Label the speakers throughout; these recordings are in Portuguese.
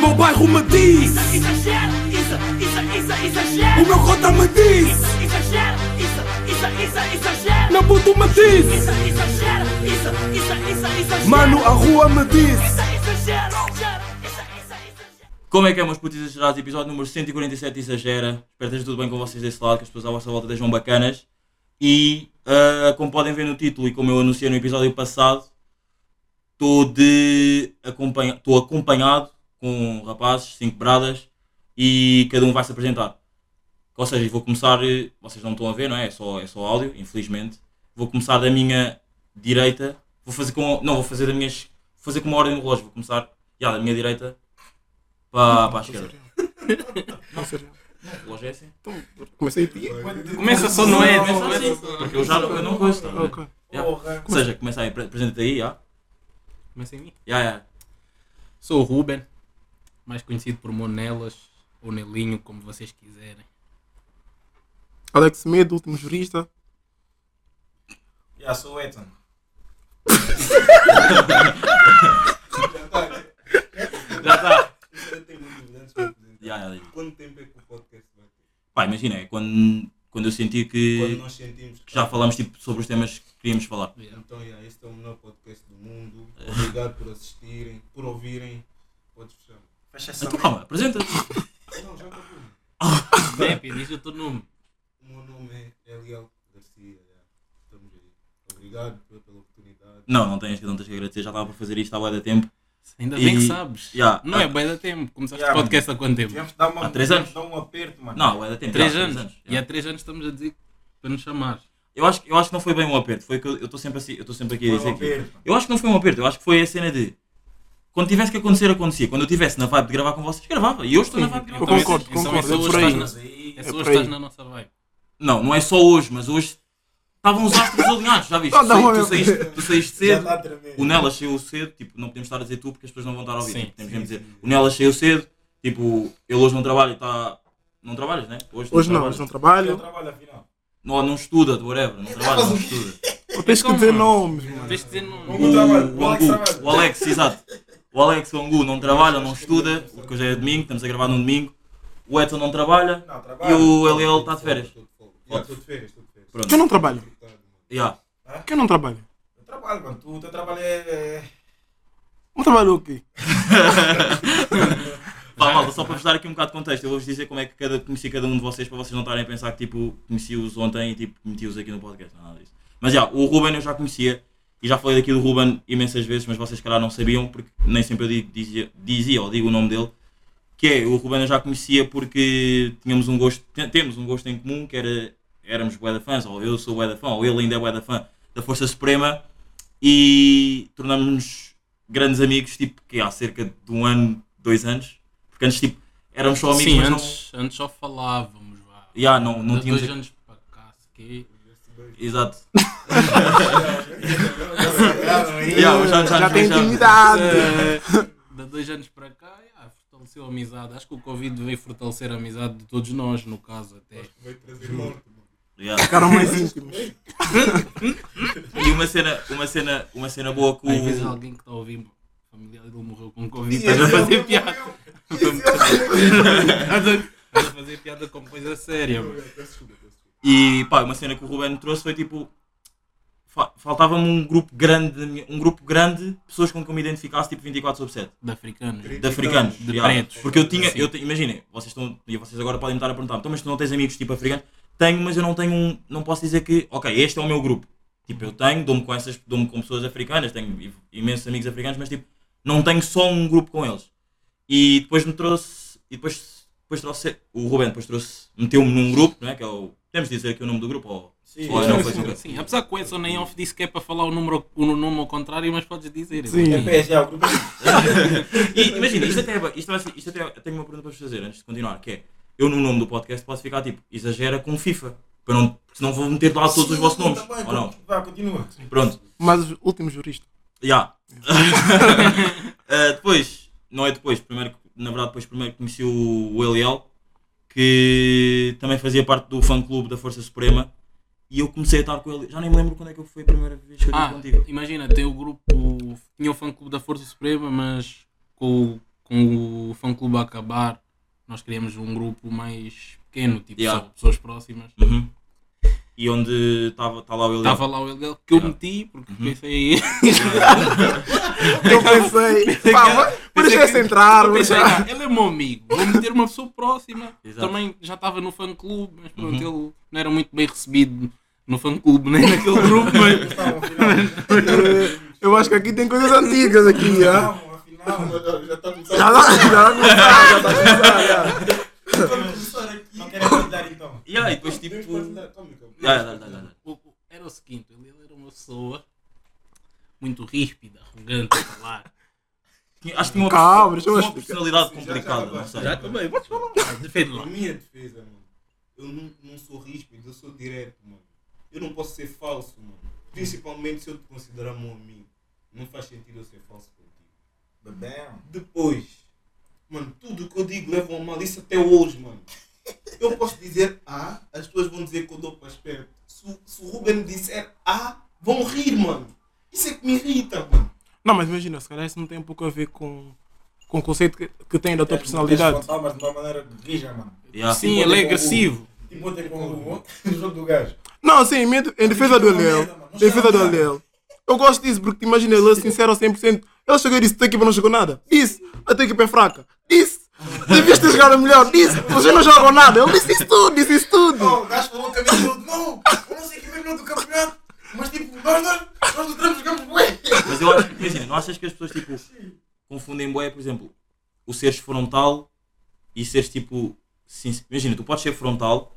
Speaker 1: meu bairro me diz
Speaker 2: Isso, exagero, isso, isso, isso, exagero.
Speaker 1: O meu cota me diz
Speaker 2: Isso, exagero, isso, isso, isso, exagero.
Speaker 1: Meu puto me diz
Speaker 2: Isso, exagero, isso, isso, isso, exagero.
Speaker 1: Mano, a rua me diz
Speaker 2: Isso, exagero, exagero, isso, isso, exagero.
Speaker 3: Como é que é, meus putos exagerados? Episódio número 147 exagera. Espero que esteja tudo bem com vocês desse lado, que as pessoas à vossa volta estejam bacanas. E ah, como podem ver no título e como eu anunciei no episódio passado, estou de acompanha... estou acompanhado com rapazes, cinco bradas, e cada um vai se apresentar. Ou seja, eu vou começar, eh, vocês não estão a ver, não é? É só, é só áudio, infelizmente. Vou começar da minha direita, vou fazer com. Não, vou fazer da minha. es- Vou fazer com uma ordem do relógio, vou começar já, da minha direita para, para a esquerda. O relógio é assim.
Speaker 4: Então, Comecei a ti.
Speaker 5: Começa só, não é?
Speaker 3: Começa assim, porque eu já não, eu não gosto. tá a ver? Já. Ou seja, começa aí, pre- apresenta-te aí, já.
Speaker 5: Começa em mim.
Speaker 3: Já, já.
Speaker 5: Sou o Ruben, mais conhecido por Monelas ou Nelinho, como vocês quiserem.
Speaker 4: Alex Medo, último jurista.
Speaker 6: Já sou o Ethan.
Speaker 3: Já está.
Speaker 6: Eu tenho muito antes de me apresentar.
Speaker 3: Já, já, já.
Speaker 6: Quanto tempo é que o podcast vai ter?
Speaker 3: Pá, imagina, é quando, quando eu senti que,
Speaker 6: Quando nós sentimos
Speaker 3: que já falámos tipo, sobre os temas que queríamos falar.
Speaker 6: Então, yeah, este é o melhor podcast do mundo. Obrigado por assistirem, por ouvirem. Podes fechar.
Speaker 7: Fecha essa
Speaker 3: Então calma, apresenta-te.
Speaker 6: Não, já acabou.
Speaker 5: Pepe, diz o teu nome.
Speaker 6: O meu nome é Eliel Garcia. yeah. Estamos aí. Obrigado pela pela oportunidade.
Speaker 3: Não, não tens, que- não tens que agradecer, já estava para fazer isto há bué de tempo.
Speaker 5: Ainda bem
Speaker 3: E-
Speaker 5: que sabes.
Speaker 3: Já.
Speaker 5: Não é bem da tempo. Começaste
Speaker 7: Já,
Speaker 5: o podcast há quanto tempo?
Speaker 7: Tivemos de dar uma-
Speaker 3: Há três
Speaker 7: tivemos
Speaker 3: anos.
Speaker 7: de dar um aperto, mano.
Speaker 3: Não, bué de tempo.
Speaker 5: Três
Speaker 3: já,
Speaker 5: anos.
Speaker 3: já.
Speaker 5: E há três anos estamos a dizer para nos chamar.
Speaker 3: Eu acho, eu acho que não foi bem um aperto, foi que eu eu estou sempre assim, eu estou sempre aqui a
Speaker 7: Foi um
Speaker 3: dizer aqui.
Speaker 7: aperto.
Speaker 3: Eu acho que não foi um aperto, eu acho que foi a cena de quando tivesse que acontecer, acontecia. Quando eu estivesse na vibe de gravar com vocês, gravava. E hoje estou na vibe de
Speaker 4: Eu
Speaker 3: gravar.
Speaker 5: Então,
Speaker 4: concordo,
Speaker 5: então,
Speaker 4: concordo,
Speaker 5: então,
Speaker 4: é
Speaker 5: hoje
Speaker 4: por aí.
Speaker 5: estás
Speaker 7: Mas aí-
Speaker 5: na-
Speaker 4: É
Speaker 5: essa
Speaker 4: por
Speaker 5: hoje estás
Speaker 4: aí.
Speaker 5: na nossa vibe.
Speaker 3: Não, não é só hoje, mas hoje estavam os astros alinhados, já viste?
Speaker 4: Ah, não,
Speaker 3: tu,
Speaker 4: eu-
Speaker 3: saíste, tu saíste
Speaker 7: Já
Speaker 3: cedo,
Speaker 7: está a tremer.
Speaker 3: o Nelas saiu cedo, tipo, não podemos estar a dizer tu porque as pessoas não vão estar a ouvir.
Speaker 5: Sim,
Speaker 3: tipo, temos mesmo de dizer, o Nelas saiu cedo, tipo, ele hoje não trabalha e está. Não trabalhas, né?
Speaker 4: Hoje não, hoje não trabalho.
Speaker 7: trabalho afinal.
Speaker 3: não, não estuda, whatever, não trabalha,
Speaker 5: um
Speaker 3: não estuda.
Speaker 4: Eu tens que
Speaker 5: Então,
Speaker 4: dizer
Speaker 5: mano.
Speaker 4: nomes, mano.
Speaker 5: Tens de dizer nome.
Speaker 7: Como trabalho?
Speaker 3: O Angu, o Alex, exato. O Alex, o Angu não trabalha, não estuda, porque hoje é domingo, estamos a gravar num domingo. O Edson não trabalha.
Speaker 7: Não,
Speaker 3: E
Speaker 7: trabalho.
Speaker 3: o LL está de férias.
Speaker 6: Estou de folga.
Speaker 3: Pode.
Speaker 6: Yeah, Estou de férias, estou de férias.
Speaker 3: Pronto.
Speaker 4: Que eu não trabalho.
Speaker 3: Yeah.
Speaker 4: Que eu não trabalho.
Speaker 7: Eu trabalho, mano. Tu, o teu trabalho é. é-
Speaker 4: Não trabalho é o quê?
Speaker 3: Pá, malta, só para vos dar aqui um bocado de contexto, eu vou-vos dizer como é que cada, conheci cada um de vocês para vocês não estarem a pensar que tipo, conheci-os ontem e tipo, meti-os aqui no podcast, não é nada disso. Mas já, o Ruben eu já conhecia e já falei daqui do Ruben imensas vezes, mas vocês se calhar não sabiam porque nem sempre eu di- dizia, dizia ou digo o nome dele. Que é, o Ruben eu já conhecia porque tínhamos um gosto, te- temos um gosto em comum que era, éramos bué da fãs, ou eu sou bué da fã, ou ele ainda é bué da fã da Força Suprema e tornámos-nos grandes amigos, tipo, que há cerca de um ano, dois anos, porque antes, tipo, éramos só amigos,
Speaker 5: Sim,
Speaker 3: mas
Speaker 5: antes, antes só falávamos. vá.
Speaker 3: não, Ya, não, não
Speaker 5: De
Speaker 3: tínhamos...
Speaker 5: dois anos para cá, se quê.
Speaker 3: Exato.
Speaker 4: Eu-
Speaker 3: já- já-
Speaker 4: Já
Speaker 3: já-
Speaker 4: tem
Speaker 3: já-
Speaker 4: intimidade.
Speaker 5: É. de dois anos para cá, yeah, fortaleceu a amizade. Acho que o Covid veio fortalecer a amizade de todos nós, no caso até.
Speaker 6: Vai trazer morte, mano.
Speaker 3: Ya.
Speaker 4: Ficaram mais íntimos.
Speaker 3: E uma cena, uma cena, uma cena boa que
Speaker 5: Às vezes
Speaker 3: o...
Speaker 5: alguém que está a ouvir, o familiar dele morreu com Covid, estás a fazer piada. Estás a fazer piada com coisa séria, mano.
Speaker 3: E pá, uma cena que o Ruben trouxe foi tipo. fa- Faltava-me um grupo grande, de mi- um grupo grande de pessoas com que eu me identificasse tipo 24 sobre 7.
Speaker 5: De africanos.
Speaker 3: De africanos.
Speaker 5: De
Speaker 3: já.
Speaker 5: pretos. Assim.
Speaker 3: Porque eu tinha,
Speaker 5: Sim.
Speaker 3: eu te- imaginem, vocês estão, e vocês agora podem me estar a perguntar, então, mas tu não tens amigos tipo africanos? Tenho, mas eu não tenho um, não posso dizer que, ok, este é o meu grupo. Tipo, eu tenho, dou-me com essas, dou-me com pessoas africanas, tenho i- imensos amigos africanos, mas tipo, não tenho só um grupo com eles. E depois me trouxe, e depois, depois trouxe, o Ruben depois trouxe, meteu-me num grupo, não é, que é o, temos de dizer aqui o nome do grupo, ou, ou não, foi assim,
Speaker 5: Sim, apesar que o Edson nem off disse que é para falar o número, o nome ao contrário, mas podes dizer.
Speaker 4: Sim.
Speaker 7: É pés, já, o grupo
Speaker 3: E imagina, isto até, é ba- isto, vai ser- isto até eu tenho uma pergunta para vos fazer antes de continuar, que é eu no nome do podcast posso ficar tipo, exagera com FIFA, para não, porque senão vou meter lá todos os vossos nomes, ou não?
Speaker 7: Tá Vá, continua.
Speaker 3: Pronto,
Speaker 4: Mas o último jurista.
Speaker 3: já. Eh, depois, não é depois, primeiro, na verdade depois primeiro conheci o, o LL, que também fazia parte do fã clube da Força Suprema, e eu comecei a estar com ele, já nem me lembro quando é que foi a primeira vez que eu estive
Speaker 5: Ah,
Speaker 3: contigo.
Speaker 5: imagina, tem o grupo. Tinha o fã clube da Força Suprema, mas com, o- com o fã-clube a acabar, nós queríamos um grupo mais pequeno, tipo
Speaker 3: Yeah.
Speaker 5: só pessoas próximas.
Speaker 3: Uhum. E onde estava tá lá o Eliel.
Speaker 5: Estava lá o Elgal que eu
Speaker 3: Yeah. Uhum.
Speaker 5: meti, porque pensei.
Speaker 4: Eu pensei, pá, vai- mas é
Speaker 5: Pensei
Speaker 4: deixa-se
Speaker 5: que-
Speaker 4: entrar,
Speaker 5: eu
Speaker 4: mas-
Speaker 5: pensei, "Ah, ele é meu amigo, vou meter uma pessoa próxima.
Speaker 3: Exato.
Speaker 5: Também já estava no fã-clube, mas pronto, ele não era muito bem recebido no fã-clube, nem naquele grupo, mas
Speaker 7: Estavam afinal.
Speaker 4: Eh, Eu acho que aqui tem coisas antigas aqui, já.
Speaker 7: Estavam afinal. Já tá estou a começar.
Speaker 4: Já dá, já dá começar, já dá começar, já.
Speaker 7: Já estou a começar aqui. Não querem partilhar então.
Speaker 3: Yeah, e depois tipo.
Speaker 7: Podemos partilhar, toma, então.
Speaker 3: Yeah, dá, dá, dá, dá.
Speaker 5: o- o- era o seguinte, ele era uma pessoa muito ríspida, arrogante a falar.
Speaker 3: Acho que tinha uma,
Speaker 4: Calma, deixa eu
Speaker 3: uma
Speaker 4: explicar.
Speaker 3: personalidade
Speaker 7: Sim, já
Speaker 3: complicada,
Speaker 7: estava.
Speaker 3: não sei.
Speaker 5: Já também, podes falar mais, defende
Speaker 6: Na
Speaker 5: lá.
Speaker 6: minha defesa, mano, eu não, não sou ríspido, eu sou direto, mano. Eu não posso ser falso, mano. Principalmente se eu te considerar meu amigo. Não faz sentido eu ser falso contigo.
Speaker 7: Bebão.
Speaker 6: Depois, mano, tudo que eu digo leva a mal, isso até hoje, mano. Eu posso dizer A, as pessoas vão dizer que eu dou para esperto. Se, o- se o Ruben disser A, vão rir, mano. Isso é que me irrita, mano.
Speaker 4: Não, mas imagina, se calhar isso não tem um pouco a ver com, com o conceito que, que É, tem da tua personalidade.
Speaker 7: Mas de uma maneira rija, mano.
Speaker 3: Yeah.
Speaker 5: Sim, ele é agressivo.
Speaker 7: Tipo, ontem com o o jogo do gajo.
Speaker 4: Não, sim, em minha- em defesa do Eliel. Em defesa do Eliel. Eu gosto disso porque imagina ele é sincero a 100%. Ele chegou e disse: tua equipa não jogou nada. Disse: a tua equipa é fraca. Disse: devias ter jogado melhor. Disse: vocês não jogam nada. Ele disse isso tudo, disse isso tudo.
Speaker 7: Não, o gajo falou que a mim falou, não, eu não sei que é melhor do campeonato, mas tipo, nós, nós, nós entramos, jogamos bué.
Speaker 3: Mas eu acho que, imagina, não achas que as pessoas tipo, confundem bué, por exemplo, o seres frontal e seres tipo. sin- Imagina, tu podes ser frontal,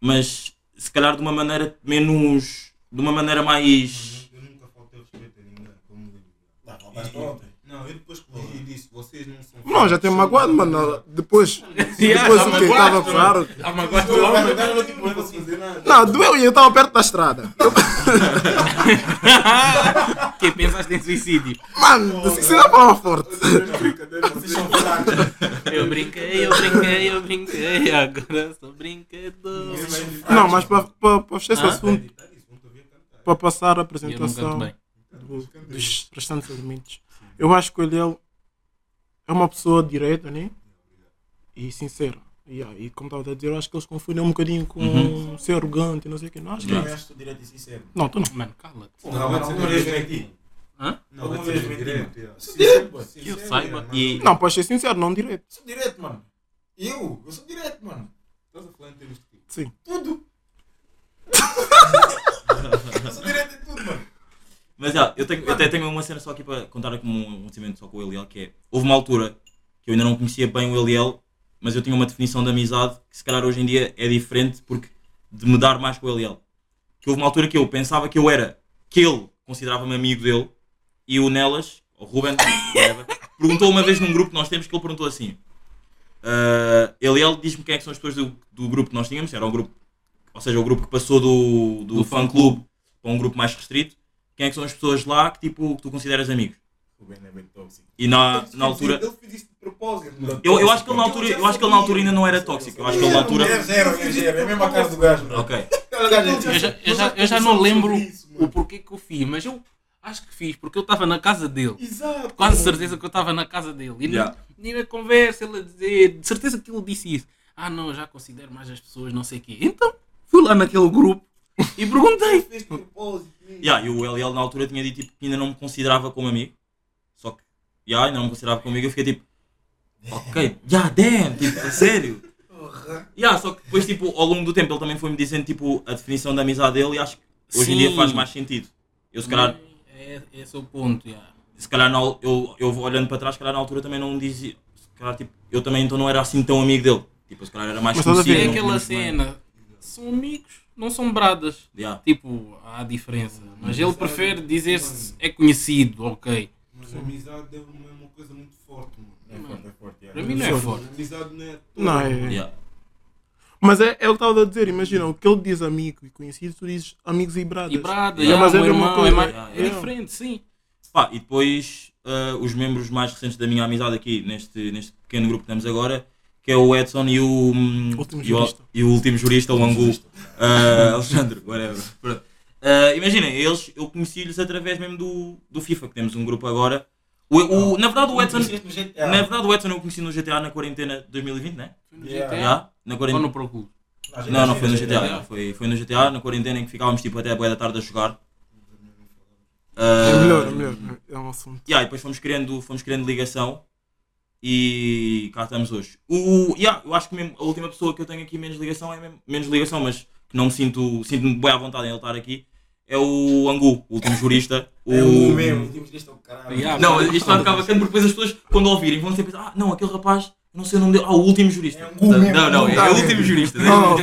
Speaker 3: mas se calhar de uma maneira menos. de uma maneira mais.
Speaker 6: Eu nunca faltei respeito a ninguém, como ninguém.
Speaker 7: Não, mas ontem.
Speaker 6: Não, eu depois corrigi disso, vocês não são.
Speaker 4: Não, já tem magoado, mano. Depois,
Speaker 5: Yeah,
Speaker 4: depois o
Speaker 5: tá
Speaker 4: que estava
Speaker 5: magoado, mano.
Speaker 4: claro.
Speaker 5: Tá magoado,
Speaker 7: Eu
Speaker 5: homem.
Speaker 7: não tipo, não posso fazer nada.
Speaker 4: Não, doeu e eu estava perto da estrada.
Speaker 5: Quem pensaste em suicídio?
Speaker 4: Mano, isso não é palavra forte.
Speaker 7: Vocês são fracos.
Speaker 5: Eu brinquei, eu brinquei, eu brinquei, agora sou brincador.
Speaker 7: Ah,
Speaker 4: Não, mas para fechar esse
Speaker 5: Ah?
Speaker 4: assunto,
Speaker 6: Tá disso, não te ouvi a cantar.
Speaker 4: para passar a
Speaker 5: E eu não canto
Speaker 4: apresentação.
Speaker 5: bem.
Speaker 4: do- dos restantes elementos. Eu acho que ele é- é uma pessoa direta, né? E sincera. Yeah, e como estava a dizer, eu acho que eles confundem um bocadinho com ser arrogante e não sei o que. Não, acho que
Speaker 7: Eu
Speaker 4: não.
Speaker 7: também acho que estou direto e sincero.
Speaker 4: Não, tu não.
Speaker 5: Mano, cala-te.
Speaker 7: Não, mas alguma vez menti.
Speaker 5: Hã?
Speaker 6: Não, vai ser direto. yeah.
Speaker 7: Sou direto, pô.
Speaker 5: Que eu saiba.
Speaker 7: Uhum.
Speaker 3: E,
Speaker 4: Não, podes ser sincero, não direto.
Speaker 7: Sou direto, mano. Eu, eu sou direto, mano.
Speaker 6: Estás a falar em termos de quê?
Speaker 4: Sim.
Speaker 7: Tudo. Eu sou direto em tudo, mano.
Speaker 3: Mas já, eu, tenho- eu até tenho uma cena só aqui para contar aqui um acontecimento só com o Eliel, que é, houve uma altura que eu ainda não conhecia bem o Eliel, mas eu tinha uma definição de amizade que se calhar hoje em dia é diferente porque de me dar mais com o Eliel. Que houve uma altura que eu pensava que eu era, que ele considerava-me amigo dele, e o Nelas, ou Ruben, whatever, perguntou uma vez num grupo que nós temos, que ele perguntou assim, ah, Eliel diz-me quem é que são as pessoas do, do grupo que nós tínhamos, era o grupo, ou seja, o grupo que passou do, do,
Speaker 5: Do
Speaker 3: fã-clube para um grupo mais restrito, quem é que são as pessoas lá que, tipo, que tu consideras amigos.
Speaker 7: O Ben é bem tóxico.
Speaker 3: E Ah, na, na altura.
Speaker 6: Ele fez isso de propósito, mano.
Speaker 3: Eu, eu acho que ele na altura, eu acho que ele na altura ainda não era tóxico. Eu acho que ele na altura.
Speaker 7: É zero, é zero. É mesmo a cara do gajo, mano.
Speaker 3: Ok.
Speaker 7: Aquele gajo é tipo-
Speaker 5: Eu já, eu já- eu já não lembro o porquê que eu fiz, mas eu acho que fiz porque eu estava na casa dele.
Speaker 6: Exato.
Speaker 5: Quase certeza que eu estava na casa dele. E
Speaker 3: Yeah.
Speaker 5: nem na conversa ele a dizer, de certeza que ele disse isso. Ah não, eu já considero mais as pessoas, não sei o quê. Então, fui lá naquele grupo e perguntei.
Speaker 6: Fez de propósito. mesmo.
Speaker 3: Yeah, e o LL na altura tinha dito tipo, que ainda não me considerava como amigo. Só que. Yeah, ainda não me considerava como amigo. Eu fiquei tipo. Ok, yeah, damn, tipo, a sério. Yeah, só que depois, tipo, ao longo do tempo ele também foi-me dizendo tipo, a definição da amizade dele e acho que hoje em
Speaker 5: Sim.
Speaker 3: dia faz mais sentido. Eu se calhar
Speaker 5: É, esse é o ponto, yeah.
Speaker 3: se calhar na, al- eu, eu vou olhando para trás, se calhar na altura também não dizia. Se calhar, tipo, eu também então não era assim tão amigo dele. Tipo, se calhar era mais
Speaker 4: Mas estás a
Speaker 3: conhecido.
Speaker 4: ver?
Speaker 5: É
Speaker 3: não
Speaker 5: aquela
Speaker 3: tínhamos bem-
Speaker 5: cena. São amigos, não são bradas.
Speaker 3: Yeah.
Speaker 5: Tipo, há diferença. Mas ele prefere dizer-se é conhecido, ok.
Speaker 6: Mas a amizade é uma, uma coisa muito forte, mano.
Speaker 7: É forte, é forte, é.
Speaker 5: Para mim não é forte.
Speaker 6: A amizade não é. à toa.
Speaker 4: Não, é.
Speaker 3: Yeah.
Speaker 4: Mas é, é o que estava a dizer, imagina, o que ele diz amigo e conhecido, tu dizes amigos e bradas.
Speaker 5: E brada,
Speaker 4: Yeah,
Speaker 5: yeah,
Speaker 4: mas é
Speaker 5: um
Speaker 4: a mesma
Speaker 5: irmão,
Speaker 4: coisa.
Speaker 5: é, mais-
Speaker 3: Yeah,
Speaker 5: é
Speaker 4: yeah.
Speaker 5: diferente, sim.
Speaker 3: Pá, e depois ah, os membros mais recentes da minha amizade aqui, neste, neste pequeno grupo que temos agora, que é o Edson e o. hum,
Speaker 4: Último
Speaker 3: e o,
Speaker 4: jurista.
Speaker 3: e o último jurista, o Angu. Ah, Alexandre, whatever. Eh, Pronto. Ah, Imaginem, eles, eu conheci-lhes através mesmo do, do FIFA, que temos um grupo agora O, o- na verdade, o Edson.
Speaker 7: Conheceste no GTA.
Speaker 3: Na verdade, o Edson eu conheci no GTA na quarentena de 2020, né?
Speaker 5: No
Speaker 7: Yeah.
Speaker 5: GTA
Speaker 3: Já? Na
Speaker 5: ou
Speaker 3: quarentena.
Speaker 5: Então, no Procul?
Speaker 3: Não, não foi no GTA.
Speaker 5: GTA.
Speaker 3: já. Foi, foi no GTA, na quarentena em que ficávamos tipo até a boia da tarde a jogar.
Speaker 4: É
Speaker 3: Ah,
Speaker 4: melhor, é melhor. É um assunto.
Speaker 3: yeah, e depois fomos criando, fomos criando ligação e cá estamos hoje. O, o- yeah, eu acho que mesmo a última pessoa que eu tenho aqui menos ligação é mesmo, menos ligação, mas que não me sinto, sinto-me bem à vontade em ele estar aqui, é o Angu, o último jurista.
Speaker 7: É o mesmo. Tínhamos disto ao caralho.
Speaker 5: Yeah.
Speaker 3: Não, isto não acaba bacana porque depois as pessoas, quando ouvirem, vão sempre pensar, ah, não, aquele rapaz, não sei o nome dele, ah, o último jurista.
Speaker 7: É Angu mesmo.
Speaker 3: Não, não, é,
Speaker 4: Tá
Speaker 3: é o
Speaker 4: bem.
Speaker 3: último jurista.
Speaker 4: Não.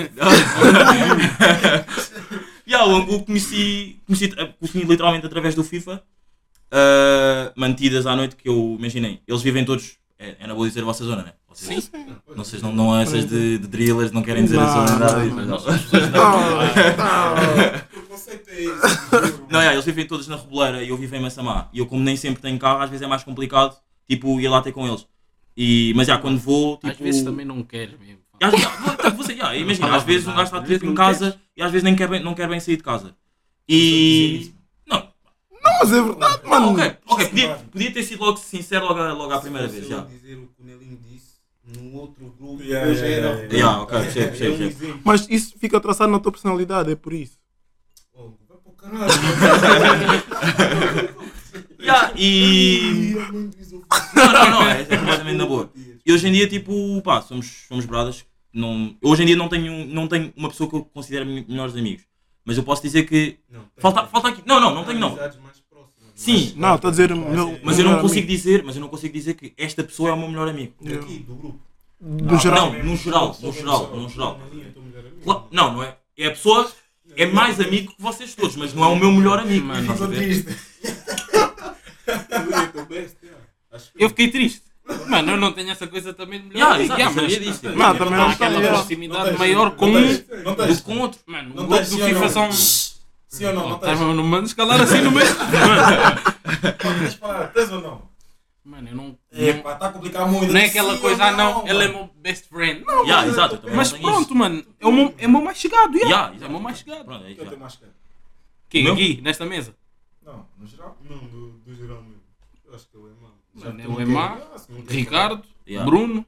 Speaker 3: E yeah, o Angu conheci, conheci, eh, conheci literalmente através do FIFA. ah, mantidas à noite que eu imaginei. Eles vivem todos. É, é na boa dizer a vossa zona, né? Vocês, sim, Não, vocês não, não há essas de, de drillers, não querem dizer a
Speaker 4: Não,
Speaker 3: zona nada
Speaker 4: não,
Speaker 3: disso, mas não.
Speaker 4: Ah,
Speaker 7: O conceito é esse.
Speaker 3: Não, é, eles vivem todos na Reboleira e eu vivo em Massamá. E eu, como nem sempre tenho carro, às vezes é mais complicado, tipo, ir lá ter com eles. E, mas, já, quando vou, tipo...
Speaker 5: Às vezes também não queres mesmo.
Speaker 3: E às- não, tá, você- já, imagina, às vezes um gajo está
Speaker 5: Às
Speaker 3: tipo
Speaker 5: vezes
Speaker 3: em
Speaker 5: não
Speaker 3: casa e às vezes nem quer bem, não quer bem sair de casa. E... Não,
Speaker 4: mas é verdade,
Speaker 3: ah,
Speaker 4: mano.
Speaker 3: ok, ok,
Speaker 7: sim,
Speaker 3: podia,
Speaker 7: mano.
Speaker 3: podia ter sido logo sincero logo, à- logo à primeira vez,
Speaker 6: Se
Speaker 3: já.
Speaker 6: eu dizer o que o Nelinho disse no outro grupo,
Speaker 7: Yeah,
Speaker 6: eu já
Speaker 7: yeah,
Speaker 6: era.
Speaker 7: yeah,
Speaker 3: yeah. Yeah, ok, percebo,
Speaker 6: É
Speaker 3: percebo,
Speaker 6: um
Speaker 3: percebo.
Speaker 6: exemplo.
Speaker 4: Mas isso fica traçado na tua personalidade, é por isso.
Speaker 6: Oh, vai pro caralho.
Speaker 3: Já, e...
Speaker 6: Minha mãe diz um-
Speaker 3: Não, não, não, é, é completamente na boa. E hoje em dia, tipo, pá, somos, somos bradas. Não, eu hoje em dia não tenho, não tenho uma pessoa que eu considero me- melhores amigos. Mas eu posso dizer que.
Speaker 6: Não, tem
Speaker 3: Falta, falta aqui. Não, não, não tenho não.
Speaker 6: amizades mais próximas, mas
Speaker 3: Sim,
Speaker 4: Não, estou a dizer. Meu,
Speaker 3: mas eu
Speaker 4: meu
Speaker 3: não consigo
Speaker 4: amigo.
Speaker 3: dizer, mas eu não consigo dizer que esta pessoa é o meu melhor amigo.
Speaker 6: Daqui, do grupo.
Speaker 4: No geral.
Speaker 3: Ah, Não, no geral, no geral, no geral.
Speaker 6: Nelinho é teu melhor amigo.
Speaker 3: Claro, Não, não é. É a pessoa. É mais amigo que vocês todos, mas não é o meu melhor amigo.
Speaker 5: Mano.
Speaker 3: estás a ver?
Speaker 6: Nelinho é teu best, yeah. Acho que
Speaker 5: Eu fiquei triste. Mano, eu não tenho essa coisa também de
Speaker 3: Yeah,
Speaker 5: melhor.
Speaker 3: Ah, exato, é
Speaker 5: Yeah,
Speaker 3: sabia
Speaker 5: mas-
Speaker 3: disso.
Speaker 4: Não, também
Speaker 5: Há
Speaker 4: não
Speaker 5: aquela
Speaker 4: tem, é.
Speaker 5: proximidade maior com um
Speaker 7: Não
Speaker 3: Do
Speaker 7: tens.
Speaker 3: que Tá, com outro.
Speaker 5: Mano, o
Speaker 7: Não
Speaker 5: grupo
Speaker 7: tens,
Speaker 5: do
Speaker 7: sim ou
Speaker 5: FIFA
Speaker 7: não?
Speaker 5: são.
Speaker 7: Sim ou não? Não tens.
Speaker 5: Estás-me não mandas calar assim no meio.
Speaker 7: Não tens palavra. Tens ou não?
Speaker 5: Mano, eu não.
Speaker 7: É pá, está a complicar muito.
Speaker 5: Hum. Não é aquela
Speaker 7: Sim
Speaker 5: coisa,
Speaker 7: ou
Speaker 5: ah não, ela é
Speaker 7: mano?
Speaker 5: meu best friend. Não,
Speaker 3: Yeah, exato, eu também
Speaker 5: mas
Speaker 3: não tenho isso.
Speaker 5: pronto, mano, é o meu, é o meu mais chegado. Yeah.
Speaker 3: Yeah,
Speaker 5: é o
Speaker 3: exato.
Speaker 5: meu mais chegado.
Speaker 3: Pronto, é isso,
Speaker 7: Eu tenho
Speaker 3: já.
Speaker 7: mais cara.
Speaker 5: Quem?
Speaker 3: Meu?
Speaker 5: Aqui, nesta mesa.
Speaker 7: Não, no geral.
Speaker 6: Não, do, do geral mesmo. Eu acho que ele é mau. Já
Speaker 5: Mano, é
Speaker 6: tu não
Speaker 5: o
Speaker 6: queres-
Speaker 5: Emar,
Speaker 6: Ah, se não queres
Speaker 5: Ricardo,
Speaker 3: Yeah.
Speaker 5: Bruno,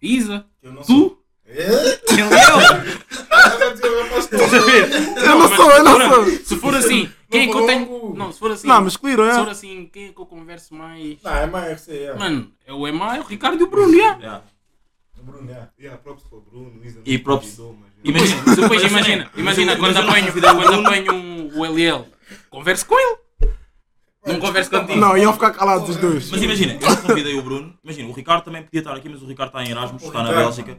Speaker 5: Isa,
Speaker 7: Eu não
Speaker 5: tu.
Speaker 7: É?
Speaker 5: Ele é eu.
Speaker 7: Estás a dizer o rapaz todo.
Speaker 4: Eu não sou, eu não sou.
Speaker 5: Se for assim, quem é que eu tenho.
Speaker 7: Longo.
Speaker 5: Não, se for assim.
Speaker 4: Não, mas claro,
Speaker 5: Se for
Speaker 4: é.
Speaker 5: assim, quem é que eu converso mais?
Speaker 7: Não, é mais RC, é.
Speaker 5: Mano, é o Emar, é o Ricardo e o Bruno, yeah.
Speaker 3: Yeah.
Speaker 7: Bruno, é.
Speaker 6: Yeah, props para o Bruno, Isa.
Speaker 3: E
Speaker 6: não
Speaker 3: props.
Speaker 6: convidou, mas-
Speaker 3: Imagina,
Speaker 5: Depois imagina, imagina quando apanho, quando apanho um, o LL, converso com ele. Não converso contigo.
Speaker 4: Não, iam ficar calados os dois.
Speaker 3: Mas imagina, eu não convidei o Bruno, imagina, o Ricardo também podia estar aqui, mas o Ricardo está em Erasmus, está na Bélgica.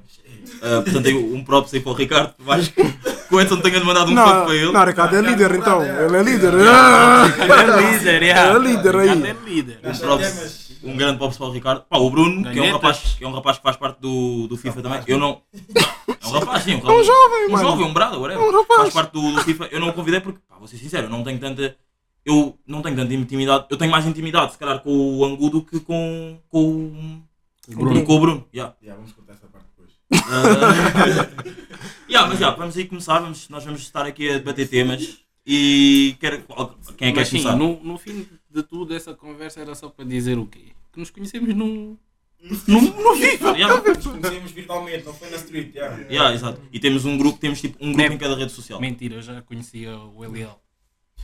Speaker 3: Ah, portanto, eu- um props aí para o Ricardo, por mais que que o Edson tenha mandado um pouco
Speaker 4: Não,
Speaker 3: para ele.
Speaker 4: não, Ricardo é líder então. Ele é líder. Ah!
Speaker 5: É líder, yeah.
Speaker 4: É líder aí.
Speaker 5: Ricardo é líder.
Speaker 3: Um props, um grande props para o Ricardo. Pá, o Bruno, que é, um
Speaker 5: Ganhetas.
Speaker 3: rapaz, que é um rapaz que faz parte do, do FIFA também. Eu não. É um rapaz, sim, um rapaz. É um jovem, Um
Speaker 4: mano.
Speaker 3: jovem, um brado, whatever.
Speaker 4: É um rapaz.
Speaker 3: Faz parte do, do FIFA. Eu não o convidei porque, pá, vou ser sincero, eu não tenho tanta. Eu não tenho tanta intimidade. Eu tenho mais intimidade, se calhar, com o Angu do que com, com, o Bruno. é Com o Bruno, yeah.
Speaker 7: Yeah, vamos cortar essa parte depois.
Speaker 3: Ah. yeah, mas já, vamos aí começar, vamos, nós vamos estar aqui a debater temas e quero, qual- quem é que quer
Speaker 5: Mas sim,
Speaker 3: começar?
Speaker 5: no, no fim de tudo, essa conversa era só para dizer o quê? Que nos conhecemos no. no, no FIFA!
Speaker 3: Yeah,
Speaker 7: Nos conhecemos virtualmente, não foi na street, yeah.
Speaker 3: yeah, exato. E temos um grupo, temos tipo um grupo em cada rede social.
Speaker 5: Mentira, eu já conhecia o LL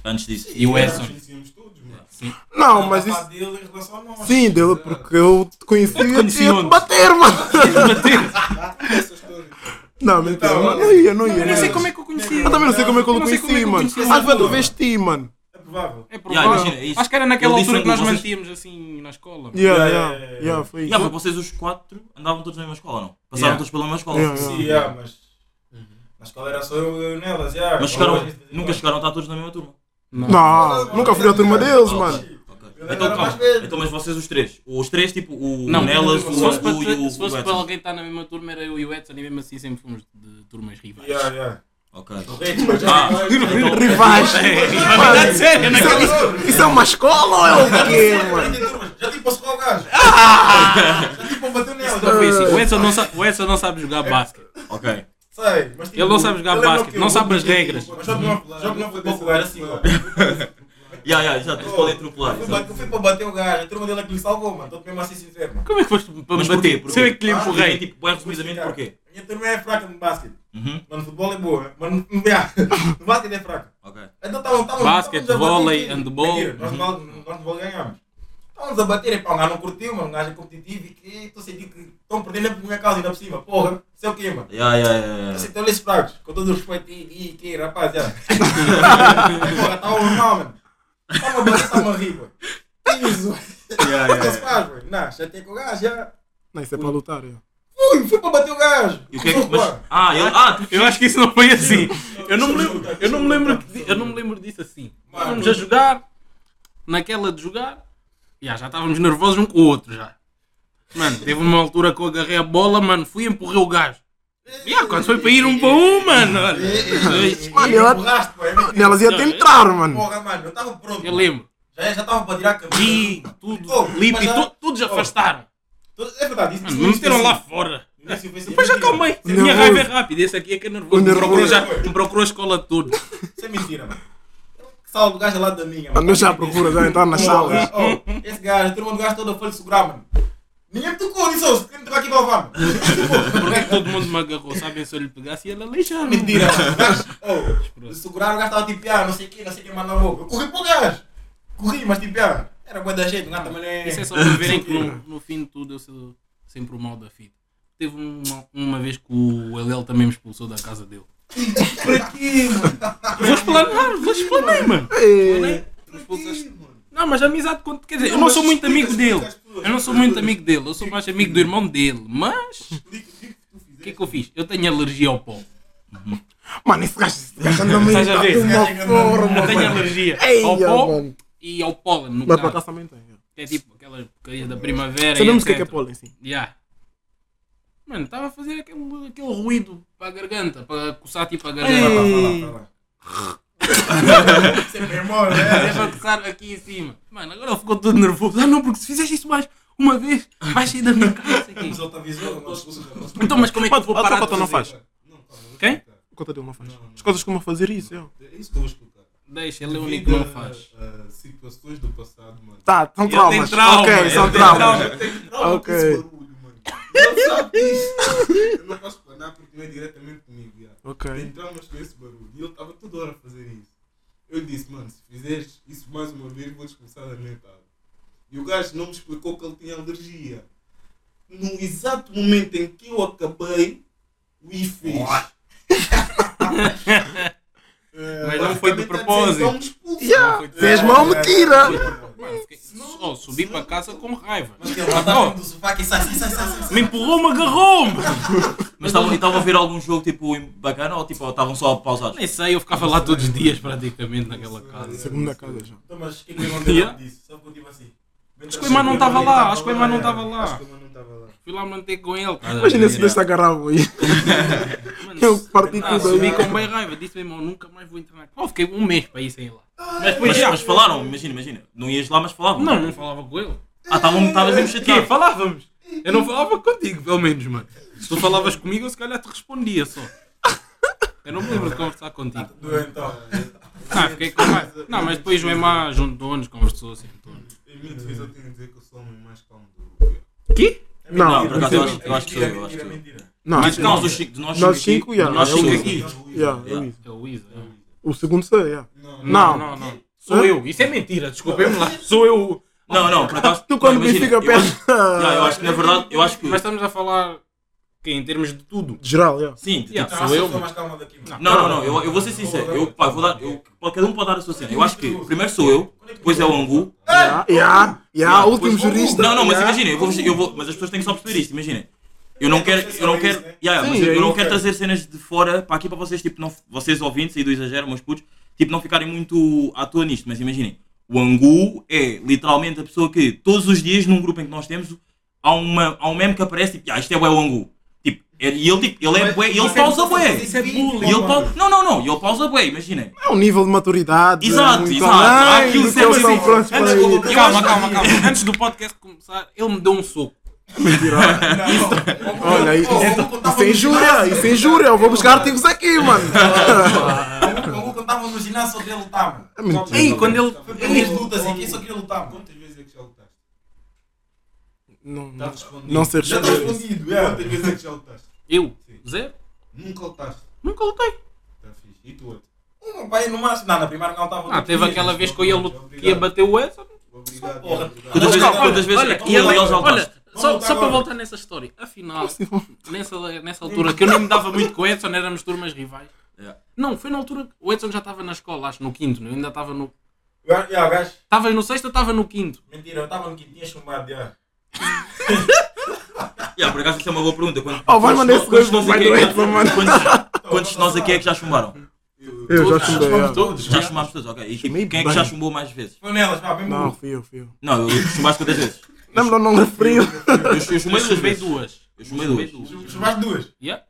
Speaker 3: Antes disso.
Speaker 5: e o
Speaker 6: Nós
Speaker 5: Edson.
Speaker 6: conhecíamos todos, mano.
Speaker 4: Não, mas
Speaker 7: Falar
Speaker 4: isso.
Speaker 7: dele em relação a nós.
Speaker 4: Sim, dele, porque eu te conheci
Speaker 5: te conheci
Speaker 4: e ia te
Speaker 5: onde?
Speaker 4: bater, mano.
Speaker 7: Essa história.
Speaker 4: Não, mentira.
Speaker 7: Então,
Speaker 4: mano, não ia, não ia.
Speaker 5: Eu nem
Speaker 4: não
Speaker 5: sei
Speaker 4: ia.
Speaker 5: como é que eu conheci.
Speaker 4: Eu também não sei como é que eu
Speaker 5: Eu
Speaker 4: o
Speaker 5: não sei como é
Speaker 4: conheci,
Speaker 5: que eu
Speaker 4: mano. Ah,
Speaker 5: conheci
Speaker 4: Acho que
Speaker 5: esse
Speaker 4: eu
Speaker 7: ator.
Speaker 4: talvez ti, mano.
Speaker 7: É provável.
Speaker 5: É
Speaker 3: Yeah,
Speaker 5: provável.
Speaker 3: imagina, é isso.
Speaker 5: Acho que era naquela
Speaker 3: Ele disse
Speaker 5: altura que nós
Speaker 3: vocês-
Speaker 5: mantíamos assim na escola. mano.
Speaker 4: Yeah,
Speaker 7: Yeah,
Speaker 4: yeah,
Speaker 7: yeah, yeah.
Speaker 4: yeah, foi isso.
Speaker 3: Yeah, mas vocês os quatro andavam todos na mesma escola, não? Passaram
Speaker 5: é Yeah.
Speaker 3: todos pela mesma escola.
Speaker 4: Yeah, yeah.
Speaker 7: Sim, yeah, mas. Na escola era só eu, eu nelas, yeah.
Speaker 3: Mas chegaram,
Speaker 7: Agora,
Speaker 3: nunca chegaram a estar todos na mesma turma.
Speaker 4: Não, nunca fui à turma deles, mano.
Speaker 3: Ok.
Speaker 7: era
Speaker 3: Então, calma.
Speaker 7: mais velho.
Speaker 3: Então, mas vocês os três. Os três, tipo, o
Speaker 5: Não,
Speaker 3: Nelas,
Speaker 5: se
Speaker 3: o
Speaker 5: fosse,
Speaker 3: Angu e
Speaker 5: para,
Speaker 3: o
Speaker 5: se fosse
Speaker 3: o
Speaker 5: para
Speaker 3: Edson.
Speaker 5: alguém estar na mesma turma, era eu e o Edson, e mesmo assim sempre fomos de turmas rivais.
Speaker 7: Yeah, yeah.
Speaker 3: Ok.
Speaker 7: Correto, mas já-
Speaker 3: Ah.
Speaker 7: Então,
Speaker 4: Rivais.
Speaker 5: Verdade séria, né?
Speaker 4: Isso é uma escola ou é o quê, mano?
Speaker 7: tem turmas, Já tipo passou o gajo.
Speaker 5: Ah!
Speaker 7: Já tipo bateu
Speaker 5: Então foi
Speaker 7: nela.
Speaker 5: assim, O Edson não sabe, o Edson não sabe jogar basquete.
Speaker 3: Ok.
Speaker 7: Sei, mas tipo,
Speaker 5: Ele não sabe jogar
Speaker 7: lembra
Speaker 5: basquete,
Speaker 7: tipo, que
Speaker 5: não
Speaker 7: eu-
Speaker 5: sabe as regras.
Speaker 7: assim, Mas joga no joga no futebol, era assim, ó.
Speaker 3: Ya, ya, já, vocês podem atropelar.
Speaker 7: Eu fui,
Speaker 3: exato.
Speaker 7: bater, eu fui para bater o gajo, a turma dele é que lhe salvou, mano. Estou mesmo assim sincero, mano.
Speaker 5: Como é que foste para me
Speaker 3: Mas porquê?
Speaker 5: bater?
Speaker 3: Porquê?
Speaker 5: Se eu é que lhe
Speaker 7: Ah,
Speaker 5: empurrei.
Speaker 3: Tipo, bem resumidamente, porquê?
Speaker 7: A minha turma é fraca no basquete.
Speaker 3: Uhum.
Speaker 7: Mano, futebol é boa, mas no, no, no basquete é fraca.
Speaker 3: Ok.
Speaker 7: Então estavam estavam-
Speaker 5: Basquete,
Speaker 7: estávamos a bater
Speaker 5: vôlei,
Speaker 7: aqui.
Speaker 5: handball.
Speaker 7: Mentira, nós no handball- nós no vôlei ganhámos. Estávamos a bater, e pá, um gajo não curtiu, mano. Um gajo é competitivo e que estou sentindo que estão perdendo por minha causa ainda por cima. Porra, sei o quê, mano. então,
Speaker 3: Ya, ya, ya,
Speaker 7: Eu
Speaker 3: ya.
Speaker 7: sentei olhos fracos, com todo o respeito e, e que rapaz, já. Porra, tá normal, mano. Tá Tava a bater, tava a rir, pô. Que Isso.
Speaker 3: Ya,
Speaker 7: O que se
Speaker 3: ya, ya.
Speaker 7: faz, pô? Não, já tem com o gajo, já.
Speaker 4: Não, isso é para lutar. é.
Speaker 7: Fui, fui para bater o gajo.
Speaker 3: E o que é que. Mas, ah, eu, ah, tu.
Speaker 5: Eu acho que isso não foi assim. Eu não me lembro, eu não me lembro, que- eu não me lembro disso assim. Estávamos a jogar, naquela de jogar, já, já estávamos nervosos um com o outro já. Mano, teve uma altura que eu agarrei a bola, mano, fui e empurrei o gajo. Já, quando foi para ir um para um, mano, olha.
Speaker 4: Mano, eu-
Speaker 7: Borraste, pô. é mentira.
Speaker 4: Nelas ia te entrar, mano.
Speaker 7: Porra, mano, eu estava pronto.
Speaker 5: Eu lembro.
Speaker 7: Já já estava para tirar a
Speaker 5: Gui,
Speaker 7: camisa.
Speaker 5: tudo,
Speaker 7: Oh,
Speaker 5: Lipe,
Speaker 7: mas já-
Speaker 5: tu, todos
Speaker 7: oh,
Speaker 5: afastaram.
Speaker 7: tudo- É verdade, isso
Speaker 5: Mano, me meteram lá fora. Depois
Speaker 7: Depois
Speaker 5: já acalmei. A minha
Speaker 4: Nervoso.
Speaker 5: raiva é rápida. Esse aqui é que é nervoso. Me
Speaker 4: nervoso.
Speaker 5: procurou, já, me procurou a escola toda.
Speaker 7: Isso é mentira, mano. Salve o gajo lá da minha, mano.
Speaker 4: Andou já à procura, já entrar nas
Speaker 7: Porra,
Speaker 4: salas.
Speaker 7: ó, esse gajo, todo mundo gajo todo foi lhe segurar, mano. Ninguém me tocou, disse, ó, se quer me tocar aqui vai levar, mano.
Speaker 5: Porque todo mundo me agarrou. Sabem se eu lhe pegasse ia ele aleijar.
Speaker 7: Mentira, mano. O gajo, ó, lhe seguraram, o gajo estava tipo, ah, não sei o que, não sei o que, mano, na boca. Eu corri pro gajo. Corri, mas tipo, ah, era boa da gente, o gajo também não é...
Speaker 5: Isso é só para verem que no, no fim de tudo eu sou sempre o mal da fita. Teve uma, uma vez que o Elel também me expulsou da casa dele.
Speaker 7: Por aqui, mano. É.
Speaker 5: Vou explanar, vou explanar, mano.
Speaker 4: Ei,
Speaker 5: Me expulsaste. Não, mas amizade quando. Quer dizer, eu não
Speaker 7: mas
Speaker 5: sou muito
Speaker 7: explica,
Speaker 5: amigo dele.
Speaker 7: explica às pessoas.
Speaker 5: Eu não sou muito amigo dele. Eu sou mais amigo do irmão dele. Mas. O que é que eu fiz? Eu tenho alergia ao pó.
Speaker 4: Mano, esse gajo esse gajo anda meio
Speaker 5: Estás a
Speaker 4: tá
Speaker 5: ver?
Speaker 4: de uma forma,
Speaker 5: Eu tenho
Speaker 4: mano.
Speaker 5: alergia
Speaker 4: Ei,
Speaker 5: ao
Speaker 4: ó,
Speaker 5: pó
Speaker 4: mano.
Speaker 5: e ao pólen, no
Speaker 4: Mas para cá
Speaker 5: caso.
Speaker 4: também tem. é.
Speaker 5: É tipo aquelas porcarias da primavera. e
Speaker 4: Sabemos o que é que é
Speaker 5: etc.
Speaker 4: pólen, sim.
Speaker 5: Ya. Mano, estava a fazer aquele, aquele ruído para a garganta, para coçar tipo a garganta.
Speaker 7: Sempre é mole,
Speaker 5: É
Speaker 7: né?
Speaker 5: para coçar aqui em cima. Mano, agora ele ficou todo nervoso. Ah não, porque se fizeste isso mais uma vez, vais sair da minha casa. isso aqui.
Speaker 7: Mas ele te avisou, não expulsa.
Speaker 5: Então, mas como é que eu vou
Speaker 4: Mas a
Speaker 5: parar
Speaker 4: tua
Speaker 5: de
Speaker 4: Ah, conta não
Speaker 5: fazer?
Speaker 4: faz.
Speaker 5: Quem?
Speaker 4: Conta dele não faz. As coisas como a fazer isso, eu.
Speaker 6: É isso que eu vou explicar.
Speaker 5: Deixa, ele é o único que não
Speaker 6: Devido a-
Speaker 5: faz.
Speaker 6: a situações do passado, mano.
Speaker 4: Tá, são
Speaker 5: Ele tem
Speaker 4: traumas.
Speaker 5: trauma,
Speaker 4: Ok,
Speaker 5: ele
Speaker 4: são
Speaker 5: tem
Speaker 4: traumas.
Speaker 5: trauma.
Speaker 6: Tem trauma
Speaker 4: Ok.
Speaker 6: com esse barulho, mano. Não sabe disso. Eu não posso explanar porque não é diretamente comigo. já. Tem
Speaker 4: Ok.
Speaker 6: traumas com esse barulho. E ele estava toda hora a fazer isso. Eu disse, mano, se fizeres isso mais uma vez, vou expulsar da minha casa. E o gajo não me explicou que ele tinha alergia. No exato momento em que eu acabei, o I fez. Eh,
Speaker 5: Mas não foi de
Speaker 6: basicamente tá
Speaker 5: propósito.
Speaker 6: dizendo, "Não me expulsa."
Speaker 4: Yeah,
Speaker 6: Eh,
Speaker 4: fez mal, me
Speaker 6: é
Speaker 4: tira.
Speaker 5: Mano, fiquei- só subi para casa com raiva.
Speaker 7: Mas ele lá tá dentro do sofá que sai, sai, sai, sai, sai.
Speaker 5: Me empurrou, me agarrou-me.
Speaker 3: Mas estavam estavam a ver algum jogo tipo bacana ou tipo, estavam só pausados?
Speaker 5: Nem sei, eu ficava lá todos os dias praticamente naquela casa.
Speaker 4: Segunda casa já.
Speaker 7: Então, mas o que é que o irmão
Speaker 5: Yeah.
Speaker 7: dele disse? Só que eu tive assim.
Speaker 5: Acho que o irmão não estava lá, acho que o irmão não
Speaker 7: é.
Speaker 5: estava lá.
Speaker 6: Acho que o mano não estava lá.
Speaker 5: Fui lá manter com ele. cara.
Speaker 4: Imagina se
Speaker 5: Era-
Speaker 4: deste agarrava aí.
Speaker 5: Mano,
Speaker 4: Eu parti
Speaker 5: ah,
Speaker 4: tudo
Speaker 5: subi
Speaker 4: aí.
Speaker 5: com bem raiva. Disse meu irmão, nunca mais vou entrar na casa. Oh, fiquei um mês para ir sem ir lá. Mas depois
Speaker 3: Mas,
Speaker 5: já.
Speaker 3: mas falaram, imagina, imagina. Não ias lá, mas falavam.
Speaker 5: Não, não falava com ele.
Speaker 3: Ah, estavam estavas mesmo
Speaker 5: Quê?
Speaker 3: chateado.
Speaker 5: Falávamos. Eu não falava contigo, pelo menos, mano. Se tu falavas comigo, eu se calhar te respondia só. Eu não me lembro de conversar contigo.
Speaker 6: então.
Speaker 7: Doentão.
Speaker 5: Ah, fiquei com raiva. Não, mas depois o Emma juntou-nos, conversou, assim, sentou-nos.
Speaker 6: Em minha defesa, Eh, eu tenho de dizer que eu sou o homem mais calmo do É grupo.
Speaker 5: Quê?
Speaker 4: Não,
Speaker 3: Não, por acaso eu acho-
Speaker 6: é
Speaker 3: eu acho que sou eu, eu acho que sou
Speaker 7: Mentira,
Speaker 3: eu.
Speaker 7: mentira.
Speaker 4: não.
Speaker 3: Mas
Speaker 4: não.
Speaker 3: nós os cinco, de nós
Speaker 4: Nós
Speaker 3: cinco
Speaker 4: cinco,
Speaker 3: aqui,
Speaker 4: já,
Speaker 3: nós
Speaker 4: é o
Speaker 3: cinco
Speaker 4: Luís.
Speaker 3: aqui.
Speaker 4: Yeah, é
Speaker 3: Yeah.
Speaker 4: isso.
Speaker 5: É o Isa. é o Isa.
Speaker 4: O segundo sei, yeah.
Speaker 6: Não,
Speaker 5: Não,
Speaker 4: Não.
Speaker 5: não, não. Sou eu. Isso é mentira, desculpem-me lá. Sou eu.
Speaker 3: Não, não, por acaso.
Speaker 4: Tu quando
Speaker 3: não,
Speaker 4: me fica
Speaker 3: imagina, eu acho-
Speaker 4: perto.
Speaker 3: Yeah, eu acho que na verdade, eu acho que.
Speaker 5: Mas estamos a falar que em termos de tudo.
Speaker 4: Geral, yeah.
Speaker 3: Sim, tipo,
Speaker 5: Yeah.
Speaker 7: Não,
Speaker 5: Sou
Speaker 7: acho que
Speaker 5: eu,
Speaker 7: eu sou
Speaker 5: mano.
Speaker 7: mais calma daqui, mano.
Speaker 3: Não, não, não, eu, eu vou ser sincero. Eu, pá, vou dar, eu, pá, cada um pode dar a sua cena. Eu acho que primeiro sou eu, depois é o Angu.
Speaker 4: Yeah, yeah, yeah, último
Speaker 3: depois-
Speaker 4: jurista.
Speaker 3: Não, não, mas
Speaker 4: yeah.
Speaker 3: imagina, eu vou, eu vou, mas as pessoas têm que só perceber isto, imagina. Eu
Speaker 7: É,
Speaker 3: não quero, eu não quero,
Speaker 7: né?
Speaker 3: yeah, yeah, mas
Speaker 4: Sim,
Speaker 3: eu, eu
Speaker 4: eu
Speaker 3: não
Speaker 4: não
Speaker 3: quero trazer cenas de fora para aqui para vocês, tipo, não, vocês ouvintes aí do exagero, meus putos, tipo, não ficarem muito à toa nisto, mas imaginem. O Angu é literalmente a pessoa que todos os dias num grupo em que nós temos há, uma, há um meme que aparece tipo, ah, isto é bué o Angu. Tipo, é- e ele, tipo, ele é bué, e ele pausa bué.
Speaker 7: Isso é
Speaker 3: E
Speaker 7: bullying.
Speaker 3: ele pausa, não, não, não, e ele pausa bué, imaginem.
Speaker 4: É um nível de maturidade.
Speaker 3: Exato,
Speaker 4: muito
Speaker 3: exato. Há
Speaker 4: Além,
Speaker 3: aquilo
Speaker 4: do que
Speaker 3: sempre
Speaker 4: eles estão
Speaker 3: assim.
Speaker 4: prontos para
Speaker 7: Antes-
Speaker 4: ir.
Speaker 7: Eu
Speaker 5: Calma,
Speaker 7: acho
Speaker 5: calma,
Speaker 7: que-
Speaker 5: calma. Antes do podcast começar, ele me deu um soco.
Speaker 4: Olha, isso, isso é injúria, isso é injúria. Eu vou buscar artigos aqui, mano.
Speaker 7: Eu vou contar uma nos imaginar só dele lutar, tá, mano.
Speaker 4: É mentira.
Speaker 5: Ei, quando ele.
Speaker 6: Foi por
Speaker 7: Ele
Speaker 6: isso.
Speaker 7: lutas aqui, só queria lutar, mano.
Speaker 6: Quantas vezes é que já lutaste?
Speaker 4: Não,
Speaker 6: Tá
Speaker 4: não.
Speaker 6: respondido.
Speaker 4: Não sei
Speaker 6: Já está
Speaker 4: responder.
Speaker 6: respondido, é. Quantas vezes é que já lutaste?
Speaker 5: Eu?
Speaker 6: Sim.
Speaker 5: Zero?
Speaker 6: Nunca lutaste.
Speaker 5: Nunca lutei.
Speaker 6: Tá fixe. E tu outro?
Speaker 7: Um pai no máximo, não, na primeira não estava.
Speaker 5: Ah, teve aquela vez que eu ia, lut- que ia bater o Edson.
Speaker 6: Obrigado.
Speaker 7: Porra.
Speaker 6: obrigado.
Speaker 3: Quantas vezes,
Speaker 5: Olha,
Speaker 3: quantas vezes é que tu
Speaker 5: e
Speaker 3: e
Speaker 5: ele-
Speaker 3: ele já lutaste?
Speaker 5: olha,
Speaker 7: Vamos
Speaker 5: só, só para
Speaker 7: agora.
Speaker 5: voltar nessa história. Afinal, nessa, nessa altura, que eu nem me dava muito com o Edson, éramos turmas rivais.
Speaker 3: Yeah.
Speaker 5: Não, foi na altura que o Edson já estava na escola, acho, no quinto. né? Eu ainda estava no...
Speaker 7: Já, ah, gajo.
Speaker 5: Estavas no sexto, eu estava no quinto.
Speaker 7: Mentira, eu estava no que tinha chumbado, já.
Speaker 3: Yeah, por acaso isso é uma boa pergunta. Quando,
Speaker 4: Oh, vai mandar esse
Speaker 3: quantos
Speaker 4: gajo para
Speaker 3: de nós
Speaker 4: o
Speaker 3: aqui é que-
Speaker 4: Edson, mano.
Speaker 3: quantos- Quantos de nós aqui é que já chumbaram?
Speaker 4: Eu já
Speaker 5: Todos,
Speaker 4: chumbei. é.
Speaker 7: Todos,
Speaker 3: Já
Speaker 7: já.
Speaker 3: chumbaram todos, ok. E tipo,
Speaker 4: Chumei
Speaker 3: quem é que
Speaker 4: bem.
Speaker 3: já chumbou mais vezes?
Speaker 7: Foi nelas, pá, mesmo.
Speaker 4: Não, fui eu, fui eu.
Speaker 3: Não, eu chumbaste quantas vezes?
Speaker 4: Não, não, não referiu.
Speaker 3: Eu, eu
Speaker 5: Eu
Speaker 3: chumei duas
Speaker 5: chumei
Speaker 3: vezes.
Speaker 5: duas.
Speaker 3: Eu chumei duas.
Speaker 7: Chumbaste duas.
Speaker 5: Yeah?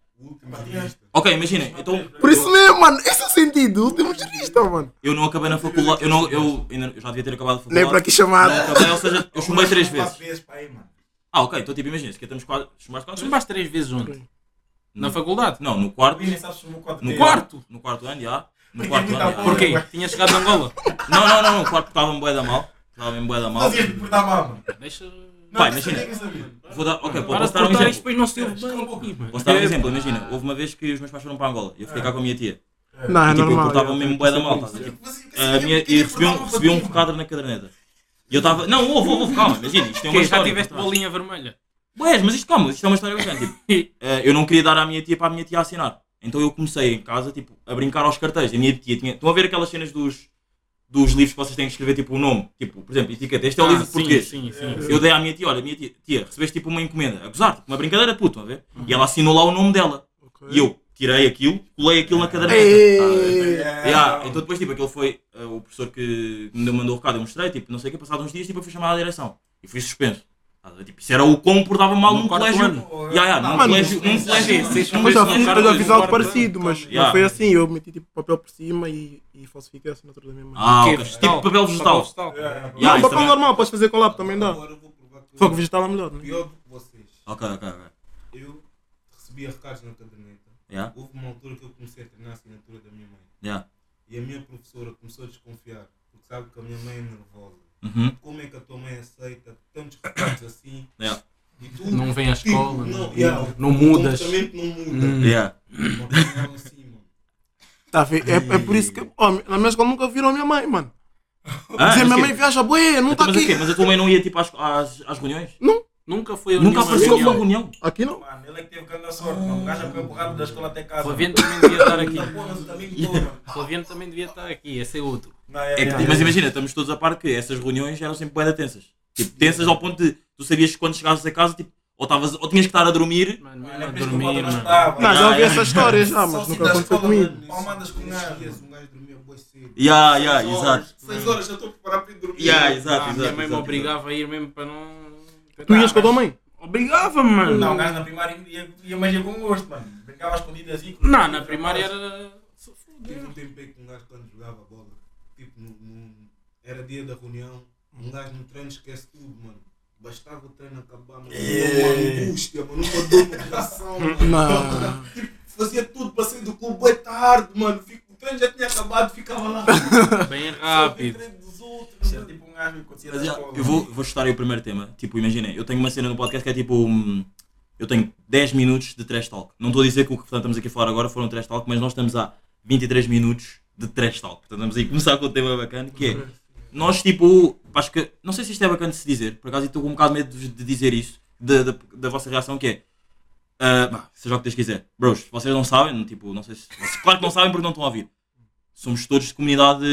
Speaker 3: Ok, imaginem, então
Speaker 4: Por isso mesmo, mano. Esse é o sentido. O último jurista, mano.
Speaker 3: eu não acabei na faculdade, eu, não, eu, ainda- eu já devia ter acabado a faculdade.
Speaker 4: Nem para aqui
Speaker 3: Não
Speaker 4: chamado.
Speaker 3: acabei, ou seja, eu chumei três
Speaker 7: Quatro
Speaker 3: vezes.
Speaker 7: vezes, pá, aí, mano.
Speaker 3: Ah, ok, então tipo, imagina, se que estamos quase. Chumbaste quatro vezes?
Speaker 5: Chumbaste três vezes ontem. Na
Speaker 3: Não.
Speaker 5: faculdade?
Speaker 3: Não, no quarto.
Speaker 7: Luís nem sabe se chumou quatro
Speaker 3: No
Speaker 7: vezes.
Speaker 3: quarto? No quarto ano, já. No quarto
Speaker 7: muita
Speaker 3: ano, já.
Speaker 7: porra.
Speaker 5: Porquê? Tinha chegado a Angola.
Speaker 3: Não, não, não, no quarto estava-me bué da mal. Estava-me bué da mal.
Speaker 7: Fazias-te por dar mal, mano.
Speaker 5: Deixa...
Speaker 3: Pá,
Speaker 7: isso
Speaker 3: imagina.
Speaker 7: ninguém sabia.
Speaker 3: Vou dar, ok, posso
Speaker 5: Para
Speaker 3: dar
Speaker 5: de
Speaker 3: um
Speaker 5: cortar isto, É.
Speaker 3: exemplo.
Speaker 5: depois não se ouve bem.
Speaker 3: Posso dar um exemplo, imagina, houve uma vez que os meus pais foram para Angola e eu fiquei cá com a minha tia.
Speaker 4: Não, é
Speaker 3: E, tipo, eu
Speaker 4: normal.
Speaker 3: portava
Speaker 4: é.
Speaker 3: mesmo bué da mal, estás a ver? A minha, e recebi um, recebi um recado na caderneta. E eu estava. Não, ouve, ouve, ouve, calma, imagina, isto é uma
Speaker 5: Ok, já
Speaker 3: história.
Speaker 5: tiveste
Speaker 3: por trás.
Speaker 5: bolinha vermelha.
Speaker 3: Pois, mas isto calma, isto é uma história bacana. Tipo, eh, eu não queria dar à minha tia para a minha tia assinar. Então eu comecei em casa tipo, a brincar aos cartéis. A minha tia tinha. Estão a ver aquelas cenas dos, dos livros que vocês têm que escrever tipo o nome? Tipo, por exemplo, etiqueta. Este é o livro de
Speaker 5: Ah, sim,
Speaker 3: português.
Speaker 5: Sim, sim.
Speaker 3: Eu dei à minha tia, olha, minha tia, tia, recebeste tipo uma encomenda, a gozar, tipo, uma brincadeira puto, a ver? E ela assinou lá o nome dela. E eu tirei aquilo, colei aquilo na caderneta. Tá a ver?
Speaker 4: Ei,
Speaker 3: Yeah, então depois, tipo, aquele foi eh, o professor que me deu- mandou o recado, eu mostrei, tipo, não sei o que, passado uns dias, tipo, eu fui chamado à direção e fui suspenso. Estás a ver? Tipo, isso era o como portava mal
Speaker 5: No
Speaker 3: num
Speaker 5: quarto
Speaker 3: colégio.
Speaker 5: ano.
Speaker 3: Yeah, yeah, num
Speaker 4: Mano,
Speaker 3: colégio. Num colégio.
Speaker 5: Sim, sim,
Speaker 4: Mas já
Speaker 5: sim,
Speaker 4: fiz,
Speaker 5: cara,
Speaker 4: eu já
Speaker 5: no
Speaker 4: fiz
Speaker 5: quarto
Speaker 4: algo
Speaker 5: ano.
Speaker 4: parecido, mas
Speaker 3: Yeah.
Speaker 4: não foi assim. Eu meti tipo papel por cima e, e falsifiquei a assinatura da minha mãe.
Speaker 3: Ah,
Speaker 5: Que
Speaker 3: ok. Tipo papel vegetal.
Speaker 4: não,
Speaker 3: Yeah, isso
Speaker 4: papel
Speaker 3: também.
Speaker 4: normal, podes fazer collab também dá.
Speaker 6: Agora eu vou provar que
Speaker 4: Só que
Speaker 6: eu-
Speaker 4: vegetal é melhor, né?
Speaker 6: pior do que vocês.
Speaker 3: Ok, ok, ok.
Speaker 6: Eu recebia recados na caderneta.
Speaker 3: Yeah,
Speaker 6: Houve uma altura que eu comecei a treinar a assinatura da minha mãe.
Speaker 3: yeah.
Speaker 6: E a minha professora começou a desconfiar, porque sabe que a minha mãe é nervosa.
Speaker 3: Uhum.
Speaker 6: Como é que a tua mãe aceita tantos recados assim?
Speaker 3: Yeah.
Speaker 6: E tu,
Speaker 5: Não vem à
Speaker 6: tipo,
Speaker 5: escola, não,
Speaker 6: yeah,
Speaker 5: não
Speaker 6: o
Speaker 5: mudas.
Speaker 6: comportamento não muda.
Speaker 5: Hum.
Speaker 3: Yeah.
Speaker 6: Uma coisa não assim, mano.
Speaker 4: Tá a ver? É, é por isso que ó, na minha escola nunca viram a minha mãe, mano.
Speaker 3: Ah,
Speaker 4: Dizer, minha
Speaker 3: mas
Speaker 4: mãe
Speaker 3: quê?
Speaker 4: viaja, bué, não está
Speaker 3: Mas o quê?
Speaker 4: aqui.
Speaker 3: Mas a tua mãe não ia tipo às, às, às reuniões?
Speaker 5: Nunca foi a
Speaker 3: Nunca
Speaker 5: Nunca
Speaker 3: apareceu uma
Speaker 5: foi
Speaker 3: reunião.
Speaker 4: Aqui não.
Speaker 7: Mano, ele é que teve grande sorte, mano. O gajo foi empurrado da escola até casa.
Speaker 5: Flaviano também devia estar aqui.
Speaker 7: aqui.
Speaker 5: Flaviano também devia estar aqui, esse é outro.
Speaker 3: É que, mas imagina, estamos todos a par que essas reuniões eram sempre bué da tensas. Tipo, tensas ao ponto de tu sabias que quando chegavas a casa, tipo, ou, tavas, ou tinhas que estar a dormir.
Speaker 5: Mano,
Speaker 7: Mano, é
Speaker 5: mesmo
Speaker 7: por
Speaker 5: a
Speaker 7: isso que o Walter
Speaker 5: dormir,
Speaker 7: não
Speaker 5: mano.
Speaker 7: estava.
Speaker 4: Não, já ouvi
Speaker 3: Ah,
Speaker 4: essas histórias já, mas nunca aconteceu comigo.
Speaker 7: Palmadas com nada.
Speaker 6: Dias, um gajo dormia boi cedo.
Speaker 3: Yeah, yeah,
Speaker 6: Seis
Speaker 3: exato.
Speaker 6: horas- Seis horas já estou a preparar para ir dormir.
Speaker 3: Yeah, exato,
Speaker 5: Ah,
Speaker 3: exato.
Speaker 5: Minha mãe me
Speaker 3: exato,
Speaker 5: obrigava a ir mesmo para não...
Speaker 4: Tu ias com a tua mãe?
Speaker 5: Obrigava, mano.
Speaker 7: Não, o
Speaker 5: Não,
Speaker 7: gajo na primária ia, ia mais ia com gosto, mano. Brincava às escondidas assim.
Speaker 5: na primária era...
Speaker 6: Tive um tempo aí que um gajo quando jogava bola, tipo, no, no- era dia da reunião, um gajo no treino esquece tudo, mano. Bastava o treino acabar, mano.
Speaker 5: É.
Speaker 6: Uma angústia, mano, uma dor no coração, mano.
Speaker 4: Não.
Speaker 6: Tipo, fazia tudo para sair do clube, é tarde, mano. Fico, o treino já tinha acabado, ficava lá.
Speaker 5: Bem
Speaker 6: o
Speaker 5: rápido.
Speaker 6: treino dos outros.
Speaker 7: Isso era tipo um gajo que acontecia
Speaker 3: Mas,
Speaker 7: da
Speaker 3: já,
Speaker 7: escola.
Speaker 3: eu vou, vou chutar aí o primeiro tema. Tipo, imaginem, eu tenho uma cena no podcast que é tipo. hum, Eu tenho 10 minutos de trash talk. Não estou a dizer que o que portanto, estamos aqui a falar agora foram trash talk, mas nós estamos há 23 minutos de trash talk. Portanto, vamos aí começar com o tema bacana que é. Nós, tipo, acho que. Não sei se isto é bacana de se dizer, por acaso eu estou com um bocado de medo de de dizer isso, da, da, da vossa reação, que é. ah, bah, seja o que Deus quiser. Bros, vocês não sabem, tipo, não sei se. vocês- Claro que não sabem porque não estão a ouvir. Somos todos de comunidade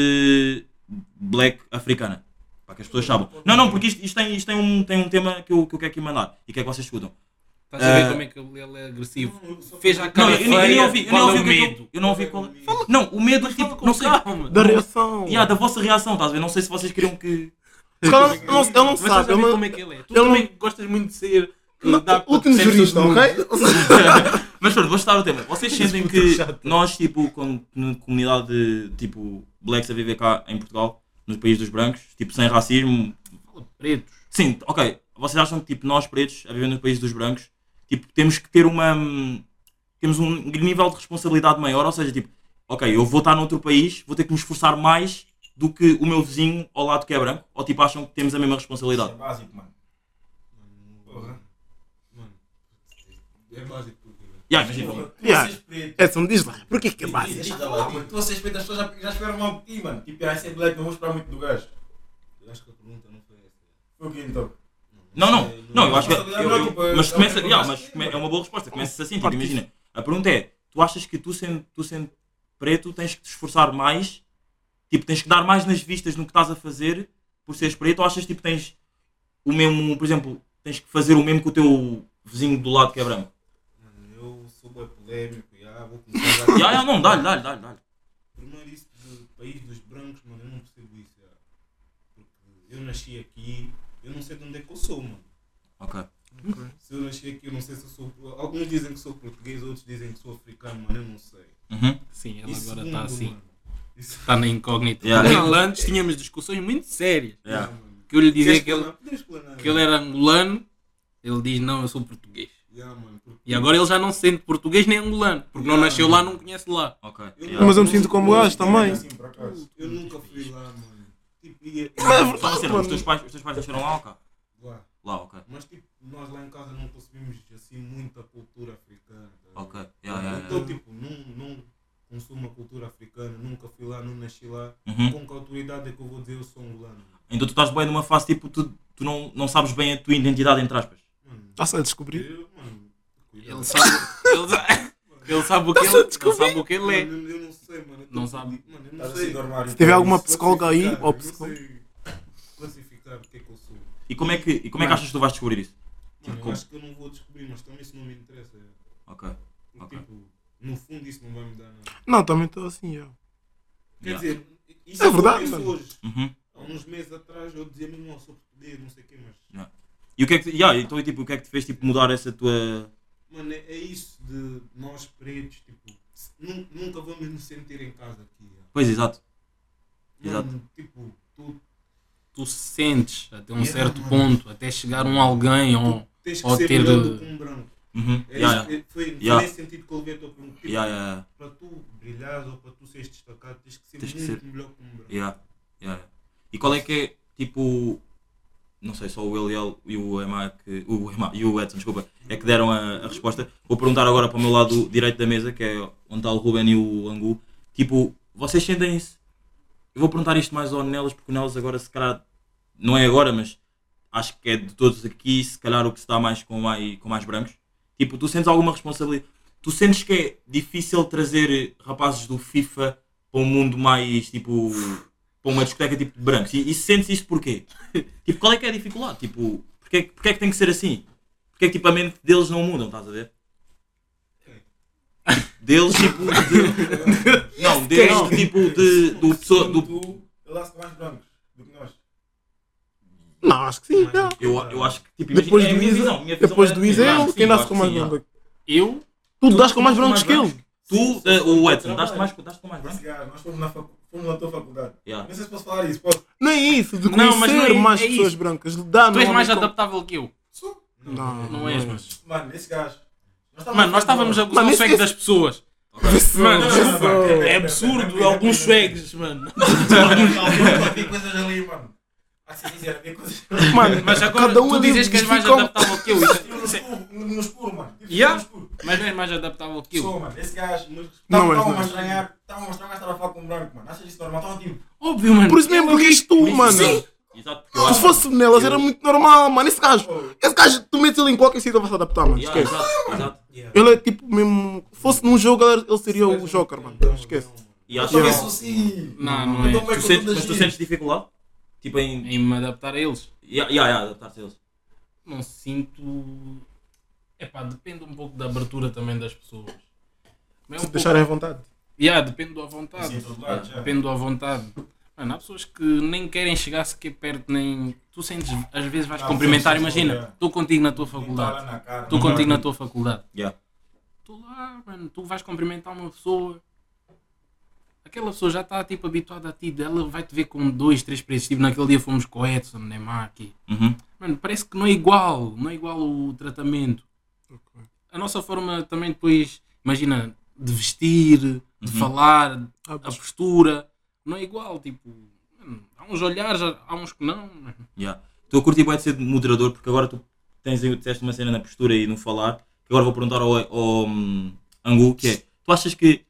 Speaker 3: black africana. Para que as pessoas saibam. Não, não, porque isto, isto, tem, isto tem, um, tem um tema que eu, que eu quero aqui mandar e que é que vocês escutam.
Speaker 5: Estás a ver
Speaker 3: Ah.
Speaker 5: como é que ele é agressivo. Fez a cara
Speaker 3: Não, eu, eu, eu nem
Speaker 5: feia,
Speaker 3: ouvi, eu nem
Speaker 5: qual é
Speaker 3: ouvi
Speaker 5: o
Speaker 3: o que é que eu-
Speaker 5: medo?
Speaker 3: Eu não ouvi qual. Fala- Não, o medo, tipo, não
Speaker 5: Não
Speaker 3: sei.
Speaker 5: calma.
Speaker 4: Da reação.
Speaker 3: Yeah, da vossa reação, estás a ver? Não sei se vocês queriam que.
Speaker 4: Esse cara, Ele não- ele não
Speaker 5: Mas estás
Speaker 4: sabe.
Speaker 5: a
Speaker 4: ele
Speaker 5: ver
Speaker 4: não-
Speaker 5: como é que ele é. Tu
Speaker 4: ele
Speaker 5: também gostas muito de ser... que dá-
Speaker 4: Último
Speaker 5: percebes
Speaker 4: jurista,
Speaker 5: tudo.
Speaker 4: ok?
Speaker 3: Mas pronto, vou estar o tema. Vocês sentem que nós, tipo, como com- comunidade de, tipo, blacks a viver cá em Portugal, no país dos brancos, tipo, sem racismo.
Speaker 5: Pretos.
Speaker 3: Sim, ok. Vocês acham que, tipo, nós pretos a viver no país dos brancos, tipo, temos que ter uma. hum, Temos um nível de responsabilidade maior, ou seja, tipo, ok, eu vou estar noutro país, vou ter que me esforçar mais do que o meu vizinho ao lado que é branco, ou tipo acham que temos a mesma
Speaker 7: Isso é
Speaker 3: responsabilidade.
Speaker 7: básico, mano. Porra.
Speaker 6: É básico porque.
Speaker 3: Yeah, imagina,
Speaker 7: Tu
Speaker 4: Yeah.
Speaker 7: és preto.
Speaker 4: Edson, diz lá, porquê que é básico?
Speaker 7: Diz lá, Ah, mano, Tu és preto, as pessoas já- já esperam mal de ti, mano. Tipo, ah, esse é black, não vou esperar muito do gajo.
Speaker 6: Eu acho que a pergunta não foi essa.
Speaker 7: Foi o que então?
Speaker 3: não, não, não, eu acho que.
Speaker 7: Responsabilidade
Speaker 3: eu-
Speaker 7: não,
Speaker 3: eu-
Speaker 7: tipo, é-
Speaker 3: mas
Speaker 7: é
Speaker 3: começa,
Speaker 7: uma
Speaker 3: yeah,
Speaker 7: coisa
Speaker 3: mas
Speaker 7: assim,
Speaker 3: come- é
Speaker 7: mano.
Speaker 3: uma boa resposta, começa assim, tipo, imagina. A pergunta é: tu achas que tu sendo, tu sendo preto tens que te esforçar mais, tipo, tens que dar mais nas vistas no que estás a fazer por seres preto, ou achas tipo tens o mesmo, por exemplo, tens que fazer o mesmo que o teu vizinho do lado que é branco?
Speaker 6: Mano, eu sou bem polémico, já vou começar a.
Speaker 3: Yeah, yeah, não, dá-lhe, dá-lhe, dá-lhe. dá-lhe.
Speaker 6: Primeiro isso do país dos brancos, mano, eu não percebo isso, já. Porque eu nasci aqui, eu não sei de onde é que eu sou, mano.
Speaker 3: Ok.
Speaker 6: Se eu nasci aqui, eu não sei se eu sou. Alguns dizem que sou português, outros dizem que sou africano, mano, eu não sei.
Speaker 3: Uhum.
Speaker 5: Sim,
Speaker 6: E
Speaker 5: ele agora
Speaker 6: segundo,
Speaker 5: está assim.
Speaker 6: mano, Isso
Speaker 5: Está na incógnita.
Speaker 3: Yeah.
Speaker 5: Porque ele antes tínhamos discussões muito sérias.
Speaker 3: Yeah.
Speaker 6: mano.
Speaker 5: Que eu lhe
Speaker 6: Queres
Speaker 5: dizia que ele,
Speaker 6: explanar? Podes explanar,
Speaker 5: que ele era angolano, ele diz não, eu sou português.
Speaker 6: já, mano, porque
Speaker 5: E agora ele já não se sente português nem angolano, porque não
Speaker 6: Yeah.
Speaker 5: nasceu lá, não conhece lá.
Speaker 3: Ok.
Speaker 6: eu
Speaker 3: yeah.
Speaker 6: não-
Speaker 4: Mas eu me sinto como gajo também.
Speaker 7: Assim, por acaso.
Speaker 6: Eu nunca fui lá, mano. Tipo, ia.
Speaker 4: Mas é verdade,
Speaker 3: Só uma cena, os
Speaker 4: mano.
Speaker 3: teus pais, os teus pais nasceram lá, ok?
Speaker 6: Lá.
Speaker 3: Lá, ok.
Speaker 6: Mas tipo, nós lá em casa não consumimos assim muita cultura africana. tá ligado?
Speaker 3: Ok. Yeah, yeah,
Speaker 6: Então,
Speaker 3: yeah.
Speaker 6: tipo, não, não consumo a cultura africana, nunca fui lá, não nasci lá.
Speaker 3: Uhum.
Speaker 6: Com que autoridade é que eu vou dizer eu sou angolano?
Speaker 3: Então tu estás bem numa fase tipo, tu, tu não, não sabes bem a tua identidade, entre aspas.
Speaker 6: Mano,
Speaker 4: Está-se a descobrir.
Speaker 6: eu, mano, cuidado.
Speaker 5: Ele sabe, ele, sa- ele sabe o que ele, ele sabe o que ele é.
Speaker 6: Mano, eu, eu não sei, mano. eu tô
Speaker 5: Não
Speaker 6: perdido.
Speaker 5: sabe.
Speaker 6: Mano, eu
Speaker 7: Estás
Speaker 6: não
Speaker 7: assim
Speaker 6: sei.
Speaker 7: do armário.
Speaker 4: Se tiver alguma
Speaker 6: classificar,
Speaker 4: psicóloga aí,
Speaker 6: eu
Speaker 4: ou
Speaker 6: não
Speaker 4: psicólogo.
Speaker 6: sei Classificar o que é que eu sou.
Speaker 3: E como é que, e como é que achas que tu vais descobrir isso? Tipo,
Speaker 6: Mano, eu
Speaker 3: como?
Speaker 6: acho que eu não vou descobrir, mas também isso não me interessa. é.
Speaker 3: Ok.
Speaker 6: Porque,
Speaker 3: Ok.
Speaker 6: tipo, no fundo isso não vai me dar nada.
Speaker 4: Não, também estou assim, eu.
Speaker 6: Quer
Speaker 3: Yeah.
Speaker 6: dizer, isso
Speaker 4: É
Speaker 6: eu
Speaker 4: verdade,
Speaker 6: penso
Speaker 4: mano.
Speaker 6: hoje.
Speaker 3: Uhum.
Speaker 6: Há uns meses atrás eu dizia mesmo, "Oh, sou português, não sei o quê, mas...
Speaker 3: E o que é que, yeah, então, e, tipo, o que é que te fez tipo, mudar essa tua.
Speaker 6: Mano, é é isso de nós pretos, tipo, nu- nunca vamos nos sentir em casa aqui. já.
Speaker 3: Pois, exato.
Speaker 6: Mano, tipo, tu
Speaker 5: Tu sentes até um
Speaker 6: Yeah,
Speaker 5: certo
Speaker 6: mano.
Speaker 5: ponto, até chegar um alguém ou.
Speaker 6: tens que
Speaker 5: Ou
Speaker 6: ser
Speaker 5: ter
Speaker 6: melhor
Speaker 5: de-
Speaker 6: do que um branco.
Speaker 3: Uhum.
Speaker 6: É
Speaker 3: Yeah,
Speaker 6: isso, é- foi foi
Speaker 3: Yeah.
Speaker 6: nesse sentido que eu levei a tua pergunta. Tipo,
Speaker 3: yeah, yeah,
Speaker 6: Para tu brilhares ou para tu seres destacado, tens que ser
Speaker 3: Tens que
Speaker 6: muito
Speaker 3: ser-
Speaker 6: melhor que um branco.
Speaker 3: yeah, yeah, yeah. E qual é que é, tipo, não sei, só o Eliel e o Emma, é que, o Emma e o Edson, desculpa, é que deram a, a resposta. Vou perguntar agora para o meu lado direito da mesa, que é onde está o Ruben e o Angu. Tipo, vocês sentem-se. Eu vou perguntar isto mais ao Nelas, porque o Nelas agora, se calhar, não é agora, mas acho que é de todos aqui, se calhar o que se dá mais com mais, com mais brancos. Tipo, tu sentes alguma responsabilidade? Tu sentes que é difícil trazer rapazes do FIFA para um mundo mais, tipo, para uma discoteca tipo de brancos? E, e sentes isso porquê? tipo, qual é que é a dificuldade? Tipo, porque, é que- porque é que tem que ser assim? Porque é que tipo, a mente deles não mudam, estás a ver? Deles, tipo, de- Não, deles, de, tipo, de, do, pessoa, do,
Speaker 7: Tu, eu laço mais brancos do que nós.
Speaker 4: Não, acho que sim, já.
Speaker 3: eu, eu acho que, tipo,
Speaker 4: Depois do
Speaker 3: imagina- é a minha
Speaker 4: Isa-
Speaker 3: visão, a minha visão
Speaker 4: Depois
Speaker 3: é
Speaker 4: do
Speaker 3: assim,
Speaker 4: Isa é ele
Speaker 3: acho é que
Speaker 4: quem
Speaker 3: sim,
Speaker 4: nasce
Speaker 3: acho
Speaker 4: com
Speaker 3: que
Speaker 4: mais
Speaker 3: sim,
Speaker 4: brancos.
Speaker 5: Eu
Speaker 4: Tu dás com mais
Speaker 3: com
Speaker 4: brancos que
Speaker 3: mais
Speaker 4: ele.
Speaker 3: Tu, eh, o Edson, daste mais, daste com mais branco?
Speaker 7: Esse gajo, nós fomos na, facu- fomos na tua faculdade.
Speaker 3: Yeah.
Speaker 7: Não sei se posso falar isso, posso?
Speaker 4: Não é isso, de
Speaker 5: Não, mas não é
Speaker 4: conhecer
Speaker 5: isso,
Speaker 4: mais
Speaker 5: é
Speaker 4: pessoas
Speaker 5: isso.
Speaker 4: brancas. Dá
Speaker 5: tu és mais
Speaker 4: adaptado.
Speaker 5: adaptável que eu.
Speaker 4: Não,
Speaker 5: Não é. és, mas.
Speaker 7: Mano, esse gajo. Nós estávamos
Speaker 5: Mano, nós estávamos a gozar
Speaker 4: Mano,
Speaker 5: o
Speaker 4: esse-
Speaker 5: swag
Speaker 4: esse-
Speaker 5: das pessoas.
Speaker 4: Mano,
Speaker 5: Mano, é absurdo alguns swags, mano.
Speaker 7: Havia coisas ali, mano. Há que ser sincero, havia coisas.
Speaker 4: mano,
Speaker 5: Mas agora
Speaker 4: Cada um
Speaker 5: tu
Speaker 4: ali
Speaker 5: dizes que és mais
Speaker 4: justifica um-
Speaker 5: adaptável que eu. Isso-
Speaker 7: No escuro, no- no escuro, mano. Tipo,
Speaker 5: Yeah.
Speaker 7: No escuro.
Speaker 5: Mas não és mais adaptável que eu.
Speaker 7: Sou, mano. Esse gajo. mas
Speaker 4: Não és,
Speaker 7: Estavam estavam
Speaker 4: não
Speaker 7: a
Speaker 4: és.
Speaker 7: estranhar. Estavam a estranhar, estava a falar com um branco, mano. Achas isso normal? Estavam tipo.
Speaker 5: Óbvio, mano.
Speaker 4: por isso mesmo porque és tu, mano.
Speaker 3: Sim. Exato, porque eu
Speaker 4: Se
Speaker 3: acho-
Speaker 4: fosse nelas era muito normal, mano. Esse gajo,
Speaker 7: Oh.
Speaker 4: esse gajo, tu metes ele em qualquer sítio, vai se adaptar, mano.
Speaker 3: Yeah,
Speaker 4: Esquece.
Speaker 3: exato, exato.
Speaker 4: Ele é tipo mesmo. Se fosse num jogo, ele ele seria o Joker, mano. Esquece.
Speaker 3: E acho
Speaker 7: Só
Speaker 3: que-
Speaker 7: isso assim.
Speaker 5: Não, não é.
Speaker 7: Então, como é
Speaker 3: Tu
Speaker 7: que
Speaker 3: sentes-
Speaker 7: eu
Speaker 3: mas tu
Speaker 7: estou
Speaker 3: sentes dificuldade? Tipo em.
Speaker 5: Em me adaptar a eles.
Speaker 3: Yeah, yeah, yeah, adaptar-se a eles.
Speaker 5: não sinto. Epá, depende um pouco da abertura também das pessoas. Mas é
Speaker 4: Se
Speaker 5: um
Speaker 4: deixarem à vontade.
Speaker 5: pouco- Yeah, depende do à vontade.
Speaker 7: Depende.
Speaker 5: Depende do à vontade. Mano, há pessoas que nem querem chegar sequer perto, nem. Tu sentes, às vezes vais
Speaker 7: Não,
Speaker 5: cumprimentar,
Speaker 7: sim, sim, sim,
Speaker 5: imagina,
Speaker 4: é.
Speaker 7: sim.
Speaker 5: estou contigo na tua faculdade. Estou contigo na tua faculdade.
Speaker 3: Yeah.
Speaker 5: Tu lá, mano, tu vais cumprimentar uma pessoa. Aquela pessoa já está tipo habituada a ti, ela vai te ver com dois, três preços. Tipo, naquele dia fomos com o Edson, Neymar aqui.
Speaker 3: Uhum.
Speaker 5: Mano, parece que não é igual, não é igual o tratamento. A nossa forma também depois, imagina, de vestir, de falar,
Speaker 4: Ah,
Speaker 5: a postura. Não é igual, tipo. mano, há uns olhares, há uns que não. mano.
Speaker 3: Yeah. Estou a curtir bué de ser moderador porque agora tu tens aí- disseste uma cena na postura e no falar. que Agora vou perguntar ao, ao hum, Angu que é, tu achas que,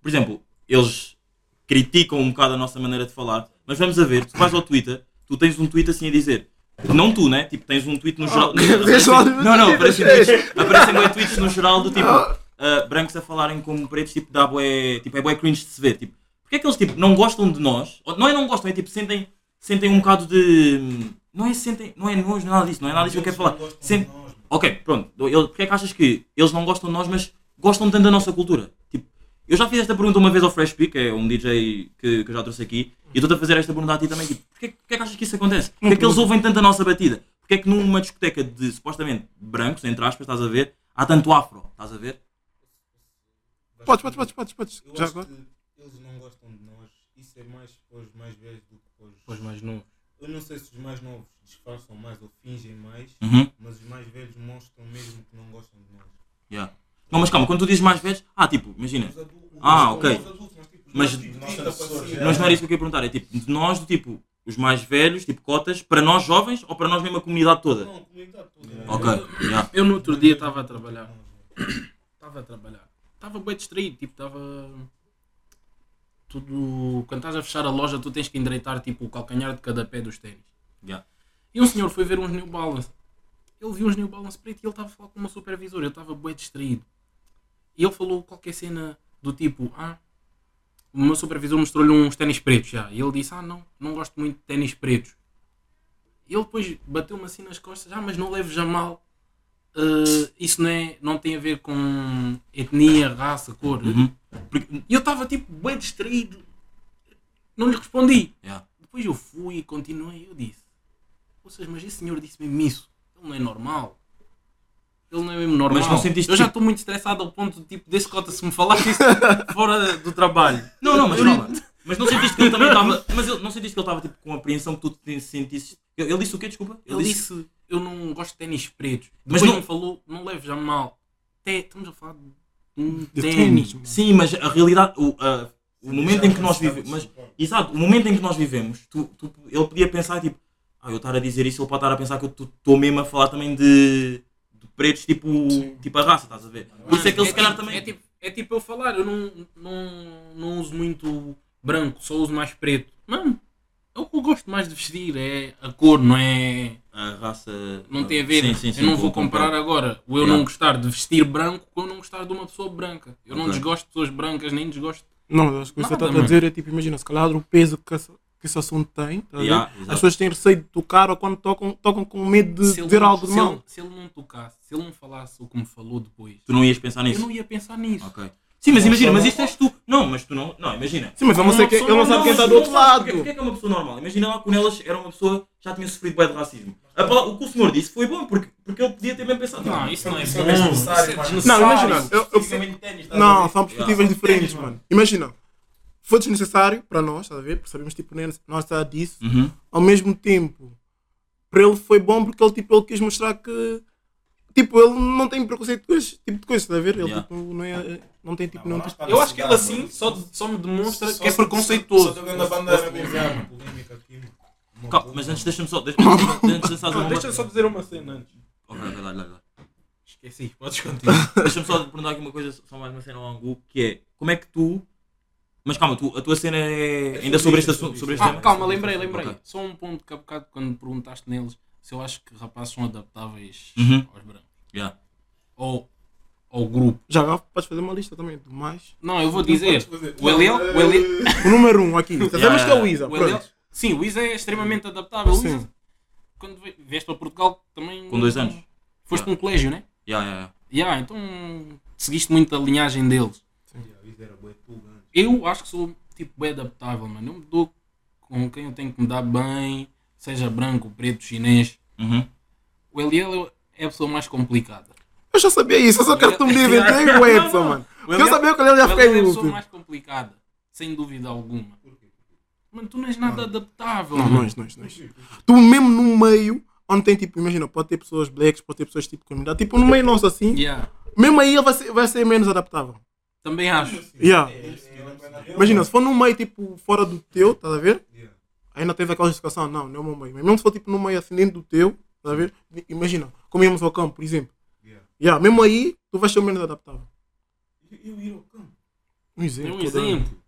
Speaker 3: por exemplo, eles criticam um bocado a nossa maneira de falar, mas vamos a ver, tu vais ao Twitter, tu tens um tweet assim a dizer, não tu, né? Tipo, tens um tweet no geral.
Speaker 4: Vês lá no
Speaker 3: não, não,
Speaker 4: Twitter,
Speaker 3: aparecem tweets, aparecem bué tweets no geral do tipo, ah, brancos a falarem como pretos, tipo, dá bué, tipo, é bué cringe de se ver, tipo. Porque é que eles tipo, não gostam de nós? Ou- Não é não gostam, é tipo, sentem, sentem um bocado de. Não é sentem. Não é nojo, não é nada disso, não é nada disso que eu quero falar. Sentem- Ok, pronto. Ele, porque é que achas que eles não gostam de nós, mas gostam tanto da nossa cultura? Tipo, eu já fiz esta pergunta uma vez ao Fresh P, que é um DJ que, que eu já trouxe aqui, e eu estou a fazer esta pergunta a ti também. Tipo, porque, porque é que achas que isso acontece? Porque é que eles ouvem tanto a nossa batida? Porque é que numa discoteca de supostamente brancos, entre aspas, estás a ver, há tanto afro, estás a ver?
Speaker 4: Podes, podes, podes, podes, podes.
Speaker 6: Eu
Speaker 4: Já
Speaker 6: acho
Speaker 4: agora.
Speaker 6: que eles não gostam de nós. Isso é mais para os mais velhos do que para os...
Speaker 5: Pois mais novo.
Speaker 6: Eu não sei se os mais novos disfarçam mais ou fingem mais,
Speaker 3: Uhum.
Speaker 6: mas os mais velhos mostram mesmo que não gostam de nós.
Speaker 3: Yeah. Não, mas calma, quando tu dizes mais velhos, ah, tipo, imagina,
Speaker 6: Os adultos,
Speaker 3: Ah,
Speaker 6: os
Speaker 3: ok.
Speaker 6: adultos, mas tipo, os
Speaker 3: Mas-
Speaker 6: nossos tipos de vida
Speaker 7: Nossa,
Speaker 6: para cima.
Speaker 3: mas não era isso que eu queria perguntar, é tipo, de nós do tipo, os mais velhos, tipo cotas, para nós jovens ou para nós mesmo a comunidade toda?
Speaker 6: Não, a comunidade toda. né?
Speaker 3: Ok, yeah.
Speaker 5: Eu no
Speaker 6: é
Speaker 5: outro dia estava a trabalhar. Estava a trabalhar. Estava bem distraído, tipo, estava. Tudo. Quando estás a fechar a loja, tu tens que endireitar tipo, o calcanhar de cada pé dos ténis.
Speaker 3: Yeah.
Speaker 5: E um senhor foi ver uns New Balance. Ele viu uns New Balance preto e ele estava a falar com uma supervisora. Eu estava bem distraído. E ele falou qualquer cena do tipo: Ah, o meu supervisor mostrou-lhe uns ténis pretos já. E ele disse: Ah, não, não gosto muito de ténis pretos. E ele depois bateu-me assim nas costas: Ah, mas não leves a mal. Uh, isso não, é, não tem a ver com etnia, raça, cor.
Speaker 3: Uhum.
Speaker 5: Porque- E eu estava tipo bem distraído, não lhe respondi.
Speaker 3: Yeah.
Speaker 5: Depois eu fui e continuei. Eu disse: Vocês, mas esse senhor disse mesmo isso. Ele não é normal. Ele não é mesmo normal.
Speaker 3: Mas não sentiste
Speaker 5: eu já
Speaker 3: tipo-
Speaker 5: estou muito estressado ao ponto de tipo, desse cota se me falasse isso fora do trabalho.
Speaker 3: Não, não, mas calma. Mas não sentiste que ele também estava. Mas ele, não sentiste que ele estava tipo, com a apreensão que tu te sentiste. Ele, ele disse o quê? Desculpa?
Speaker 5: Ele, disse, eu não gosto de ténis pretos.
Speaker 3: Mas
Speaker 5: Mas
Speaker 3: não-
Speaker 5: não falou, não leves a mal. Té- estamos a falar de um
Speaker 4: De
Speaker 5: ténis.
Speaker 4: ténis, mano.
Speaker 3: Sim, mas a realidade. O, a- o momento em que nós vivemos. Mas, exato, o momento em que nós vivemos, tu, tu- ele podia pensar tipo. Ah, eu estar a dizer isso, ele pode estar a pensar que eu estou mesmo a falar também de, de pretos, tipo, tipo a raça, estás a ver? Por isso é que ele se calhar
Speaker 5: tipo-
Speaker 3: também.
Speaker 5: É tipo, é tipo eu falar, eu não, não, não uso muito branco, só uso mais preto. Não, é o que eu gosto mais de vestir, é a cor, não é.
Speaker 3: a raça.
Speaker 5: Não tem a ver.
Speaker 3: Sim, sim, sim,
Speaker 5: eu não
Speaker 3: com-
Speaker 5: vou
Speaker 3: com-
Speaker 5: comparar agora o eu
Speaker 3: Yeah.
Speaker 5: não gostar de vestir branco com eu não gostar de uma pessoa branca. Eu não
Speaker 3: Ok.
Speaker 5: desgosto de pessoas brancas, nem desgosto.
Speaker 4: Não, mas acho que o que você
Speaker 5: Nada,
Speaker 4: está a
Speaker 5: mano.
Speaker 4: dizer é tipo, imagina, se calhar o peso que essa- que esse assunto tem, tá a ver?
Speaker 3: Yeah,
Speaker 4: as
Speaker 3: exato.
Speaker 4: pessoas têm receio de tocar ou quando tocam, tocam com medo de
Speaker 5: ele
Speaker 4: dizer
Speaker 5: não-
Speaker 4: algo de
Speaker 5: se ele-
Speaker 4: mal.
Speaker 5: Se ele não tocasse, se ele não falasse o que me falou depois,
Speaker 3: Tu não ias pensar
Speaker 5: eu
Speaker 3: nisso.
Speaker 5: não ia pensar nisso.
Speaker 3: Ok. Sim, mas imagina, mas isto és tu. Não, mas tu não. Não, imagina.
Speaker 4: Sim, mas ele não, sei quem, ele não sabe quem está do outro lado.
Speaker 3: Porque é que é uma pessoa normal? Imagina lá quando elas era uma pessoa que já tinha sofrido bem de racismo. A palavra- o que o senhor disse foi bom, porque, porque ele podia ter bem pensado.
Speaker 5: Não, isso não é
Speaker 7: Isso
Speaker 5: bom.
Speaker 7: é desnecessário,
Speaker 5: isso é
Speaker 7: mano.
Speaker 5: desnecessário.
Speaker 4: Não, imagina, eu- eu-
Speaker 7: Fisicamente ténis, estás a
Speaker 4: Não,
Speaker 7: ver?
Speaker 4: são perspectivas diferentes, mano. Imagina, foi desnecessário para nós, estás a ver? Porque sabemos, tipo, nem nós está disso.
Speaker 3: Uhum.
Speaker 4: Ao mesmo tempo, para ele foi bom porque ele, tipo, ele quis mostrar que. Tipo, ele não tem preconceito com esse tipo de coisa, estás a ver? Ele
Speaker 3: Yeah.
Speaker 4: tipo, não, é, não tem tipo
Speaker 7: Não,
Speaker 4: nenhum.
Speaker 7: mas para
Speaker 5: Eu acho que ele
Speaker 7: cidade,
Speaker 5: assim
Speaker 7: mano.
Speaker 5: só, só me demonstra
Speaker 7: Só-
Speaker 5: que é
Speaker 7: só-
Speaker 5: preconceituoso.
Speaker 7: só jogando a
Speaker 6: Posso
Speaker 7: bandeira mesmo.
Speaker 6: colocar uma polêmica aqui? Uma
Speaker 3: Calma,
Speaker 6: boa-
Speaker 3: mas antes deixa-me só. Deixa-me só- deixa-me só,
Speaker 5: Não, deixa eu
Speaker 3: deixa
Speaker 5: só dizer uma cena antes.
Speaker 3: Ok, vai lá, vai lá, vai lá.
Speaker 5: Esqueci, podes continuar.
Speaker 3: Deixa-me só perguntar aqui uma coisa, só mais uma cena ao Angu, que é como é que tu. Mas calma, tu, a tua cena é ainda sobre este assunto. Sobre este
Speaker 5: ah,
Speaker 3: tema?
Speaker 5: calma, lembrei, lembrei.
Speaker 3: Ok.
Speaker 5: Só um ponto que há bocado quando perguntaste neles se eu acho que rapazes são adaptáveis
Speaker 3: Uhum.
Speaker 5: aos brancos.
Speaker 3: Yeah.
Speaker 5: Ou ao grupo.
Speaker 4: Já agora podes fazer uma lista também do mais.
Speaker 5: Não, eu vou dizer.
Speaker 7: fazer.
Speaker 5: O Eliel, o Eliel,
Speaker 4: O número 1 um aqui. Sabemos
Speaker 3: Yeah,
Speaker 4: que é o
Speaker 3: yeah.
Speaker 4: Isa.
Speaker 5: o Eliel-
Speaker 4: pronto.
Speaker 5: Sim, o Isa é extremamente adaptável. O Isa,
Speaker 4: Sim.
Speaker 5: quando ve- vieste para Portugal também.
Speaker 3: Com dois anos. Ah.
Speaker 5: Foste
Speaker 3: Yeah.
Speaker 5: para um colégio, né?
Speaker 3: Yeah, yeah, yeah.
Speaker 5: Yeah, então seguiste muito a linhagem deles.
Speaker 6: Yeah, isso era bué tuga antes.
Speaker 5: Eu acho que sou tipo bem adaptável, mano. Eu me dou com quem eu tenho que me dar bem, seja branco, preto, chinês.
Speaker 3: Uhum.
Speaker 5: O Eliel é a pessoa mais complicada.
Speaker 4: Eu já sabia isso, eu só quero que tu me digas, entrei o Edson, mano.
Speaker 5: O
Speaker 4: Eu sabia que ele
Speaker 5: o
Speaker 4: ia ficar
Speaker 5: Eliel é a
Speaker 4: em
Speaker 5: pessoa
Speaker 4: último.
Speaker 5: mais complicada, sem dúvida alguma. Mano, tu não és nada
Speaker 4: tipo,
Speaker 5: adaptável,
Speaker 4: Não, é.
Speaker 5: mano.
Speaker 4: nós, nós, nós. Tu mesmo no meio, onde tem tipo, imagina, pode ter pessoas é blacks, pode ter pessoas tipo de comunidade, tipo no meio nosso assim,
Speaker 5: Yeah.
Speaker 4: mesmo aí ele vai ser, vai ser menos adaptável.
Speaker 5: Também acho.
Speaker 4: Yeah.
Speaker 7: É,
Speaker 4: Imagina, se for num meio tipo fora do teu, estás a ver?
Speaker 7: Yeah.
Speaker 4: Ainda tens aquela justificação, não, não é o meu meio. Mas mesmo se for tipo num meio assim dentro do teu, estás a ver? Imagina, como íamos ao campo, por exemplo.
Speaker 7: Yeah.
Speaker 4: Yeah, mesmo aí, tu vais ser o menos adaptável.
Speaker 7: Eu ir ao campo.
Speaker 4: Um
Speaker 5: É
Speaker 4: exemplo.
Speaker 5: um
Speaker 4: tá dando.
Speaker 5: exemplo.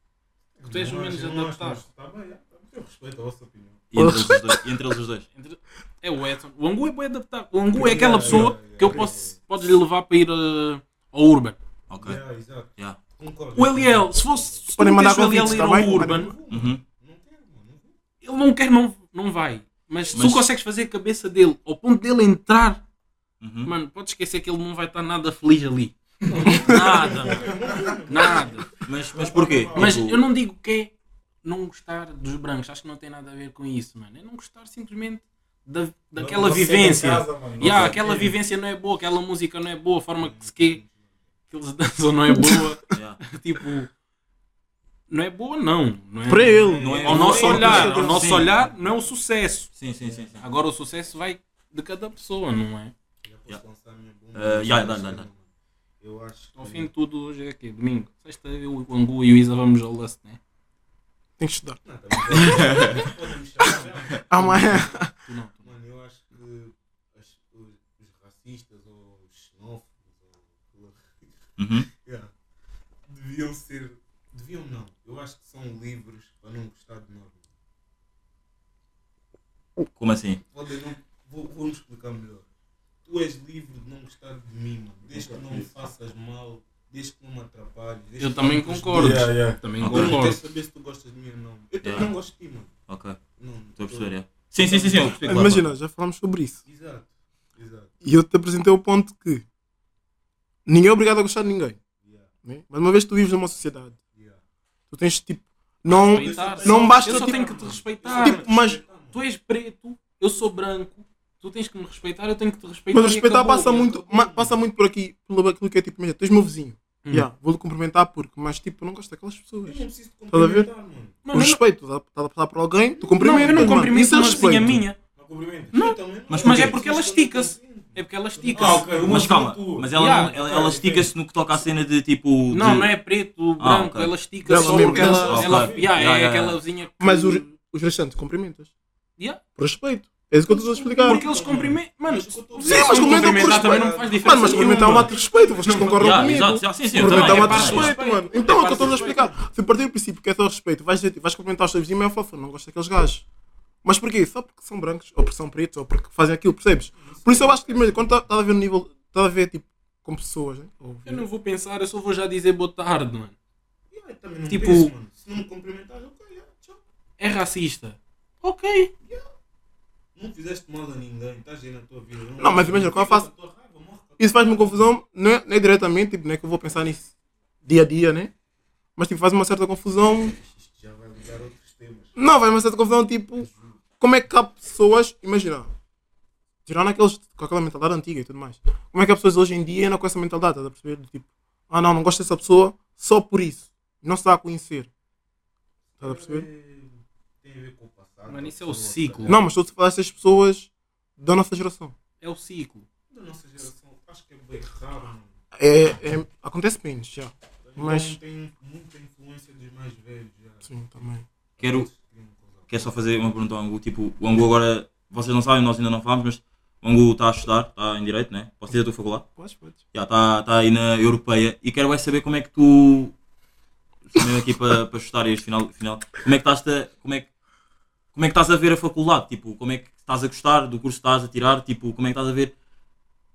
Speaker 5: Que tu és o
Speaker 7: Não
Speaker 5: menos
Speaker 7: acho, não acho,
Speaker 5: adaptado.
Speaker 7: mas Tá bem, é. eu respeito a vossa opinião.
Speaker 3: E entre eles os dois. E entre eles os dois.
Speaker 5: Entre- É o Edson. O Angu é bem adaptado. O Angu é aquela pessoa
Speaker 7: yeah,
Speaker 5: que eu
Speaker 7: yeah.
Speaker 5: posso podes lhe levar para ir eh, ao Urban.
Speaker 3: Ok.
Speaker 7: Yeah, exato.
Speaker 3: Yeah.
Speaker 7: Concordo.
Speaker 5: O Eliel, se fosse se tu
Speaker 4: Podem mandar
Speaker 5: metesse o Eliel
Speaker 4: convites,
Speaker 5: ir
Speaker 4: tá
Speaker 5: ao
Speaker 4: bem?
Speaker 5: Urban,
Speaker 3: Uhum.
Speaker 7: Não quero, mano. Não quero.
Speaker 5: ele não quer, não, não vai. Mas se
Speaker 3: Mas-
Speaker 5: tu consegues fazer a cabeça dele ao ponto dele entrar,
Speaker 3: Uhum.
Speaker 5: mano, pode esquecer que ele não vai estar nada feliz ali. nada, mano. nada.
Speaker 3: Mas, mas porquê?
Speaker 5: Mas
Speaker 3: Tipo,
Speaker 5: eu não digo que é não gostar dos brancos, acho que não tem nada a ver com isso, mano. É não gostar simplesmente da, daquela
Speaker 7: Não sei
Speaker 5: vivência.
Speaker 7: em casa, mano.
Speaker 5: E ah,
Speaker 7: Não sei
Speaker 5: aquela
Speaker 7: em-
Speaker 5: vivência não é boa, aquela música não é boa, a forma que, se que, que eles dançam não é boa.
Speaker 3: yeah.
Speaker 5: tipo, não é boa, não. não é,
Speaker 4: Para ele.
Speaker 3: Não é-
Speaker 5: Ao nosso
Speaker 3: não é-
Speaker 5: olhar, ao
Speaker 3: Sim.
Speaker 5: nosso olhar, não é o sucesso.
Speaker 3: Sim, sim, sim. sim.
Speaker 5: Agora o sucesso vai de cada pessoa, não é?
Speaker 7: Já posso
Speaker 3: Yeah.
Speaker 7: lançar a minha bomba?
Speaker 3: Eh, yeah, dá, dá, dá.
Speaker 7: Eu acho que.
Speaker 5: Ao fim de tudo, hoje é aqui, domingo. Sexta, eu, o Angu e o Isa vamos ao lance, né?
Speaker 4: Tem que estudar. Ah,
Speaker 7: Não, tá bem. Podem me
Speaker 6: né?
Speaker 7: chamar.
Speaker 4: Amanhã.
Speaker 5: Tu não, tu não.
Speaker 7: Mano, eu acho que as- os, os racistas ou os xenófobos ou.
Speaker 3: Uhum.
Speaker 7: Yeah. Deviam ser. Deviam não. Eu acho que são livres para não gostar de nós.
Speaker 3: Como assim?
Speaker 7: Podem não. Vou, vou-me explicar melhor. Tu és livre de não gostar de mim, mano. Desde que não me faças mal, desde que não me atrapalhes. desde
Speaker 5: Eu
Speaker 7: que
Speaker 5: também
Speaker 7: não me
Speaker 5: concordo.
Speaker 7: destruas.
Speaker 5: Também
Speaker 3: Ok.
Speaker 7: Eu não quero
Speaker 5: concordo.
Speaker 7: saber se tu gostas de mim ou não. Eu também
Speaker 3: Yeah.
Speaker 7: não gosto de ti, mano.
Speaker 3: Ok.
Speaker 7: Não,
Speaker 3: Estou a perceber, é. yeah. Sim, sim, sim, sim. eu percebi, claro.
Speaker 4: Imagina, já falámos sobre isso.
Speaker 7: Exato. Exato.
Speaker 4: E eu te apresentei o ponto que ninguém é obrigado a gostar de ninguém.
Speaker 7: Yeah.
Speaker 4: Né? Mas uma vez que tu vives numa sociedade,
Speaker 7: Yeah.
Speaker 4: tu tens tipo. Não,
Speaker 5: Respeitar.
Speaker 4: não basta.
Speaker 5: Eu só
Speaker 4: tipo,
Speaker 5: tenho que te respeitar.
Speaker 4: tipo, mas,
Speaker 5: tu és preto, eu sou branco, tu tens que me respeitar, eu tenho que te respeitar.
Speaker 4: mas
Speaker 5: e
Speaker 4: respeitar
Speaker 5: acabou.
Speaker 4: passa muito, ma- passa muito por aqui, pelo aquilo que é tipo, imagina, tu és meu vizinho.
Speaker 5: Hum.
Speaker 4: Yeah, Vou-lhe cumprimentar porque, mas tipo, eu não gosto daquelas
Speaker 7: Eu
Speaker 4: pessoas.
Speaker 7: não preciso de
Speaker 4: a ver?
Speaker 7: cumprimentar, mano.
Speaker 5: Não,
Speaker 4: o
Speaker 5: eu não-
Speaker 4: respeito, estás a- estás a passar por alguém, tu
Speaker 5: Não,
Speaker 4: cumprimentas.
Speaker 5: eu não
Speaker 4: mano.
Speaker 5: cumprimento
Speaker 4: Isso é
Speaker 5: uma vizinha
Speaker 4: respeito.
Speaker 5: minha.
Speaker 7: Não cumprimento.
Speaker 5: Não.
Speaker 7: Eu também não.
Speaker 3: Mas-
Speaker 5: Mas
Speaker 3: porquê?
Speaker 5: é porque ela estica-se. É porque ela estica-se.
Speaker 7: Ah, ok.
Speaker 3: Mas calma,
Speaker 7: Tu-
Speaker 3: mas ela,
Speaker 5: Yeah.
Speaker 3: não- ela, ela estica-se no que toca à cena de tipo. de-
Speaker 5: Não, não é preto, branco,
Speaker 3: Ah, ok.
Speaker 5: ela estica
Speaker 4: Ela
Speaker 5: só
Speaker 4: mesmo,
Speaker 5: porque ela.
Speaker 4: ela-
Speaker 5: ela-
Speaker 3: Ok. Yeah,
Speaker 5: Yeah, é
Speaker 3: yeah,
Speaker 5: aquela
Speaker 3: yeah.
Speaker 5: vizinha que.
Speaker 4: Mas os, os restantes cumprimentas.
Speaker 5: Yeah.
Speaker 4: Por respeito. É isso que eu estou a explicar.
Speaker 5: Porque eles cumprimentam. Mano,
Speaker 7: Mas eu tô-
Speaker 4: Sim, mas
Speaker 5: se
Speaker 4: cumprimentam por
Speaker 5: cumprimentar também
Speaker 4: respeito.
Speaker 5: não faz diferença.
Speaker 4: Mano, mas cumprimentar é um
Speaker 5: nenhuma.
Speaker 4: ato de respeito, vocês concordam
Speaker 3: Yeah,
Speaker 4: comigo.
Speaker 3: exato, sim, sim, eu também,
Speaker 4: Cumprimentar é um
Speaker 5: Aproveitar
Speaker 3: é
Speaker 5: uma
Speaker 4: ato de
Speaker 5: parte
Speaker 3: parte.
Speaker 5: desculpa.
Speaker 4: respeito, mano. Então é o que eu estou a explicar. Se partir do princípio que é só respeito, vais, dizer- vais cumprimentar os teus vizinhos, mas é fofa, não gosto daqueles gajos. Mas porquê? Só porque são brancos, ou porque são pretos, ou porque fazem aquilo, percebes? Por isso eu acho que, imagina, quando estás a ver no nível, estás a ver tipo, com pessoas, né? Ou-
Speaker 5: Eu não vou pensar, eu só vou já dizer boa tarde, mano.
Speaker 7: Eu também não
Speaker 5: Tipo-
Speaker 7: penso, mano. Se não me cumprimentares, ok, yeah, tchau.
Speaker 5: É racista. Ok.
Speaker 7: Não fizeste mal a ninguém, estás aí na tua vida.
Speaker 4: Não, mas imagina, quando eu faço-
Speaker 7: Fica com a tua raiva, morre com a-
Speaker 4: Isso faz-me confusão, não é, não é diretamente, tipo, não é que eu vou pensar nisso dia a dia, né? Mas tipo, faz uma certa confusão
Speaker 7: Isto já vai ligar outros temas.
Speaker 4: Não, vai uma certa confusão, tipo, como é que há pessoas, imagina, tirando aqueles com aquela mentalidade antiga e tudo mais, como é que há pessoas hoje em dia ainda com essa mentalidade, estás a perceber? Do tipo, ah não, não gosto dessa pessoa só por isso, não se dá a conhecer. Estás a perceber?
Speaker 7: É- Tem a ver com o passado.
Speaker 5: Mano, isso é
Speaker 7: da
Speaker 5: o
Speaker 7: pessoa,
Speaker 5: ciclo.
Speaker 4: Não, mas estou a falar dessas pessoas da nossa geração.
Speaker 5: É o ciclo.
Speaker 7: Da nossa geração, acho que é bem raro, mano.
Speaker 4: É, é- acontece menos, já. Mas,
Speaker 7: Não tem muita influência dos mais velhos já.
Speaker 4: sim, também.
Speaker 3: Quero, quero só fazer uma pergunta ao Angu. Tipo, o Angu agora, vocês não sabem, nós ainda não falámos, mas o Angu está a estudar, está em direito, né? Posso dizer a tua faculdade?
Speaker 4: Podes, podes.
Speaker 3: Já está está aí na europeia e quero é saber como é que tu. Mesmo aqui para, para chutar este final, final. Como é que estás a, como é que, como é que estás a ver a faculdade? Tipo, como é que estás a gostar do curso que estás a tirar? Tipo, como é que estás a ver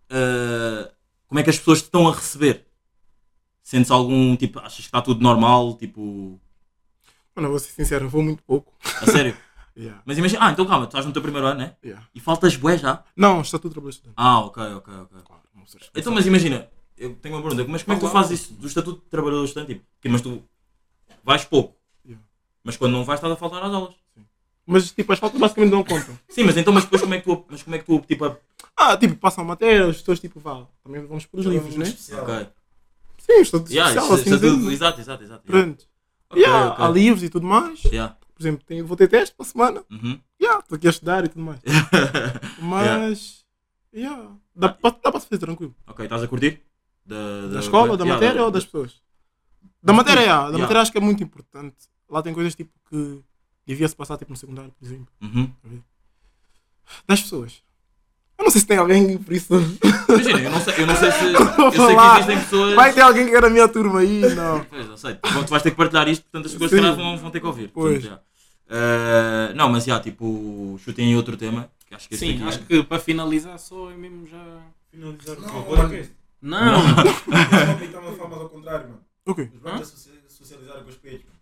Speaker 3: ah, como é que as pessoas te estão a receber? Sentes algum tipo, achas que está tudo normal? Tipo,
Speaker 4: Mano, eu vou ser sincero, eu vou muito pouco.
Speaker 3: a sério?
Speaker 4: Yeah,
Speaker 3: Mas imagina, ah, então calma, tu estás no teu primeiro ano, né?
Speaker 4: yeah.
Speaker 3: E faltas bué já?
Speaker 4: Não, está tudo trabalho estudante.
Speaker 3: Ah, ok, ok, ok.
Speaker 4: Claro, não sou responsável.
Speaker 3: Então, mas imagina, eu tenho uma pergunta, mas como é que tu fazes isso do estatuto de trabalhador estudante? Tipo, que- mas tu vais pouco,
Speaker 4: Yeah.
Speaker 3: mas quando não vais estás a faltar às aulas.
Speaker 4: Mas tipo, as faltas basicamente não contam.
Speaker 3: Sim, mas então, mas depois como é que tu, mas como é que tu tipo, a...
Speaker 4: Ah, tipo, passam matéria, os pessoas tipo, vá, também vamos pelos livros, né?
Speaker 3: ok,
Speaker 4: Sim, estou de
Speaker 3: yeah,
Speaker 4: social,
Speaker 3: isso,
Speaker 4: assim,
Speaker 3: estatuto-
Speaker 4: dizendo.
Speaker 3: exato, exato, exato. Yeah.
Speaker 4: Pronto.
Speaker 3: Ok,
Speaker 4: Yeah,
Speaker 3: ok.
Speaker 4: Há livros e tudo mais.
Speaker 3: Yeah.
Speaker 4: Por exemplo, tenho, vou ter teste para a semana.
Speaker 3: Uhum.
Speaker 4: Yeah, estou aqui a estudar e tudo mais. Mas. Yeah. Dá, para dá para se fazer tranquilo.
Speaker 3: ok, estás a curtir? Da,
Speaker 4: Da escola, da
Speaker 3: yeah,
Speaker 4: matéria ou das pessoas? Da matéria, yeah. da
Speaker 3: Yeah.
Speaker 4: matéria acho que é muito importante. Lá tem coisas tipo que devia-se passar tipo, no secundário, por exemplo.
Speaker 3: Uhum.
Speaker 4: 10 pessoas. Eu não sei se tem alguém por isso.
Speaker 3: Imagina, eu não sei, eu não sei se. Eu sei que
Speaker 4: Falar.
Speaker 3: existem pessoas.
Speaker 4: Vai ter alguém que era a minha turma aí, não.
Speaker 3: Pois, eu sei. Bom, tu vais ter que partilhar isto, portanto as pessoas
Speaker 4: Sim.
Speaker 3: se calhar vão, vão ter que ouvir. Portanto,
Speaker 4: Pois.
Speaker 3: já. Ah, não, mas já, tipo, chutem aí outro tema. Que acho que este
Speaker 5: Sim,
Speaker 3: aqui
Speaker 5: acho
Speaker 3: é.
Speaker 5: que para finalizar só é mesmo já.
Speaker 7: Finalizar o quê?
Speaker 6: Não,
Speaker 7: O podcast?
Speaker 5: Não!
Speaker 7: Vamos aproveitar uma forma ao contrário, mano.
Speaker 4: Ok.
Speaker 7: Os brancos socia- socializaram com os peitos. mano.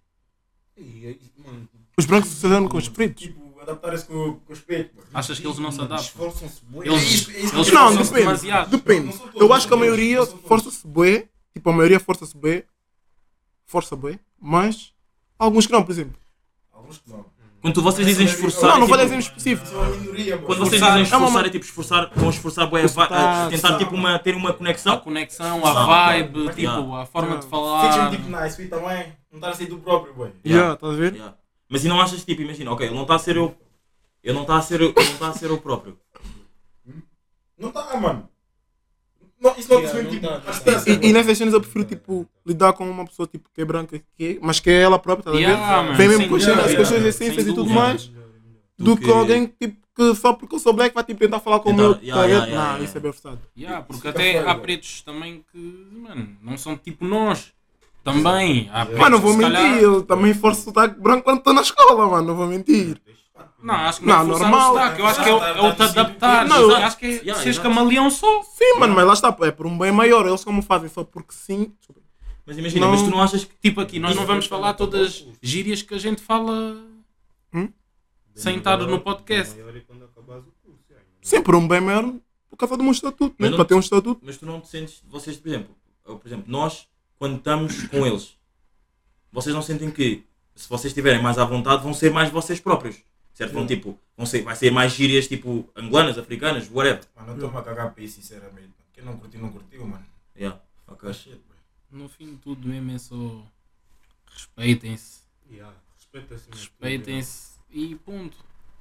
Speaker 6: Mano,
Speaker 4: Os brancos socializando com os pretos.
Speaker 7: Tipo, adaptaram-se com, com os peitos, mano.
Speaker 5: Achas que eles não se adaptam?
Speaker 6: esforçam-se muito.
Speaker 5: Eles,
Speaker 6: É isso, é
Speaker 5: eles
Speaker 6: isso.
Speaker 4: Não,
Speaker 5: esforçam-se
Speaker 4: depende.
Speaker 5: demasiado.
Speaker 4: Depende.
Speaker 7: Não são todos,
Speaker 4: Eu acho que a
Speaker 7: não são
Speaker 4: maioria
Speaker 7: todos, não são todos.
Speaker 4: força-se bué. Tipo, a maioria força-se bué. Força bué. Mas há alguns que não, por exemplo.
Speaker 7: Alguns que não.
Speaker 3: Quando tu- vocês dizem esforçar.
Speaker 4: Não, não
Speaker 3: é,
Speaker 4: vou
Speaker 3: tipo,
Speaker 4: dizer em específico.
Speaker 7: São a minoria, mano.
Speaker 3: Quando vocês
Speaker 4: Esforçar.
Speaker 3: dizem
Speaker 4: É uma
Speaker 3: esforçar,
Speaker 4: ma-
Speaker 3: é tipo esforçar, vão esforçar, bué, va-
Speaker 4: Esforçar,
Speaker 3: a tentar
Speaker 4: esforçar.
Speaker 3: tipo uma, ter uma
Speaker 5: A
Speaker 3: conexão.
Speaker 5: conexão,
Speaker 3: Não,
Speaker 5: a vibe,
Speaker 3: não.
Speaker 5: tipo,
Speaker 3: Yeah.
Speaker 5: a forma de falar.
Speaker 7: Fiction tipo nice, sweet também. Não está a sair do próprio, boy.
Speaker 4: Já, estás a ver?
Speaker 3: Yeah. Mas e não achas tipo, imagina, ok, ele não está a ser eu. Ele não está a ser eu, ele não está a ser eu próprio.
Speaker 7: Não está, mano. Não, isso não é
Speaker 6: Yeah, não
Speaker 7: tipo.
Speaker 6: tá,
Speaker 7: a
Speaker 6: não tá.
Speaker 7: distância,
Speaker 4: E, e
Speaker 7: mano.
Speaker 4: nessas cenas eu prefiro, tipo, lidar com uma pessoa tipo, que é branca, que é- mas que é ela própria, estás a ver?
Speaker 5: Yeah, mano,
Speaker 4: Vem mesmo
Speaker 5: sem
Speaker 4: com as
Speaker 5: dúvida.
Speaker 4: cenas, com as suas
Speaker 5: Sem
Speaker 4: essências e tudo
Speaker 5: dúvida.
Speaker 4: mais. Do que alguém tipo, que só porque eu sou black vai tipo, tentar falar com o
Speaker 3: Tentar-
Speaker 4: meu.
Speaker 3: yeah,
Speaker 4: tá a ver?
Speaker 3: yeah, yeah,
Speaker 4: não,
Speaker 3: yeah.
Speaker 4: isso é bem forçado.
Speaker 5: Yeah, porque
Speaker 7: Isso
Speaker 5: até
Speaker 7: é
Speaker 5: há
Speaker 7: foda.
Speaker 5: pretos também que, mano, não são tipo nós. Também. Há pretos,
Speaker 4: Mas não vou
Speaker 5: se
Speaker 4: mentir,
Speaker 5: calhar-
Speaker 4: eu também forço o sotaque branco quando estou na escola, mano, não vou mentir.
Speaker 5: Não, acho que não,
Speaker 4: Não,
Speaker 5: é
Speaker 4: normal.
Speaker 5: normal. Eu acho que é, o- é o te adaptar.
Speaker 4: Não, eu-
Speaker 5: acho que é
Speaker 3: Yeah,
Speaker 5: seres
Speaker 3: exato.
Speaker 5: camaleão só.
Speaker 4: Sim, mano, mas lá está, é por um bem maior. Eles como fazem só porque sim.
Speaker 3: Mas imagina,
Speaker 4: Não.
Speaker 3: mas tu não achas que.
Speaker 5: Tipo aqui, nós não vamos falar todas as gírias que a gente fala
Speaker 4: Hum?
Speaker 5: sem estar no podcast.
Speaker 6: Maior é quando acabares o curso, é.
Speaker 4: Sim, por um bem maior, por causa de um estatuto, né?
Speaker 3: Mas não-
Speaker 4: para ter um estatuto.
Speaker 3: Mas tu não te sentes. Vocês, por exemplo, ou, por exemplo, nós, quando estamos com eles, vocês não sentem que se vocês estiverem mais à vontade vão ser mais vocês próprios. Certo? Vão tipo, vão ser, vai ser mais gírias tipo angolanas, africanas, whatever.
Speaker 7: Mano, eu estou-me a cagar para isso, sinceramente. mano. Quem não curtiu, não curtiu, mano.
Speaker 3: Yeah. ok.
Speaker 7: Shit, boy.
Speaker 5: No fim de tudo mesmo é só respeitem-se.
Speaker 6: Yeah, Respeita-se. mesmo.
Speaker 5: Respeitem-se e ponto.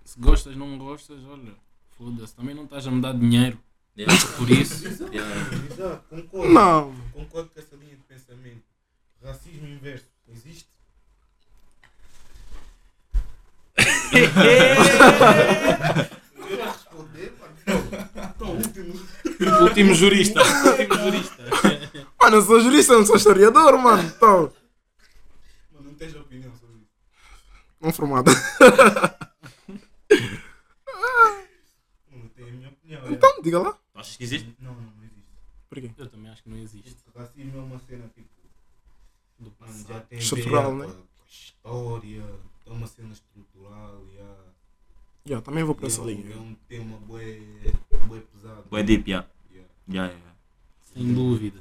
Speaker 5: Se gostas, não gostas, olha, foda-se. Também não estás a me dar dinheiro
Speaker 3: Yeah.
Speaker 5: por isso.
Speaker 3: Yeah.
Speaker 6: Exato, concordo.
Speaker 4: Não,
Speaker 6: Concordo com essa linha de pensamento. Racismo inverso existe? Eu vou responder, mano. Então, último.
Speaker 5: Último jurista. Último jurista.
Speaker 4: mano, eu sou jurista, eu não sou historiador, mano. Então,
Speaker 6: Mano, não tens opinião sobre isso.
Speaker 4: não formado.
Speaker 3: É.
Speaker 6: Não tenho a minha opinião. é.
Speaker 4: Então, diga lá.
Speaker 3: Achas que existe?
Speaker 6: Não, não, não existe.
Speaker 4: Porquê?
Speaker 5: Eu também acho que não existe.
Speaker 6: Este racismo é uma cena tipo. Do mano, já tem
Speaker 4: Estrutural,
Speaker 6: a
Speaker 4: né?
Speaker 6: ver com a- com a história. É uma cena estrutural. Yeah.
Speaker 4: Já, também vou para
Speaker 6: E
Speaker 4: essa
Speaker 6: é, um, é
Speaker 4: linha.
Speaker 6: um tema bué, bué pesado.
Speaker 3: Boa deep, yeah.
Speaker 6: Yeah.
Speaker 3: Yeah, yeah, yeah.
Speaker 5: Sem dúvida.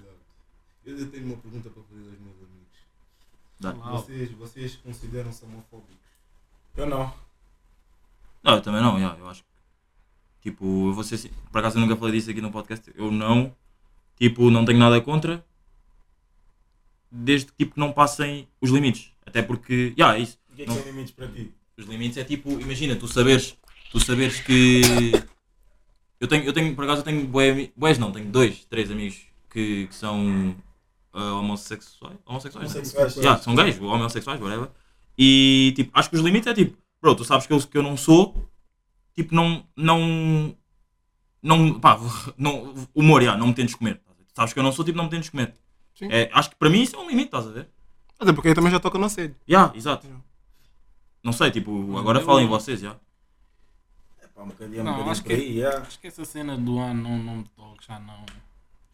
Speaker 6: Eu eu tenho uma pergunta para fazer aos meus amigos.
Speaker 3: Dá.
Speaker 6: Vocês, vocês consideram-se homofóbicos?
Speaker 7: Eu não.
Speaker 3: Não, eu também não, yeah, eu acho que. Tipo, eu vou ser. sin- Por acaso eu nunca falei disso aqui no podcast. Eu não. Tipo, não tenho nada contra. Desde que tipo, não passem os limites. Até porque. Yeah, é isso.
Speaker 7: O que é que
Speaker 3: Não.
Speaker 7: são limites para ti?
Speaker 3: Os limites é tipo, imagina, tu saberes. Tu saberes que. Eu tenho, eu tenho por acaso, eu tenho bué- bués, não, tenho dois, três amigos que, que são ah, homossexuais. Homossexuais, né?
Speaker 7: Homossexuais.
Speaker 3: Yeah, são gays, ou homossexuais, whatever. E tipo, acho que os limites é tipo, bro, tu sabes que eu, que eu não sou, tipo, não. Não. Não. Pá, não, humor, yeah, não me tentes comer. estás a ver? Tu sabes que eu não sou, tipo, não me tentes comer.
Speaker 4: Sim.
Speaker 3: É, acho que para mim isso é um limite, estás a ver?
Speaker 4: Até porque eu também já toca na sede.
Speaker 3: Yeah, exato.
Speaker 4: Yeah.
Speaker 3: Não sei, tipo, agora
Speaker 5: eu-
Speaker 3: falem vocês, já.
Speaker 7: É pá, um bocadinho, um
Speaker 5: Não,
Speaker 7: bocadinho
Speaker 5: acho
Speaker 7: por
Speaker 5: que-
Speaker 7: aí, yeah.
Speaker 5: Acho que essa cena do ah, não, não me toques, ah, não.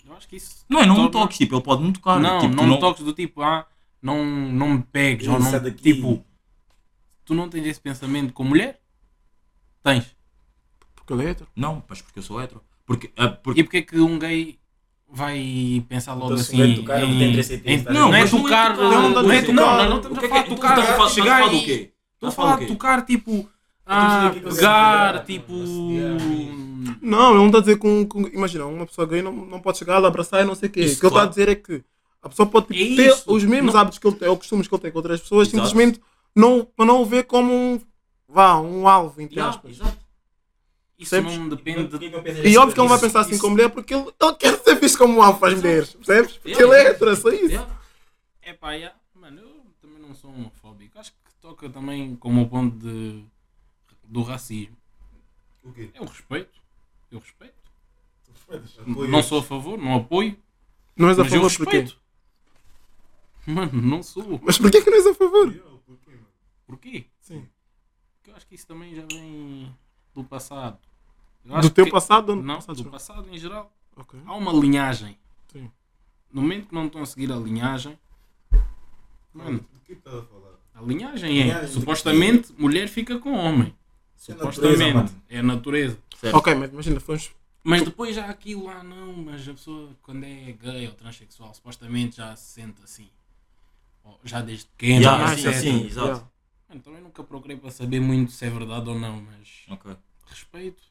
Speaker 5: Eu acho que isso.
Speaker 3: Não é, não me
Speaker 5: Toca-
Speaker 3: toques, tipo, ele pode me tocar.
Speaker 5: Não,
Speaker 3: tipo, tu
Speaker 5: não me toques do tipo, ah, não, não me pegues. Ou
Speaker 7: Sai
Speaker 5: não,
Speaker 7: daqui.
Speaker 5: tipo, tu não tens esse pensamento com mulher? Tens.
Speaker 4: Porque ele é hétero.
Speaker 3: Não, mas porque eu sou hétero. Porque, ah, porque...
Speaker 5: E porque é que um gay vai pensar logo
Speaker 7: Então, se
Speaker 5: assim?
Speaker 7: vai tocar, não tem
Speaker 5: em-
Speaker 7: interesse em ti,
Speaker 5: em-
Speaker 7: estás a
Speaker 5: não,
Speaker 7: ver?
Speaker 5: é
Speaker 3: mas não é
Speaker 5: tocar.
Speaker 3: tocar,
Speaker 5: Não,
Speaker 4: não
Speaker 5: não,
Speaker 4: estamos a tocar.
Speaker 5: não estamos
Speaker 3: é
Speaker 5: a falar de tocar.
Speaker 3: Estás a falar- estás a
Speaker 5: Chegar
Speaker 3: falar do
Speaker 5: e.
Speaker 3: quê?
Speaker 5: Estou a
Speaker 3: Estás a falar
Speaker 5: falar
Speaker 3: do
Speaker 5: de
Speaker 3: quê?
Speaker 5: tocar, tipo.
Speaker 7: a
Speaker 5: Ah,
Speaker 7: dizer que eu
Speaker 5: pegar,
Speaker 7: sei que eu
Speaker 5: tipo.
Speaker 6: sei que
Speaker 4: Não, ele não está a dizer com, com. Imagina, uma pessoa gay não, não pode chegar lá, abraçar e não sei o quê.
Speaker 3: Isso,
Speaker 4: o que ele está
Speaker 3: claro.
Speaker 4: a dizer é que a pessoa pode tipo,
Speaker 5: É
Speaker 4: ter
Speaker 5: isso.
Speaker 4: os mesmos
Speaker 5: Não-
Speaker 4: hábitos que ele tem, ou costumes que ele tem com outras pessoas,
Speaker 3: Exato.
Speaker 4: simplesmente não, para não o ver como um. Vá, um alvo, entre
Speaker 3: Yeah,
Speaker 4: aspas.
Speaker 3: exato.
Speaker 5: Isso
Speaker 4: Percebes?
Speaker 5: não depende de.
Speaker 4: E óbvio que ele não vai
Speaker 5: Isso,
Speaker 4: pensar assim
Speaker 5: isso.
Speaker 4: com mulher porque ele, ele quer ser visto como um alvo para as mulheres, percebes? Porque
Speaker 3: Yeah.
Speaker 4: ele é hétero, é só isso.
Speaker 3: Yeah.
Speaker 5: É é pá, yeah. mano, eu também não sou homofóbico. Acho que toca também como o ponto de, do racismo.
Speaker 7: O quê?
Speaker 5: Eu respeito, eu respeito.
Speaker 7: Apoio.
Speaker 5: Não sou a favor, não apoio,
Speaker 4: Não és a
Speaker 5: mas eu
Speaker 4: favor porquê?
Speaker 5: respeito. Mano, não sou.
Speaker 4: Mas porquê que não és a favor?
Speaker 5: Porquê?
Speaker 4: Sim.
Speaker 5: Porque eu acho que isso também já vem do passado. Eu
Speaker 4: Do
Speaker 5: acho
Speaker 4: teu
Speaker 5: que-
Speaker 4: passado ou
Speaker 5: Não,
Speaker 4: passado?
Speaker 5: do passado em geral.
Speaker 4: Ok.
Speaker 5: Há uma linhagem.
Speaker 4: Sim.
Speaker 5: No momento que não estão a seguir a linhagem. Mano,
Speaker 7: Do que estás a falar?
Speaker 5: a linhagem é.
Speaker 7: Linhagem de
Speaker 5: supostamente mulher fica com homem.
Speaker 7: Isso é
Speaker 5: Supostamente.
Speaker 7: natureza, mano.
Speaker 5: é a natureza.
Speaker 4: Ok, mas imagina, fomos.
Speaker 5: Mas depois já há aquilo, ah não, mas a pessoa quando é gay ou transexual, supostamente já se sente assim. Ou Já desde pequeno.
Speaker 3: Yeah,
Speaker 5: já
Speaker 3: sim,
Speaker 5: etc.
Speaker 3: sim, exato.
Speaker 4: Yeah.
Speaker 5: Mano, também nunca procurei para saber muito se é verdade ou não, mas
Speaker 3: Ok.
Speaker 5: respeito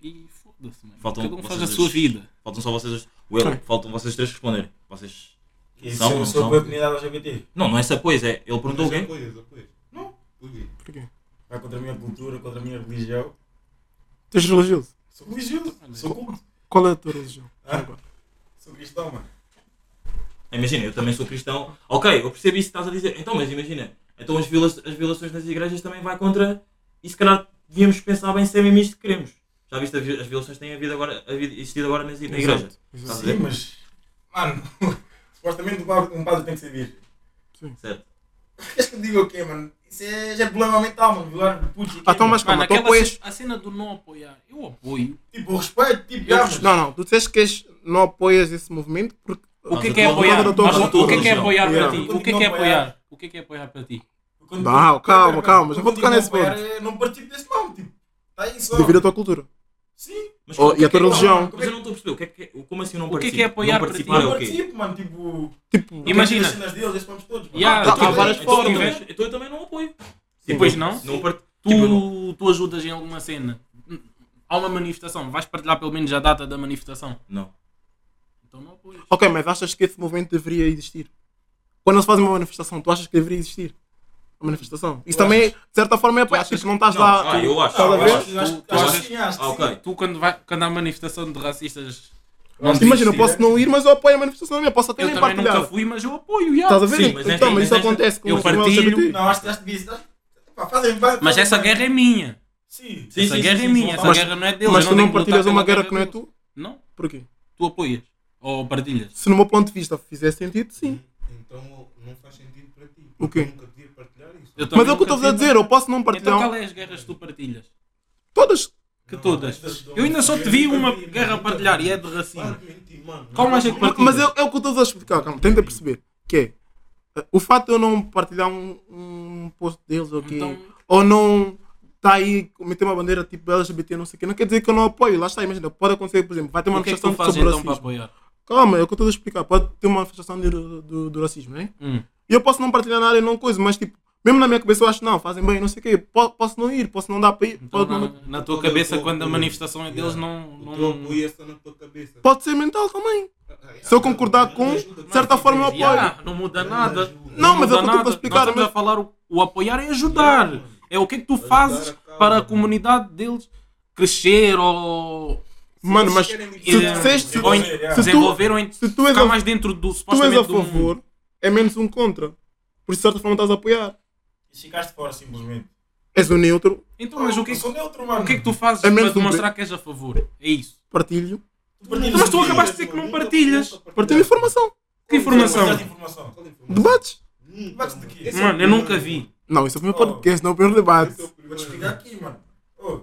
Speaker 5: e foda-se, mano.
Speaker 3: Faltam
Speaker 5: Cada um faz a
Speaker 3: vocês
Speaker 5: sua
Speaker 3: dois.
Speaker 5: vida.
Speaker 3: Faltam só vocês dois. Will,
Speaker 4: Ok.
Speaker 3: faltam vocês três responderem. Vocês.
Speaker 7: Isso
Speaker 3: São,
Speaker 7: é o seu
Speaker 3: são.
Speaker 7: apoio à comunidade LGBT.
Speaker 3: Não, não é essa coisa, é. Ele perguntou o quê?
Speaker 7: Apoias, apoias. Não. Por quê?
Speaker 4: Porquê?
Speaker 7: Vai contra a minha cultura, contra a minha religião.
Speaker 4: Tu és religioso?
Speaker 7: Sou religioso. Sou culto.
Speaker 4: Qual é a tua religião?
Speaker 7: Ah.
Speaker 4: Agora.
Speaker 7: Sou cristão, mano.
Speaker 3: Imagina, eu também sou cristão. Ok, eu percebi isso que estás a dizer. Então, mas imagina, então as, viola as violações nas igrejas também vai contra. E se calhar devíamos pensar bem se é mesmo isto que queremos. Já viste, a vi- as violações têm havido agora, havido- existido agora nas, na igreja. Estás Tá a
Speaker 7: Sim,
Speaker 3: ver?
Speaker 7: mas. Mano, supostamente um padre, um padre tem que ser virgem.
Speaker 3: Certo.
Speaker 7: Queres que eu diga o quê, mano? Isso é já é problema mental, mano. Violar putos e quê,
Speaker 4: Ah, então,
Speaker 7: mano?
Speaker 4: mas
Speaker 5: Mano,
Speaker 4: calma, tu
Speaker 5: aquela
Speaker 4: apoias.
Speaker 5: ce- a cena do não apoiar, eu apoio.
Speaker 7: Tipo, eu respeito, tipo,
Speaker 5: Eu
Speaker 7: ah,
Speaker 5: respeito.
Speaker 7: mas-
Speaker 4: Não, não, tu disseste que és- não apoias esse movimento porque.
Speaker 5: O que é
Speaker 3: a
Speaker 5: que é
Speaker 3: tua-
Speaker 5: apoiar?
Speaker 4: a tua
Speaker 5: Mas o- O que é que é
Speaker 3: religião.
Speaker 5: apoiar para
Speaker 4: Yeah.
Speaker 5: ti? O que é que é apoiar? O que é que é apoiar para ti?
Speaker 7: Quando-
Speaker 4: Não, calma,
Speaker 7: quando-
Speaker 4: calma, já vou
Speaker 7: quando
Speaker 4: tocar
Speaker 7: digo
Speaker 4: nesse
Speaker 7: apoiar,
Speaker 4: ponto.
Speaker 7: é Não participo desse nome, tipo. Tá aí só.
Speaker 4: Devido à tua cultura.
Speaker 7: Sim,
Speaker 3: Mas,
Speaker 4: Ou-
Speaker 3: como-
Speaker 4: Oh, e à tua
Speaker 7: não?
Speaker 4: religião.
Speaker 3: mas eu não estou a perceber. O que é que, é- como assim eu não
Speaker 5: O que é
Speaker 3: participo?
Speaker 5: que é apoiar
Speaker 3: não
Speaker 5: para ti?
Speaker 3: participar
Speaker 7: não
Speaker 3: é o quê?
Speaker 7: participo, mano. Tipo,
Speaker 4: Tipo,
Speaker 5: Imagina.
Speaker 7: as cenas deles, eles vamos todos. mano.
Speaker 5: Yeah,
Speaker 3: Ah,
Speaker 4: tá,
Speaker 5: tipo,
Speaker 4: há várias
Speaker 5: então
Speaker 3: eu
Speaker 5: eu
Speaker 3: também-
Speaker 5: vejo-
Speaker 3: então eu também não apoio.
Speaker 5: Depois não?
Speaker 3: Não part- tipo, eu não-
Speaker 5: Tu, tu ajudas em alguma cena. Há uma manifestação, vais partilhar pelo menos a data da manifestação.
Speaker 3: Não.
Speaker 5: Então não apoias.
Speaker 4: ok, mas achas que esse movimento deveria existir? Quando eles fazem uma manifestação, tu achas que deveria existir? Uma manifestação. Isso também, de certa forma, é apoiar.
Speaker 5: achas
Speaker 4: Tipo, não estás
Speaker 3: Não,
Speaker 4: lá.
Speaker 3: ah, eu acho.
Speaker 7: Não,
Speaker 3: eu
Speaker 7: eu
Speaker 3: acho.
Speaker 7: acho que- acho
Speaker 5: tu
Speaker 7: que acho
Speaker 5: achas-
Speaker 7: que sim, acho que
Speaker 3: Ah,
Speaker 7: sim.
Speaker 3: ok.
Speaker 5: Tu quando, vai, quando há manifestação de racistas.
Speaker 7: Eu acho que
Speaker 4: Imagina, eu
Speaker 7: sim,
Speaker 4: posso
Speaker 7: é.
Speaker 4: não ir, mas eu apoio a manifestação minha. Posso até
Speaker 5: Eu
Speaker 4: nem
Speaker 5: também nunca
Speaker 4: partilhar.
Speaker 5: fui, mas eu apoio. já.
Speaker 4: Estás a ver?
Speaker 3: Sim, mas
Speaker 4: então,
Speaker 3: esta-
Speaker 4: mas isso
Speaker 3: mas esta-
Speaker 4: acontece com
Speaker 5: eu
Speaker 4: os irmãos
Speaker 5: partilho.
Speaker 4: LGBT.
Speaker 7: Não, acho que acho que devia estar. Pá, fazem, vai,
Speaker 5: Mas
Speaker 7: fazem,
Speaker 5: essa
Speaker 7: mano.
Speaker 5: guerra é minha.
Speaker 7: Sim.
Speaker 3: Sim,
Speaker 5: essa
Speaker 3: sim,
Speaker 5: guerra
Speaker 3: sim,
Speaker 5: é
Speaker 3: sim,
Speaker 5: minha,
Speaker 3: sim,
Speaker 5: essa
Speaker 3: mas-
Speaker 5: guerra não é deles.
Speaker 4: mas tu
Speaker 5: eu tenho
Speaker 4: não
Speaker 5: que lutar
Speaker 4: partilhas
Speaker 5: pela
Speaker 4: uma guerra que não é
Speaker 5: deles.
Speaker 4: tu?
Speaker 5: Não,
Speaker 4: Porquê?
Speaker 5: tu apoias. Ou partilhas.
Speaker 4: Se no meu ponto de vista fizesse sentido, sim.
Speaker 7: Então não faz sentido para ti. Então,
Speaker 4: O quê?
Speaker 7: Nunca devia partilhar isso.
Speaker 4: Mas
Speaker 5: também
Speaker 4: é o que eu
Speaker 5: nunca
Speaker 4: estou a
Speaker 5: tive.
Speaker 4: dizer, eu posso não partilhar. um-
Speaker 5: Então qual é as guerras que tu partilhas?
Speaker 4: Todas.
Speaker 5: Que todas. Eu ainda só te vi uma guerra a partilhar e é de racismo. Como
Speaker 7: Calma,
Speaker 5: achas que partilhas?
Speaker 4: Mas é, é o que eu estou a explicar, calma, tenta perceber. Que é eh, o fato de eu não partilhar um, um post deles ou, que,
Speaker 5: Então-
Speaker 4: ou não tá aí meter uma bandeira tipo LGBT, não sei o quê, não quer dizer que eu não apoio. Lá está, imagina, pode acontecer, por exemplo, vai ter uma
Speaker 5: O que é que
Speaker 4: manifestação
Speaker 5: tu fazes
Speaker 4: sobre
Speaker 5: então para
Speaker 4: racismo.
Speaker 5: apoiar?
Speaker 4: Calma, é o que eu estou a explicar. Pode ter uma manifestação de- do, do racismo, né?
Speaker 5: Hum.
Speaker 4: E eu posso não partilhar nada e não coisa, mas tipo, mesmo na minha cabeça eu acho não, fazem bem, não sei o quê. Po- posso não ir, posso não dar para ir.
Speaker 5: Então,
Speaker 4: pode,
Speaker 5: na,
Speaker 4: não-
Speaker 5: na tua
Speaker 6: Eu
Speaker 5: cabeça,
Speaker 6: apoio.
Speaker 5: quando a manifestação é deles,
Speaker 6: Yeah.
Speaker 5: não.
Speaker 6: O teu
Speaker 5: não...
Speaker 6: apoio está na tua cabeça.
Speaker 4: pode ser mental também. Se eu concordar com, de certa forma eu apoio.
Speaker 5: Yeah, "Ah, não muda nada.
Speaker 4: Não, mas
Speaker 5: muda
Speaker 4: é o que eu
Speaker 5: nada.
Speaker 4: estou a explicar,
Speaker 5: Nós estamos
Speaker 4: mas-
Speaker 5: a falar o, o apoiar é ajudar. É o que é que tu fazes
Speaker 6: a causa,
Speaker 5: para a
Speaker 6: mano.
Speaker 5: comunidade deles crescer ou
Speaker 4: Mano, mas se
Speaker 6: querem
Speaker 4: tu
Speaker 5: Yeah.
Speaker 4: disseste- se-
Speaker 5: Ou em-
Speaker 7: Yeah.
Speaker 4: se tu-
Speaker 5: desenvolver ou em-
Speaker 4: se tu és
Speaker 5: ficar
Speaker 4: a
Speaker 5: mais dentro do
Speaker 4: tu és
Speaker 5: supostamente
Speaker 4: a
Speaker 5: do mundo.
Speaker 4: favor, é menos um contra. Por isso, de certa forma, estás a apoiar.
Speaker 7: Ficaste fora simplesmente.
Speaker 4: És o neutro,
Speaker 5: Então, mas o que, é
Speaker 7: Eu
Speaker 5: que,
Speaker 7: sou neutro,
Speaker 5: o
Speaker 7: mano.
Speaker 5: que é que tu fazes
Speaker 4: É
Speaker 5: para
Speaker 4: menos um
Speaker 5: demonstrar que és a favor? É isso.
Speaker 4: partilho.
Speaker 7: Partilhas
Speaker 5: Mas tu
Speaker 7: o quê?
Speaker 5: acabaste de dizer que não partilhas.
Speaker 4: Partilho informação.
Speaker 5: Que informação?
Speaker 7: Partilhas informação.
Speaker 4: Debates.
Speaker 7: Debates de quê?
Speaker 5: Mano, eu nunca vi.
Speaker 4: Não, isso é o primeiro
Speaker 7: Oh.
Speaker 4: podcast, não é o primeiro debate.
Speaker 7: Vou te explicar aqui, mano. Ô, Vou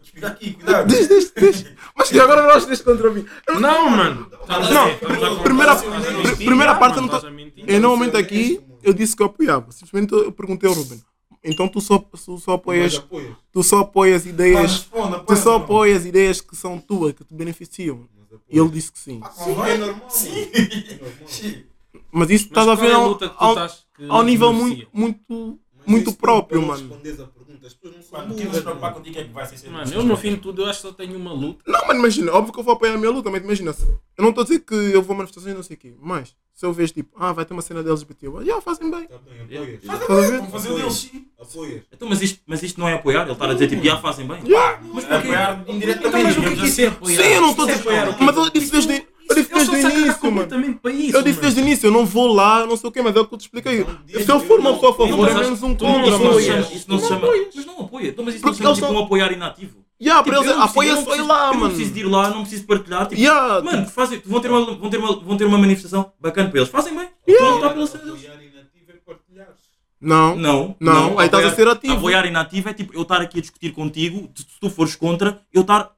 Speaker 7: te explicar aqui, cuidado.
Speaker 4: Diz, diz, diz. Mas e agora nós deste contra mim. Eu não-
Speaker 5: Não, é mano.
Speaker 7: Tá
Speaker 4: Não, pr- primeira, pr- primeira parte eu não tô-
Speaker 5: estou.
Speaker 4: Eu não momento aqui, eu disse que eu apoiava. Simplesmente eu perguntei ao Ruben. Então tu só, tu só
Speaker 6: Mas
Speaker 4: apoias,
Speaker 6: apoias.
Speaker 4: tu só apoias
Speaker 7: Mas
Speaker 4: ideias,
Speaker 7: responda,
Speaker 4: tu só
Speaker 7: mano.
Speaker 4: apoias ideias que são tuas, que te beneficiam. E ele disse que sim.
Speaker 6: Sim, é normal. é Sim.
Speaker 7: Sim.
Speaker 4: Mas isso estás a ver
Speaker 5: é a
Speaker 4: ao-
Speaker 5: luta que tu
Speaker 4: ao-
Speaker 5: estás que
Speaker 4: ao
Speaker 5: não te
Speaker 4: nível
Speaker 5: beneficia?
Speaker 4: muito, muito,
Speaker 6: Mas
Speaker 4: muito
Speaker 6: isso
Speaker 4: próprio,
Speaker 6: não
Speaker 4: mano.
Speaker 6: respondes a pergunta. As pessoas não são
Speaker 7: Mano,
Speaker 6: burras,
Speaker 7: quem vai se preocupar
Speaker 6: mano.
Speaker 7: contigo é que vai ser
Speaker 5: Mano, eu no fim de tudo eu acho que só tenho uma luta.
Speaker 4: Não, mano, imagina, óbvio que eu vou apoiar a minha luta, mas imagina, se- eu não estou a dizer que eu vou a manifestações e não sei o quê, mas se eu vejo tipo, ah, vai ter uma cena de LGBT, eu vou, yeah, fazem bem.
Speaker 6: Tá bem, apoias.
Speaker 4: Estás a ver?
Speaker 7: Vamos fazer o DLC.
Speaker 6: Apoias.
Speaker 3: Então, mas isto, mas isto não é apoiar? Ele estar a dizer tipo, já fazem bem?
Speaker 4: Yeah.
Speaker 7: Apoiar
Speaker 5: Então,
Speaker 7: indiretamente.
Speaker 5: mas o que é que isso é apoiar?
Speaker 4: Sim, eu não estou a
Speaker 5: Isso é
Speaker 4: dizer.
Speaker 5: apoiar o quê?
Speaker 4: Mas eu disse desde. Eu disse
Speaker 3: é
Speaker 5: Eles
Speaker 4: desde
Speaker 5: estão
Speaker 4: o
Speaker 5: a cagar
Speaker 4: início, mano.
Speaker 5: completamente para isso.
Speaker 4: Eu disse
Speaker 5: mano.
Speaker 4: desde o início, eu não vou lá, eu não sei o quê, mas é o que eu te expliquei.
Speaker 6: diz,
Speaker 4: Se eu for uma
Speaker 6: não,
Speaker 4: pessoa a
Speaker 3: Não,
Speaker 4: favor,
Speaker 3: mas
Speaker 4: é
Speaker 3: acho-
Speaker 4: menos um
Speaker 3: tu não-
Speaker 4: contra,
Speaker 3: isso não
Speaker 4: mano.
Speaker 3: se chama- Isso não se chama. Mas não apoia. Então, mas isso não
Speaker 4: Porque
Speaker 3: se chama
Speaker 4: eles
Speaker 3: tipo
Speaker 4: são-
Speaker 3: um apoiar inativo.
Speaker 4: Yeah, para
Speaker 3: Tipo,
Speaker 4: eles
Speaker 3: eu não preciso- eu não
Speaker 4: apoia-se
Speaker 3: preciso-
Speaker 4: lá,
Speaker 3: Eu não
Speaker 4: mano.
Speaker 3: preciso de ir lá, não preciso partilhar. Tipo,
Speaker 4: Yeah.
Speaker 3: Mano, fazem, vão, ter uma, vão, ter uma, vão ter uma manifestação bacana para eles. Fazem bem. Estão a lutar pela cena deles.
Speaker 6: Apoiar inativo é partilhar.
Speaker 4: Não.
Speaker 3: Não,
Speaker 4: Não, aí estás a ser ativo.
Speaker 3: Apoiar inativo é tipo eu estar aqui a discutir contigo, se tu fores contra, eu estar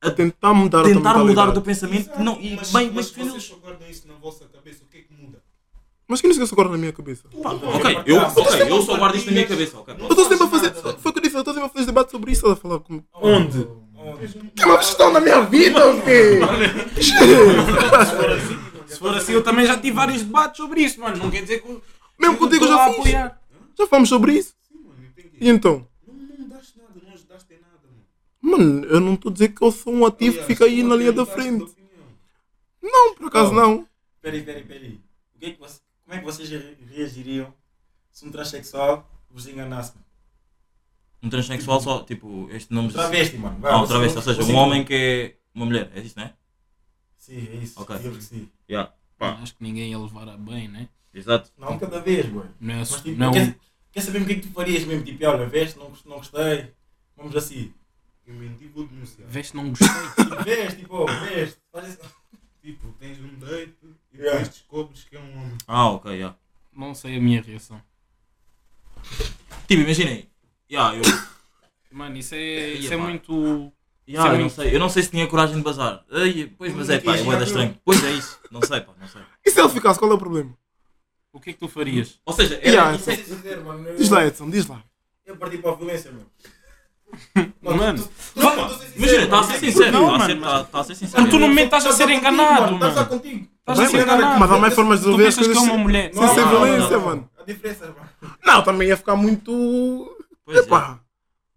Speaker 3: a
Speaker 4: Tentar mudar a tua
Speaker 3: tentar mudar o
Speaker 4: mentalidade.
Speaker 3: teu pensamento.
Speaker 6: Exato,
Speaker 3: Não, e
Speaker 6: mas,
Speaker 3: bem,
Speaker 6: mas
Speaker 3: mas
Speaker 6: se vocês só guardam isso na vossa cabeça, o que é que muda?
Speaker 4: Mas que não esquece agora na minha cabeça.
Speaker 3: Pá, ok, eu, ok, eu só guardo isto na minha cabeça. ok.
Speaker 4: Eu estou sempre a fazer. Foi o que eu disse, eu estou sempre a fazer debate sobre isso. Ela fala como.
Speaker 5: Onde?
Speaker 4: É uma questão da minha vida, ou quê?
Speaker 5: Se for assim, eu também já tive vários debates sobre isso, mano. Não quer dizer que. eu-
Speaker 4: Mesmo contigo eu
Speaker 5: estou
Speaker 4: já
Speaker 5: a
Speaker 4: fiz.
Speaker 5: apoiar.
Speaker 4: Já falamos sobre isso. E então?
Speaker 6: Não, não mudaste nada, não ajudaste em nada. Mano.
Speaker 4: Mano, eu não estou a dizer que eu sou um ativo que fica aí na linha da frente. Não, por acaso não.
Speaker 7: Peraí, peraí, peraí. O que é que você- como é que vocês re- reagiriam se um transexual vos enganasse? mano?
Speaker 3: Um transexual só, tipo, este nome.
Speaker 7: Travesti, mano. Vai,
Speaker 3: Não,
Speaker 7: você-
Speaker 3: travesti, ou seja,
Speaker 7: você-
Speaker 3: um homem que é uma mulher, é isso, não é?
Speaker 7: Sim, é isso.
Speaker 3: Ok.
Speaker 7: digamos que sim.
Speaker 3: Yeah. Pá,
Speaker 5: Acho que ninguém ia levar a bem, né?
Speaker 3: exato.
Speaker 7: Não, cada vez, boy.
Speaker 5: Não é
Speaker 7: Mas tipo,
Speaker 5: não,
Speaker 7: quer, quer saber o que é que tu farias mesmo? Tipo, olha, veste, não, gost- não gostei. Vamos assim.
Speaker 6: Eu menti, vou denunciar.
Speaker 5: Veste não gostei.
Speaker 7: Tipo, veste, tipo, veste. Faz isso.
Speaker 6: Tipo, tens um date e depois
Speaker 7: Yeah.
Speaker 6: descobres que é um homem.
Speaker 3: Ah, ok, yeah.
Speaker 5: não sei a minha reação.
Speaker 3: Tipo, imaginem. Yeah, eu,
Speaker 5: Mano, isso é,
Speaker 3: Ia,
Speaker 5: isso é
Speaker 3: pá.
Speaker 5: muito.
Speaker 3: yeah,
Speaker 5: Sim.
Speaker 3: eu, não sei, eu não sei se tinha coragem de bazar. Ai, pois, mas é pá, é boeda estranho. Pois é isso, não sei, pá, não sei.
Speaker 4: E se ele ficasse, qual é o problema?
Speaker 5: O que é que tu farias?
Speaker 3: Ou seja, era,
Speaker 4: Yeah,
Speaker 3: isso é-
Speaker 7: Dizer, mano, eu-
Speaker 4: Diz lá, Edson, diz lá.
Speaker 7: Eu parti para a violência, meu.
Speaker 5: Mano,
Speaker 3: Imagina, está a ser sincero.
Speaker 5: Não,
Speaker 3: Está a
Speaker 5: mano,
Speaker 3: ser-
Speaker 5: mas-
Speaker 3: tá- tá a ser sincero.
Speaker 5: Mano, tu no momento estás a ser enganado,
Speaker 7: Estás só
Speaker 5: mano.
Speaker 7: contigo.
Speaker 5: Estás a
Speaker 4: Bem,
Speaker 5: ser
Speaker 4: mas- Mas há
Speaker 5: enganado.
Speaker 4: mais formas de
Speaker 5: assim, Tu
Speaker 4: resolver as
Speaker 5: pensas que é
Speaker 4: coisas
Speaker 5: uma
Speaker 4: sem
Speaker 5: mulher.
Speaker 4: sem ser
Speaker 7: Não, não,
Speaker 4: violência,
Speaker 7: não.
Speaker 4: mano.
Speaker 7: Há diferenças, mano.
Speaker 4: Não, também ia ficar muito.
Speaker 3: Pois é. Ah,
Speaker 4: Epá,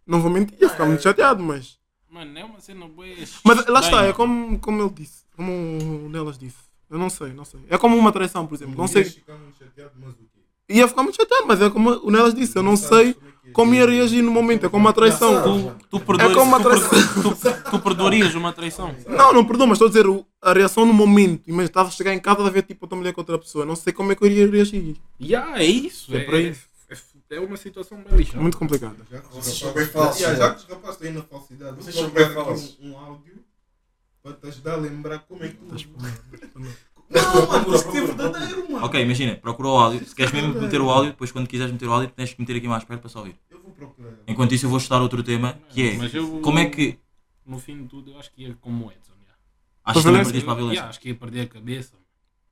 Speaker 4: não vou mentir, ia ficar muito chateado, mas.
Speaker 5: Mano, é uma cena boa.
Speaker 4: Mas lá está, é como, como ele disse, como o Nelas disse. Eu não sei, não sei. É como uma traição, por exemplo. Não sei.
Speaker 6: Ficamos chateados, mas o quê?
Speaker 4: Ia ficar muito chateado, mas é como o Nelas disse. Eu não sei como ia reagir no momento. É como uma traição.
Speaker 5: Tu, tu,
Speaker 4: É
Speaker 5: perdoas,
Speaker 4: como uma
Speaker 5: tu,
Speaker 4: traição.
Speaker 5: per- tu perdoarias uma traição?
Speaker 4: Não, não perdoa, mas estou a dizer o- a reação no momento. Imagina, estava a chegar em casa a ver tipo outra mulher com outra pessoa. Não sei como é que eu iria reagir.
Speaker 5: Yeah, é isso.
Speaker 4: É por aí.
Speaker 5: é- é uma situação bem lixada.
Speaker 4: Muito complicado.
Speaker 6: Já que os
Speaker 7: Vocês
Speaker 6: rapazes-
Speaker 7: são bem falsos,
Speaker 6: Yeah, Já
Speaker 7: mano.
Speaker 6: que os rapazes têm na falsidade,
Speaker 7: Vocês
Speaker 6: vocês
Speaker 7: são
Speaker 6: vão
Speaker 7: bem
Speaker 6: ver
Speaker 7: falsos.
Speaker 6: aqui um, um áudio para te ajudar a lembrar como é que tu.
Speaker 7: Não, mano,
Speaker 6: Isso é verdadeiro, mano.
Speaker 3: Ok, imagina, procura o áudio. Se queres mesmo meter o áudio, depois quando quiseres meter o áudio, tens que meter aqui mais perto para só ouvir.
Speaker 6: Eu vou procurar.
Speaker 3: Enquanto isso, eu vou estudar outro tema que é
Speaker 5: Mas eu-
Speaker 3: como é que.
Speaker 5: No fim de tudo, eu acho que ia como o Edson. yeah.
Speaker 3: Acho
Speaker 4: Para
Speaker 3: que também
Speaker 4: a
Speaker 3: partiste para a
Speaker 5: Yeah,
Speaker 3: violência.
Speaker 5: acho que ia perder a cabeça.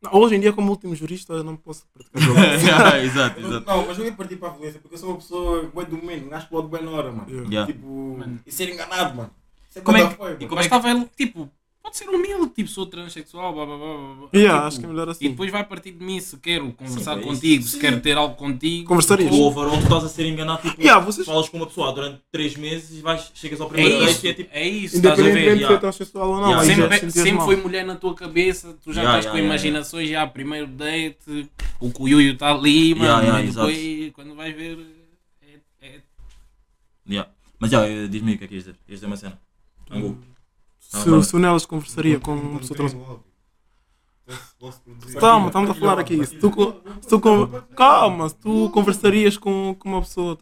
Speaker 4: Não, hoje em dia, como último jurista, eu não posso praticar jogo.
Speaker 3: Yeah, exato,
Speaker 7: Não,
Speaker 3: exato.
Speaker 7: não, mas eu ia partir para a violência porque eu sou uma pessoa boa do momento, nasce logo bem na hora, mano.
Speaker 4: Yeah.
Speaker 3: Yeah.
Speaker 7: Tipo,
Speaker 5: Mano.
Speaker 7: e ser enganado, mano. Isso
Speaker 5: Como é
Speaker 7: bué
Speaker 5: que-
Speaker 7: da apoio,
Speaker 3: e
Speaker 7: mano.
Speaker 3: como
Speaker 5: Mas
Speaker 3: é que-
Speaker 5: estava ele, tipo, pode ser humilde, tipo, sou transexual, blá blá blá, blá blá.
Speaker 4: Yeah,
Speaker 5: Tipo,
Speaker 4: acho que é melhor assim.
Speaker 5: E depois vai partir de mim se quero conversar
Speaker 3: Sim, é isso.
Speaker 5: contigo, se
Speaker 7: Sim.
Speaker 5: quero ter algo contigo.
Speaker 4: Conversarias?
Speaker 3: O overall, tu estás a ser enganado. Tipo,
Speaker 4: Yeah, vocês-
Speaker 3: falas com uma pessoa durante 3 meses e vais, chegas ao
Speaker 5: É
Speaker 3: primeiro date
Speaker 5: isso,
Speaker 3: e é tipo.
Speaker 5: é isso, estás a ver?
Speaker 4: Independentemente de
Speaker 3: yeah.
Speaker 4: ser transexual ou não.
Speaker 3: Yeah.
Speaker 4: aí já te
Speaker 5: Sempre,
Speaker 4: sentias
Speaker 5: sempre
Speaker 4: mal.
Speaker 5: foi mulher na tua cabeça, tu já
Speaker 3: Yeah,
Speaker 5: estás
Speaker 3: yeah,
Speaker 5: com
Speaker 3: yeah,
Speaker 5: imaginações, já primeiro date, o cuiuio está ali, mano,
Speaker 3: Yeah, yeah,
Speaker 5: e depois
Speaker 3: exato.
Speaker 5: quando vais ver. É, é-
Speaker 3: Yeah. Mas já, eh, diz-me aí o que é que ias dizer. Ias dizer uma cena. Angu.
Speaker 4: Se, se o Nelas conversaria com uma pessoa trans. Calma, estamos a falar aqui. Se tu, co- se tu con- calma, se tu conversarias com, com uma pessoa.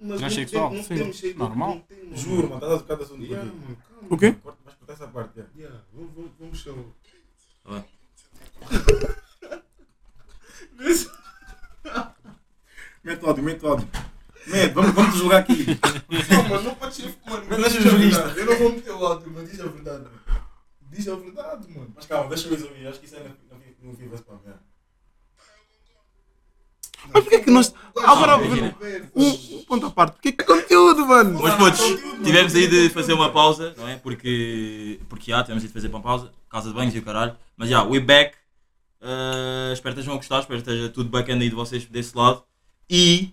Speaker 4: é
Speaker 5: Transexual, sim. Normal.
Speaker 7: Juro, mano, estás a tocar de assunto
Speaker 6: Yeah,
Speaker 7: aqui.
Speaker 6: mano, calma.
Speaker 4: O quê?
Speaker 7: Corta- Vais cortar essa parte, yeah.
Speaker 6: Yeah, vamos- vamos- Vamos um- show.
Speaker 3: Tá bem.
Speaker 7: Mete o áudio, mete o áudio. Mete, vamos, vamos julgar aqui.
Speaker 6: Não, mano, não pode ser ficou.
Speaker 7: Mas deixa o jurista.
Speaker 6: Eu não vou meter o áudio, mas diz a verdade. mano. Diz a verdade, mano.
Speaker 7: Mas calma, deixa eu resolver, acho que isso é na- na- no vivo spam, yeah.
Speaker 4: Mas porquê que nós. Agora,
Speaker 3: Ah, imagina.
Speaker 4: um, um ponto à parte. Porquê que conteúdo, mano?
Speaker 3: Mas putos, tivemos aí de fazer uma pausa, não é? Porque, porque já, tivemos aí de fazer uma pausa, casa de banhos e o caralho. Mas já, we back. Uh, espero que estejam a gostar, espero que esteja tudo bacana aí de vocês desse lado. E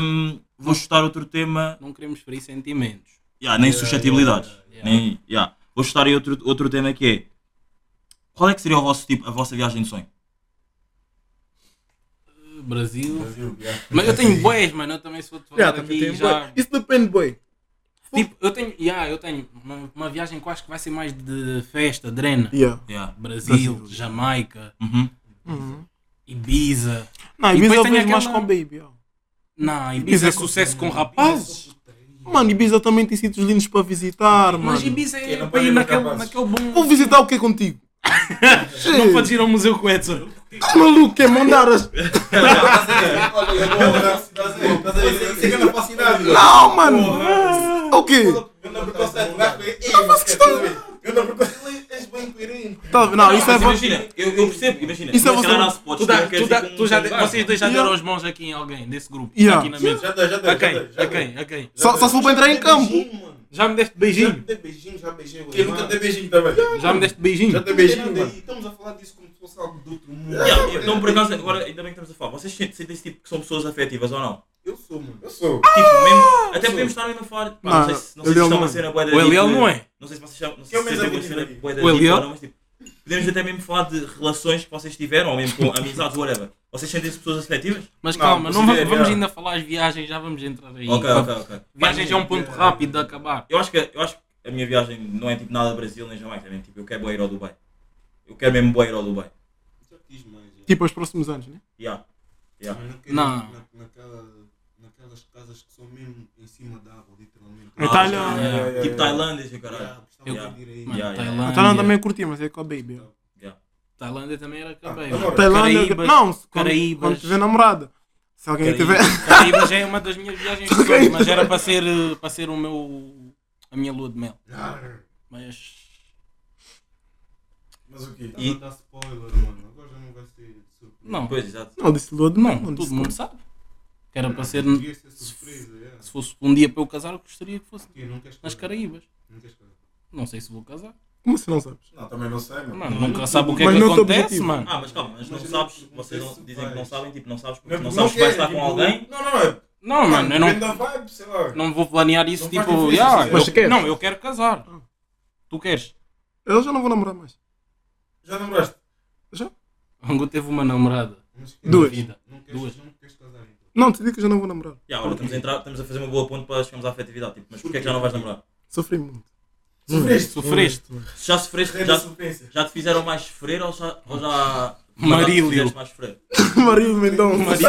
Speaker 3: um, vou chutar outro tema.
Speaker 5: não queremos ferir sentimentos.
Speaker 3: já nem suscetibilidades.
Speaker 5: yeah,
Speaker 3: Nem, já. Vou chutar aí outro, outro tema que é. Qual é que seria o vosso tipo, a vossa viagem de sonho?
Speaker 5: Brasil.
Speaker 7: Brasil, yeah.
Speaker 5: Mas eu tenho boés, mano, eu também sou de falar
Speaker 4: Yeah, também
Speaker 5: aqui
Speaker 4: tem,
Speaker 5: já.
Speaker 4: boy. Isso depende, boy. Se
Speaker 5: Tipo, eu tenho, yeah, eu tenho uma, uma viagem que eu acho que vai ser mais de festa, drena.
Speaker 4: Yeah.
Speaker 3: Yeah.
Speaker 5: Brasil, Jamaica,
Speaker 3: Uhum.
Speaker 5: Ibiza.
Speaker 4: Não,
Speaker 5: E
Speaker 4: Ibiza eu
Speaker 5: depois tem
Speaker 4: vejo mais
Speaker 5: aquela-
Speaker 4: com Baby. ó.
Speaker 5: Não,
Speaker 4: Ibiza
Speaker 5: Ibiza
Speaker 4: é
Speaker 5: é sucesso com rapazes.
Speaker 4: Mano, Ibiza também tem sítios lindos para visitar, mano.
Speaker 5: Mas Ibiza
Speaker 7: Que
Speaker 5: é
Speaker 7: não
Speaker 5: para
Speaker 7: pode
Speaker 5: ir
Speaker 7: ir
Speaker 5: naquele,
Speaker 7: rapazes.
Speaker 5: naquele
Speaker 4: Vou
Speaker 5: bom.
Speaker 4: visitar o que contigo?
Speaker 5: Não podes ir ao museu com o Edson.
Speaker 4: Tá maluco, é mandaras.
Speaker 7: Isso é que eu não faço nada.
Speaker 4: Não, mano. O quê?
Speaker 7: Eu não preconceito, o gajo foi. é
Speaker 6: Eu não porque és bem coerente.
Speaker 4: Tá- Não, isso é.
Speaker 3: Mas imagina, eu, eu percebo, imagina.
Speaker 4: Isso é
Speaker 3: mas se
Speaker 4: você-
Speaker 3: calhar há spots
Speaker 5: Tu dá-
Speaker 3: qualquer,
Speaker 5: tu dá-
Speaker 3: tipo,
Speaker 5: tu já
Speaker 3: um
Speaker 5: de-
Speaker 3: bar,
Speaker 5: vocês
Speaker 3: mano.
Speaker 5: dois já
Speaker 4: Yeah.
Speaker 5: deram as mãos aqui em alguém desse grupo.
Speaker 4: Yeah.
Speaker 5: Aqui na mesa.
Speaker 6: Já deu, já deu.
Speaker 5: A quem? A quem? A quem?
Speaker 4: Só, só se for para entrar em campo.
Speaker 6: Beijinho, mano.
Speaker 5: Já me deste
Speaker 6: Já
Speaker 5: beijinho?
Speaker 6: dei beijinho, já beijei o
Speaker 7: Quem nunca
Speaker 6: irmão.
Speaker 7: tem beijinho também?
Speaker 5: Já me deste beijinho?
Speaker 7: Já tem então beijinho,
Speaker 6: Nada, então-
Speaker 7: mano.
Speaker 6: e Estamos a falar disso como se fosse algo do outro mundo.
Speaker 3: Yeah, eu- não, por acaso, agora ainda bem que estamos a falar. Vocês sentem- sentem-se tipo que são pessoas afetivas ou não?
Speaker 6: Eu sou, mano.
Speaker 7: Eu sou.
Speaker 3: Tipo,
Speaker 5: Ah!
Speaker 3: mesmo. Até podemos estar ainda a falar. pá, Não,
Speaker 4: Não,
Speaker 3: sei
Speaker 4: não,
Speaker 3: se, não sei se
Speaker 4: Eliel
Speaker 3: estão
Speaker 4: não
Speaker 3: a
Speaker 4: é.
Speaker 3: ser a boeda
Speaker 5: O Eliel não é.
Speaker 3: Não sei se vocês estão. Não
Speaker 7: Que é
Speaker 3: sei
Speaker 7: o
Speaker 3: se
Speaker 7: mesmo
Speaker 3: sentem a
Speaker 7: aqui,
Speaker 3: ser a
Speaker 7: aqui.
Speaker 3: boeda
Speaker 5: O
Speaker 3: deep
Speaker 5: Eliel?
Speaker 3: ou não, mas tipo. Podemos até mesmo falar de relações que vocês tiveram, ou mesmo com amizades, whatever. Vocês sentem-se pessoas afetivas?
Speaker 5: Mas
Speaker 7: Não,
Speaker 5: calma, não, va-
Speaker 7: considero,
Speaker 5: vamos
Speaker 7: yeah.
Speaker 5: ainda falar as viagens, já vamos entrar aí.
Speaker 3: Ok, ok, ok.
Speaker 5: Viagens é um ponto rápido de acabar.
Speaker 3: Eu acho que, eu acho que a minha viagem não é tipo nada Brasil nem Jamaica, é mesmo tipo, eu quero boa ir ao Dubai. Eu quero mesmo boa ir ao Dubai.
Speaker 6: Já quis mais. é. já.
Speaker 4: Tipo, aos próximos anos, né?
Speaker 3: Yeah. Yeah.
Speaker 6: Mas naquele-
Speaker 5: Não.
Speaker 6: na- naquela- Naquelas casas que são mesmo em cima da água, literalmente.
Speaker 4: Em Itália-
Speaker 3: Ah,
Speaker 5: Yeah, yeah,
Speaker 3: Tipo
Speaker 7: yeah.
Speaker 3: Tailândia, esse caralho.
Speaker 6: Ah, gostava
Speaker 3: Eu-
Speaker 6: de ir aí.
Speaker 5: Mano,
Speaker 3: yeah.
Speaker 5: Tailândia.
Speaker 4: A Tailândia também curtia, mas é com a Baby. ó.
Speaker 5: Tailândia também era cabelo.
Speaker 7: agora,
Speaker 4: Tailândia.
Speaker 5: Caraíbas.
Speaker 4: Não, se- quando,
Speaker 5: Caraíbas.
Speaker 4: quando tiver namorada. Se alguém tiver.
Speaker 5: Caraíbas. Caraíbas é uma das minhas viagens, de sonho, mas era para ser, eh, para ser o meu, a minha lua de mel. Mas
Speaker 7: Mas o quê?
Speaker 6: Estava a dar spoiler, mano. Agora já não vai ser surpresa.
Speaker 5: não,
Speaker 3: Pois, tipo, exato.
Speaker 4: Não, disse Lua de
Speaker 5: não,
Speaker 4: não. Não,
Speaker 5: todo
Speaker 4: disse
Speaker 5: mundo sabe. Que era para ser,
Speaker 6: Devia ser
Speaker 5: se
Speaker 6: surpresa, é.
Speaker 5: se fosse um dia para eu casar, eu gostaria que fosse
Speaker 6: Quê? Não queres
Speaker 5: nas
Speaker 6: casar?
Speaker 5: Caraíbas.
Speaker 6: Não queres casar?
Speaker 5: Não sei se vou casar.
Speaker 4: Como assim não sabes?
Speaker 7: Não, também não sei, mano.
Speaker 5: Mano, nunca sabe o que é
Speaker 4: Mas
Speaker 5: que
Speaker 4: não é o teu
Speaker 5: acontece,
Speaker 4: objetivo.
Speaker 5: mano.
Speaker 3: Ah, mas calma, mas não
Speaker 6: Mas eu
Speaker 3: sabes,
Speaker 6: não-
Speaker 3: vocês
Speaker 6: não
Speaker 3: não,
Speaker 6: sei se
Speaker 3: dizem que não
Speaker 6: vais.
Speaker 3: sabem, tipo, não sabes porque não sabes se vais
Speaker 7: quero,
Speaker 3: estar com
Speaker 7: tipo,
Speaker 3: alguém.
Speaker 7: Não, não, é.
Speaker 5: Não, mano, eu não,
Speaker 7: Depende da vibe, sei lá.
Speaker 5: não vou planear isso
Speaker 7: Não faz
Speaker 5: tipo.
Speaker 7: diferença,
Speaker 5: "Ah,
Speaker 7: sim.
Speaker 4: Mas
Speaker 5: eu-
Speaker 4: tu queres? Ah.
Speaker 5: não, eu quero casar. Tu queres?
Speaker 4: Eu já não vou namorar mais.
Speaker 7: Já namoraste?
Speaker 5: Angu teve uma namorada.
Speaker 6: Mas queres-
Speaker 4: Duas.
Speaker 5: Vida.
Speaker 6: Não queres,
Speaker 5: Duas.
Speaker 6: Não queres casar então.
Speaker 4: Não, te digo que eu já não vou namorar.
Speaker 3: Yeah, agora estamos a, entrar, estamos a fazer uma boa ponte para chegarmos à afetividade, tipo, mas porquê é que já não vais namorar?
Speaker 4: Sofri muito.
Speaker 7: Sofreste?
Speaker 5: Sofreste.
Speaker 3: Se Já sofreste,
Speaker 7: Rei
Speaker 3: já,
Speaker 7: da sofrência.
Speaker 3: já te fizeram mais sofrer ou já, ou já
Speaker 5: Marílio.
Speaker 3: já te fizeste mais sofrer?
Speaker 4: Mario Mendonça.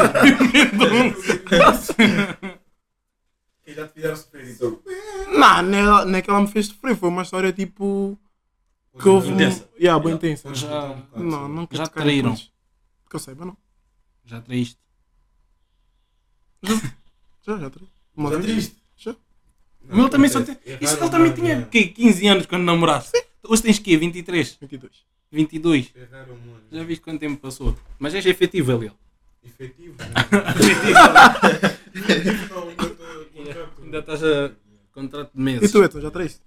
Speaker 7: É E já te fizeram sofrer, então.
Speaker 4: Não, não é- não é que ela me fez sofrer. Foi uma história tipo. Que houve. um-
Speaker 3: Intensa.
Speaker 4: Yeah, bem intensa.
Speaker 6: Podes contar um bocado
Speaker 4: Não,
Speaker 6: sobre-
Speaker 4: não quero
Speaker 5: Ah, Já
Speaker 4: tocar em
Speaker 5: traíram.
Speaker 4: pontos. Que eu saiba, não.
Speaker 5: Já traíste.
Speaker 4: Já, já traí. Uma
Speaker 7: Já
Speaker 4: vez.
Speaker 7: triste.
Speaker 5: O meu também só
Speaker 6: acontece.
Speaker 5: tem.
Speaker 6: É
Speaker 5: Isso
Speaker 6: raro,
Speaker 5: que ele também
Speaker 6: mas
Speaker 5: tinha
Speaker 6: é.
Speaker 5: quê? 15 anos quando namoraste. Hoje tens quê? 23?
Speaker 4: 22.
Speaker 5: 22?
Speaker 6: É raro, mano.
Speaker 5: Já viste quanto tempo passou? Mas és efetivo ali.
Speaker 6: Efetivo, mano. Efetivo, não, ainda estou a contrato.
Speaker 5: Ainda estás a contrato de
Speaker 4: E
Speaker 5: meses.
Speaker 4: tu, Eton, já traíste?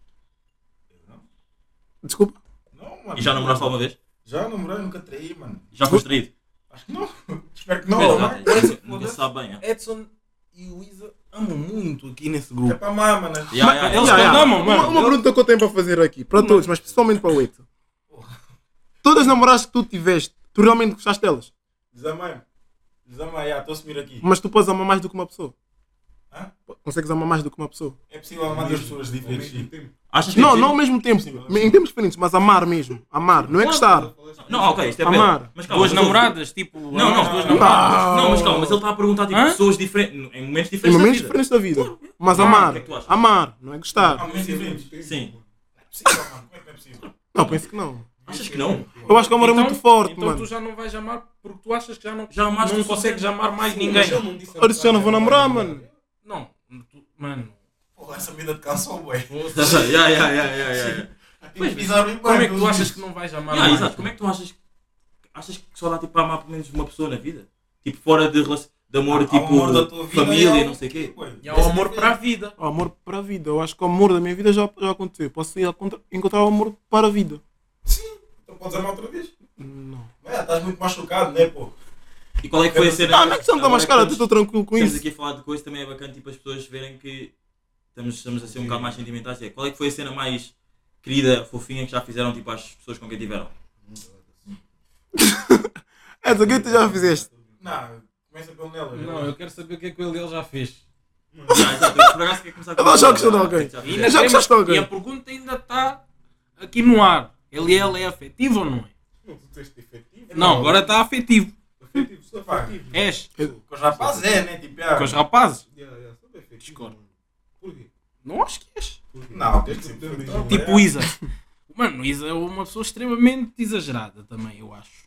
Speaker 4: Desculpa.
Speaker 7: Não, mano.
Speaker 3: E já namoraste alguma vez?
Speaker 7: Já namorei, nunca traí, mano.
Speaker 3: Já foste traído?
Speaker 7: Acho que não. Espero que não.
Speaker 3: Pois,
Speaker 7: mano.
Speaker 3: já, nunca- nunca se sabe bem, é.
Speaker 5: Edson e o Isa amam muito aqui nesse
Speaker 7: É
Speaker 5: grupo.
Speaker 7: para amar, mano.
Speaker 3: Yeah, yeah,
Speaker 5: Eles
Speaker 3: yeah.
Speaker 5: não amam,
Speaker 4: Uma,
Speaker 5: mano.
Speaker 4: uma pergunta que eu tenho para fazer aqui, para todos, mas principalmente para o Eton. Todas as namoradas que tu tiveste, tu realmente gostaste delas,
Speaker 7: Desamai-me. Desamai, já, estou a sumir aqui.
Speaker 4: mas tu podes amar mais do que uma pessoa.
Speaker 7: Hã?
Speaker 4: Consegues amar mais do que uma pessoa.
Speaker 7: É possível amar duas pessoas
Speaker 6: Ao
Speaker 7: diferentes.
Speaker 6: mesmo
Speaker 7: sim.
Speaker 6: tempo.
Speaker 3: Achas que é
Speaker 4: Não,
Speaker 3: possível?
Speaker 4: não ao mesmo tempo, em tempos diferentes, mas amar mesmo. Amar, não é gostar.
Speaker 3: Não, ok, isto é
Speaker 4: Amar.
Speaker 3: belo. Mas calma, mas
Speaker 5: Duas
Speaker 3: ouve.
Speaker 5: namoradas, tipo.
Speaker 3: Não, não,
Speaker 5: amam
Speaker 3: as duas
Speaker 5: duas namoradas.
Speaker 3: namoradas. Não, mas calma, mas ele está a perguntar tipo,
Speaker 5: Hã?
Speaker 3: pessoas diferentes, em momentos
Speaker 4: Em
Speaker 3: diferentes. da
Speaker 4: momentos
Speaker 3: vida.
Speaker 4: diferentes da vida. Mas
Speaker 3: Ah,
Speaker 4: amar,
Speaker 3: o que é que tu achas?
Speaker 4: amar, não é
Speaker 7: Há
Speaker 4: gostar.
Speaker 7: momentos diferentes.
Speaker 3: Sim.
Speaker 7: É possível, mano. Como é que é possível?
Speaker 4: Não, penso que não.
Speaker 3: Achas que não?
Speaker 4: Eu acho que o amor é
Speaker 5: Então-
Speaker 4: muito forte,
Speaker 5: então
Speaker 4: mano.
Speaker 5: tu já não vais amar porque tu achas que já não,
Speaker 3: Já amaste
Speaker 5: não
Speaker 3: o
Speaker 5: consegues
Speaker 3: suficiente.
Speaker 5: amar mais ninguém.
Speaker 6: Mas eu não disse a
Speaker 4: Olha, se eu não vou namorar, mano.
Speaker 5: Não, tu- mano.
Speaker 7: Porra, essa vida de canção, ué.
Speaker 3: yeah, yeah, yeah, yeah, yeah.
Speaker 7: Pois, pisaram em
Speaker 5: Como é que tu achas que não vais amar
Speaker 3: Yeah,
Speaker 5: mais?
Speaker 3: exato. Como é que tu achas que, achas que só dá tipo, para amar pelo menos uma pessoa na vida? Tipo, fora de, relação- de
Speaker 4: Ah,
Speaker 3: amor, tipo, família e não sei o quê.
Speaker 5: E há o amor
Speaker 7: é,
Speaker 5: para a vida.
Speaker 4: O amor para a vida. Eu acho que o amor da minha vida já, já aconteceu. Posso ir a contra- encontrar o amor para a vida.
Speaker 7: Então podes amar outra vez.
Speaker 4: Não.
Speaker 7: Ué, estás muito machucado, né, pô?
Speaker 3: E qual é que foi a cena?
Speaker 4: Ah, não é questão de dar
Speaker 3: Agora
Speaker 4: mais cara,
Speaker 3: que
Speaker 4: eu estou tranquilo com
Speaker 3: Estamos
Speaker 4: isso.
Speaker 3: aqui a falar de coisas, também é bacana tipo, as pessoas verem que estamos, estamos a ser um bocado mais sentimentais. É, qual é que foi a cena mais querida, fofinha que já fizeram tipo, às pessoas com quem tiveram?
Speaker 4: É, o que tu já fizeste?
Speaker 7: Não, começa pelo Nelo.
Speaker 5: Não, eu quero saber o que é que o Eliel já fez.
Speaker 3: Já, exato. Eu, Por acaso quer começar com
Speaker 4: Eu vou achar que sou de alguém.
Speaker 3: Já
Speaker 5: E
Speaker 3: fiz.
Speaker 5: ainda
Speaker 4: Já
Speaker 5: tem-
Speaker 4: gostaste de alguém?
Speaker 5: E a pergunta ainda está aqui no ar. Ele ela é afetivo ou não é?
Speaker 6: Não, tu tens de efetivo.
Speaker 5: Não, agora está afetivo.
Speaker 6: Efetivo, sou
Speaker 7: Vai.
Speaker 6: efetivo.
Speaker 5: És.
Speaker 7: Com os rapazes é, né? Tipo, é.
Speaker 5: Com os rapazes.
Speaker 6: Yeah, yeah, sou efetivo.
Speaker 5: Discordo.
Speaker 6: mano. Por quê?
Speaker 5: Não acho que és.
Speaker 6: Por quê?
Speaker 7: Não,
Speaker 6: Tens
Speaker 7: tem
Speaker 6: de
Speaker 7: que ser
Speaker 6: ter
Speaker 7: perfeito.
Speaker 6: mesmo.
Speaker 5: Tipo o Isa. Mano, o Isa é uma pessoa extremamente exagerada também, eu acho.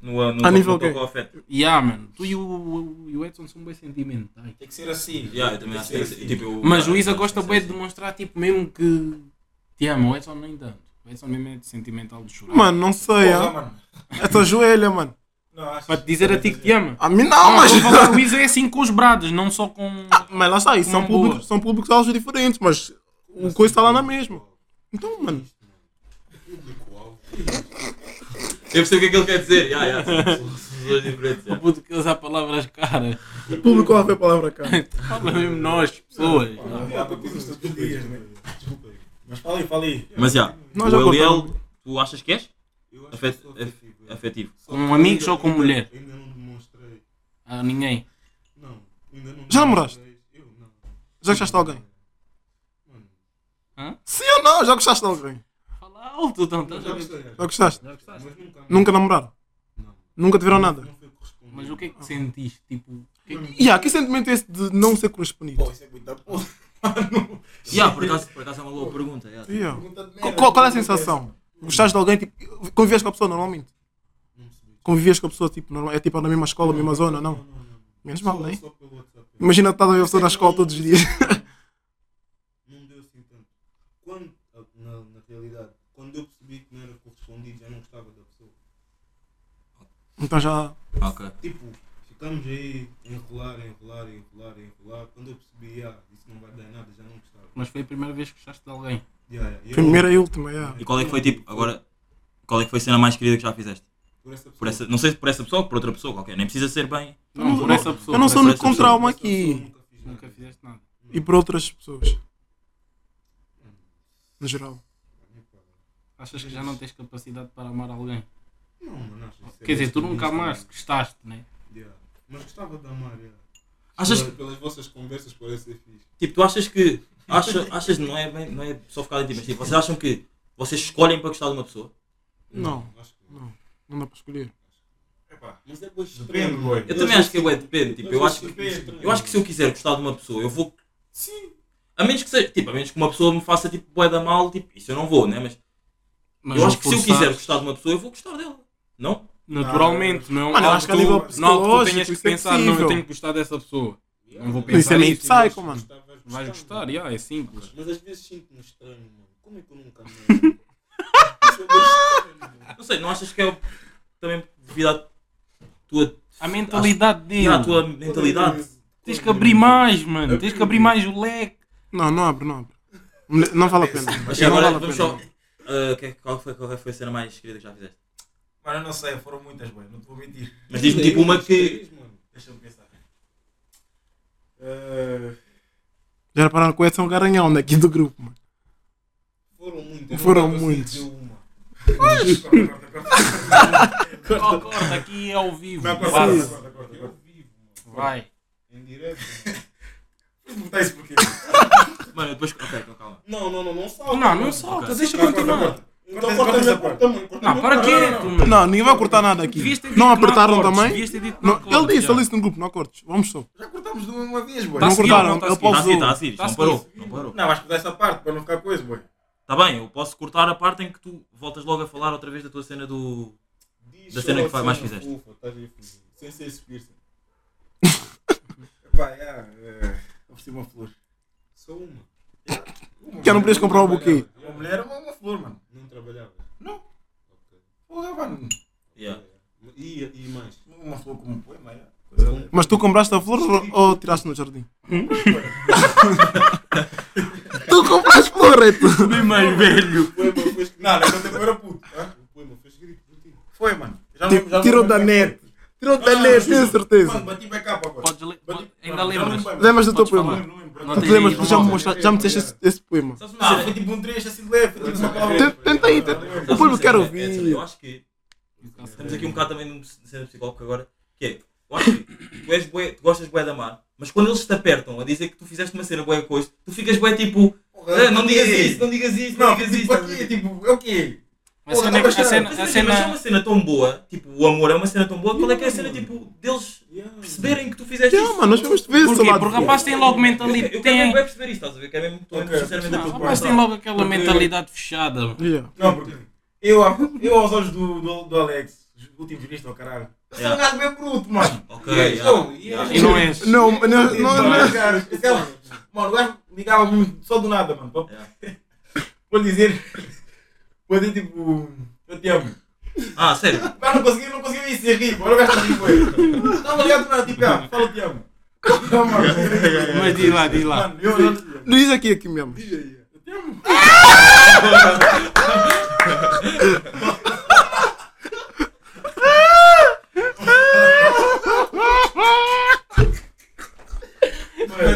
Speaker 3: No, no,
Speaker 4: A nível
Speaker 3: no
Speaker 4: quê?
Speaker 3: toque ao afeto.
Speaker 5: E ah, mano, tu e o, o- e o Edson são bem sentimentais.
Speaker 7: Tem que ser assim.
Speaker 3: Já, eu também acho que é assim. Tipo, eu-
Speaker 5: Mas o Isa gosta bem de demonstrar, tipo, mesmo que te ama. O Edson nem tanto. O Edson mesmo é sentimental de chorar.
Speaker 4: Mano, não sei.
Speaker 7: Porra,
Speaker 4: ah.
Speaker 7: mano.
Speaker 4: É tua joelha, mano.
Speaker 7: Não, acho
Speaker 5: Para te dizer a ti que te ama.
Speaker 4: A mim não, Ah, mas.
Speaker 5: estou a falar, o Isa é assim com os brados, não só com.
Speaker 4: Mas lá está, isso são
Speaker 5: Uma
Speaker 4: públicos,
Speaker 5: boa.
Speaker 4: são públicos alvos diferentes, mas o coisa está lá na mesma. Então, mano.
Speaker 3: Eu percebo o que é que ele quer dizer. Já, já. são- são pessoas diferentes, já.
Speaker 5: Puto que usar palavras caras.
Speaker 4: Público alvo é a palavra cá.
Speaker 5: Fala mesmo nós, pessoas.
Speaker 7: Ah, tu dizes todos os dias, né? Desculpa aí. Mas fala aí, fala aí.
Speaker 3: Mas já.
Speaker 4: Nós já
Speaker 3: O LL,
Speaker 4: contamos.
Speaker 3: tu achas que és?
Speaker 6: Eu acho
Speaker 3: Afet-
Speaker 6: que sou
Speaker 3: af-
Speaker 6: efetivo. é.
Speaker 3: Afetivo.
Speaker 6: Só que
Speaker 5: Com amigos
Speaker 6: ainda-
Speaker 5: ou com
Speaker 6: ainda-
Speaker 5: mulher?
Speaker 6: Ainda não demonstrei.
Speaker 5: A ninguém.
Speaker 6: Não, ainda não.
Speaker 4: Já namoraste?
Speaker 6: demonstrei. Eu não.
Speaker 4: Já gostaste de alguém?
Speaker 6: Mano,
Speaker 4: Sim ou não? Já gostaste de alguém?
Speaker 5: Fala alto, então.
Speaker 6: eu
Speaker 5: estás
Speaker 6: já
Speaker 5: a ver?
Speaker 6: gostei.
Speaker 4: Já gostaste?
Speaker 5: Já gostaste?
Speaker 6: Mas nunca.
Speaker 4: Nunca namoraram?
Speaker 6: Não.
Speaker 4: Nunca tiveram nada?
Speaker 6: Não foi correspondido.
Speaker 5: Mas o que é que sentiste? Tipo, o que é que-
Speaker 4: E há que sentimento é esse de não ser correspondido?
Speaker 7: Pô, isso é muita porra, mano.
Speaker 3: Já, por acaso por acaso é uma boa pergunta. já.
Speaker 4: E eu?
Speaker 7: Pergunta de
Speaker 4: Qual-
Speaker 7: merda.
Speaker 4: Qual, qual é a sensação? Gostaste de alguém, tipo, convivias com a pessoa normalmente?
Speaker 6: Não percebi.
Speaker 4: Convivias com a pessoa, tipo, normal, é tipo na mesma escola, mesma zona, não?
Speaker 6: Não, não, não.
Speaker 4: Menos mal,
Speaker 6: Só-
Speaker 4: né?
Speaker 6: Só pelo WhatsApp.
Speaker 4: Imagina que estás a ver a pessoa na escola todos os dias.
Speaker 6: Não deu assim tanto. Quando, ah, na, na realidade, quando eu percebi que não era correspondido, já não gostava da pessoa.
Speaker 4: Então já.
Speaker 3: Ok.
Speaker 6: Tipo, ficamos aí a enrolar, a enrolar, a enrolar, a enrolar. Quando eu percebi, ah, isso não vai dar em nada, já não gostava.
Speaker 5: Mas foi a primeira vez que gostaste de alguém.
Speaker 6: Yeah, yeah. Eu,
Speaker 4: Primeira e última, já.
Speaker 3: E qual é que foi tipo, agora, qual é que foi a cena mais querida que já fizeste?
Speaker 6: Por essa pessoa.
Speaker 3: Por essa, não sei se por essa pessoa ou por outra pessoa qualquer, nem precisa ser bem.
Speaker 5: Não, por essa pessoa.
Speaker 4: Eu não
Speaker 5: por
Speaker 4: sou
Speaker 5: essa
Speaker 4: no com
Speaker 5: pessoa.
Speaker 4: trauma
Speaker 6: Essa pessoa
Speaker 4: aqui.
Speaker 6: nunca fiz nada.
Speaker 5: Nunca fizeste nada.
Speaker 4: E por outras pessoas. No geral.
Speaker 5: Achas que já não tens capacidade para amar alguém?
Speaker 6: Não, mano, acho que isso é
Speaker 5: Quer dizer, tu nunca
Speaker 6: correspondido,
Speaker 5: amaste,
Speaker 6: mano.
Speaker 5: gostaste, né?
Speaker 6: Yeah. Mas gostava de amar, yeah.
Speaker 3: Achas
Speaker 6: Pelas, pelas vossas conversas parece ser fixe.
Speaker 3: Tipo, tu achas que. Acha, achas, não é, bem, não é só ficar em ti, mas tipo, vocês acham que vocês escolhem para gostar de uma pessoa?
Speaker 4: Não.
Speaker 6: Acho que
Speaker 4: Não. Não dá para escolher.
Speaker 7: Epá,
Speaker 6: Mas é boas
Speaker 7: Depende, boy.
Speaker 3: Eu também acho que é bué, depende. Tipo, eu, acho que,
Speaker 7: Depende.
Speaker 3: eu acho que se eu quiser gostar de uma pessoa, eu vou. Sim. A menos que seja. Tipo, a menos que uma pessoa me faça tipo bué da mal, tipo, isso eu não vou, né? Mas,
Speaker 5: Mas
Speaker 3: eu
Speaker 5: não
Speaker 3: acho que se eu
Speaker 5: forçaste.
Speaker 3: quiser gostar de uma pessoa, eu vou gostar dela. Não?
Speaker 5: Naturalmente, não. é um
Speaker 4: Mano, eu acho que a
Speaker 5: Algo
Speaker 4: nível
Speaker 5: tu- Não, algo que tu
Speaker 4: psicológico,
Speaker 5: tenhas que
Speaker 4: isso é
Speaker 5: pensar, não, eu
Speaker 4: possível.
Speaker 5: tenho que gostar dessa pessoa. Não vou
Speaker 4: Isso
Speaker 5: pensar
Speaker 4: é meio
Speaker 5: isso.
Speaker 4: psycho, mano.
Speaker 5: Vais gostar, yeah, é simples.
Speaker 6: Mas às vezes sinto-me estranho, mano. Como é que eu nunca amei? Isso é bué estranho, mano.
Speaker 3: Não sei, não achas que é também devido à tua,
Speaker 5: A mentalidade dele.
Speaker 3: à tua mentalidade?
Speaker 5: Tens que abrir mais, mano. Tens que abrir mais o leque.
Speaker 4: Não, não abre, não abre. Mulher- Não vale a pena.
Speaker 3: Mas
Speaker 4: Não
Speaker 3: agora
Speaker 4: vale a
Speaker 3: vamos
Speaker 4: pena.
Speaker 3: só. ah, que- qual, foi, qual foi a cena mais querida que já fizeste?
Speaker 7: Mano, eu não sei, foram muitas, boy. Não te vou mentir.
Speaker 3: Mas diz-me tipo uma que.
Speaker 7: Deixa-me pensar. Eh,
Speaker 4: Já repararam que o Edson é um garanhão daqui do grupo, mano.
Speaker 6: Foram muitas.
Speaker 4: Foram
Speaker 6: não dá pra se
Speaker 4: muitos.
Speaker 6: dizer uma.
Speaker 7: corta, corta, corta.
Speaker 5: Oh, corta, aqui é ao vivo.
Speaker 7: Não, corta,
Speaker 5: Vai.
Speaker 7: corta, corta, corta,
Speaker 6: Eu
Speaker 7: corta.
Speaker 6: vivo, mano.
Speaker 5: Vai.
Speaker 6: Em direto. mano.
Speaker 7: Vou botar isso porquê.
Speaker 3: Mano, eu depois. Ok, então calma.
Speaker 6: Não, não, não, não salta.
Speaker 5: Não, não
Speaker 6: mano.
Speaker 5: solta,
Speaker 3: Ok.
Speaker 5: deixa
Speaker 7: Corta,
Speaker 5: continuar.
Speaker 7: corta, corta.
Speaker 6: Então
Speaker 7: Corta
Speaker 6: corta
Speaker 7: essa
Speaker 6: essa
Speaker 7: parte.
Speaker 6: porta, mano. corta
Speaker 5: Não,
Speaker 6: meu-
Speaker 5: para quieto, mano.
Speaker 4: Não, ninguém vai cortar nada aqui.
Speaker 5: Devias ter dito
Speaker 4: Não
Speaker 5: que
Speaker 4: apertaram
Speaker 5: acordes,
Speaker 4: também?
Speaker 5: Devias ter dito que
Speaker 4: Não,
Speaker 5: acordes,
Speaker 4: ele disse,
Speaker 5: já.
Speaker 4: ele disse no grupo, não acordes. Vamos só.
Speaker 7: Já cortámos de uma vez, boy.
Speaker 5: Tá
Speaker 4: Não
Speaker 5: seguido,
Speaker 4: cortaram,
Speaker 5: tá
Speaker 4: ele
Speaker 5: seguido.
Speaker 3: Está a
Speaker 4: pausou.
Speaker 3: seguir, está a seguir.
Speaker 5: Tá a
Speaker 3: assim, Não
Speaker 5: seguir.
Speaker 4: assim.
Speaker 3: parou, não parou.
Speaker 7: Não, vais cortar essa parte para não ficar coisa, boy.
Speaker 3: Está bem, eu posso cortar a parte em que tu voltas logo a falar outra vez da tua cena do.
Speaker 6: Diz
Speaker 3: Da cena que
Speaker 6: só a
Speaker 3: mais
Speaker 6: cena
Speaker 3: fizeste.
Speaker 6: fofa, estás aí, filho. Sem ser esse piercing.
Speaker 7: Epá, yeah, eh, ofereci uma flor.
Speaker 6: Só uma.
Speaker 4: Já não podias comprar o buquê.
Speaker 7: Uma mulher é uma, uma flor, mano.
Speaker 6: Não trabalhava.
Speaker 7: Não.
Speaker 6: Ok.
Speaker 7: Porra, mano.
Speaker 3: Yeah.
Speaker 6: E, e mais?
Speaker 7: Uma flor como poema, é.
Speaker 6: um
Speaker 4: Mas tu compraste a flor ou- ou tiraste no jardim? tu compraste flor, Reto.
Speaker 5: Primeiro velho.
Speaker 6: O poema foi escrito.
Speaker 7: Não, não tempo eu era puto. hã?
Speaker 6: O poema foi escrito por ti.
Speaker 7: Foi, mano. Já não- já
Speaker 4: Tipo,
Speaker 7: não-
Speaker 4: tirou da net. Tirou da net, tenho
Speaker 7: Mano,
Speaker 4: certeza.
Speaker 7: bati bem cá, papai.
Speaker 5: Podes ler-
Speaker 7: Bati-
Speaker 5: pode-
Speaker 7: Mano, já
Speaker 5: ainda
Speaker 7: não
Speaker 5: lembras?
Speaker 7: lembro bem, mano.
Speaker 4: Lembras do teu
Speaker 5: Podes
Speaker 4: poema?
Speaker 5: falar.
Speaker 7: Não lembro,
Speaker 5: Não
Speaker 7: bro.
Speaker 4: Tu
Speaker 5: tem
Speaker 4: te lembras, tu já me,
Speaker 5: Não,
Speaker 4: mostraste, já me disseste esse, esse poema.
Speaker 3: Sabes uma
Speaker 7: Ah,
Speaker 3: cena?
Speaker 7: foi tipo um trecho assim de leve. Foi tipo uma palavra.
Speaker 4: Tenta- Tenta aí, tenta.
Speaker 3: Sabes
Speaker 4: O povo
Speaker 3: uma
Speaker 4: quer
Speaker 3: cena,
Speaker 4: ouvir.
Speaker 3: Edson? É, Eu acho que um é, estamos aqui um bocado também num cena psicológica agora, que é, eu acho que tu és bué, tu gostas bué de amar, Mas quando eles te apertam a dizer que tu fizeste uma cena boa coisa, tu ficas bem tipo, "Ah, não digas isso, não digas isso, não,
Speaker 7: Não,
Speaker 3: digas isso.
Speaker 7: tipo
Speaker 3: estás a ver?
Speaker 7: aqui, tipo, é o quê?
Speaker 5: A cena é que- a cena-
Speaker 3: Mas
Speaker 5: a
Speaker 3: imagina, mas é
Speaker 5: cena-
Speaker 3: uma cena tão boa, tipo, o amor é uma cena tão boa, qual é que é a cena, tipo, deles perceberem que tu fizeste
Speaker 4: Yeah,
Speaker 3: isso?
Speaker 4: mano, nós vamos te ver esse
Speaker 5: Porquê?
Speaker 4: lado.
Speaker 5: Porque o rapaz tem logo
Speaker 3: Eu, eu
Speaker 5: mentalidade.
Speaker 3: quero é mesmo
Speaker 5: Tem...
Speaker 3: bem perceber isto, estás a ver? Quero mesmo, estou mesmo
Speaker 7: Ok.
Speaker 3: sinceramente
Speaker 5: Não,
Speaker 3: a
Speaker 5: O
Speaker 3: procurar.
Speaker 5: rapaz tem logo aquela
Speaker 7: Porque-
Speaker 5: mentalidade fechada. mano.
Speaker 4: Yeah.
Speaker 7: Não, porque eu, eu aos olhos do, do, do Alex, último jurista, ao caralho, esse é um
Speaker 3: Yeah.
Speaker 7: gajo bem bruto, mano.
Speaker 3: Ok,
Speaker 7: E
Speaker 3: yeah.
Speaker 7: eu, e eu-
Speaker 5: E não é és.
Speaker 4: Não, não, não,
Speaker 7: Esse
Speaker 4: não,
Speaker 7: gajo, esse é um- Mano, o gajo ligava mesmo só do nada, mano. Vou-
Speaker 3: Yeah.
Speaker 7: Vou dizer, vou dizer tipo, eu te amo.
Speaker 3: Ah, sério?
Speaker 7: Mas não conseguiu, não conseguiu isso, rir. Olha o gajo tá tipo, que foi. Estava ligado do nada, tipo, ah, fala te amo. Não, mano.
Speaker 5: Mas diz lá, diz lá.
Speaker 7: Mano, eu eu te amo.
Speaker 4: diz aqui, aqui mesmo.
Speaker 7: Eu te amo.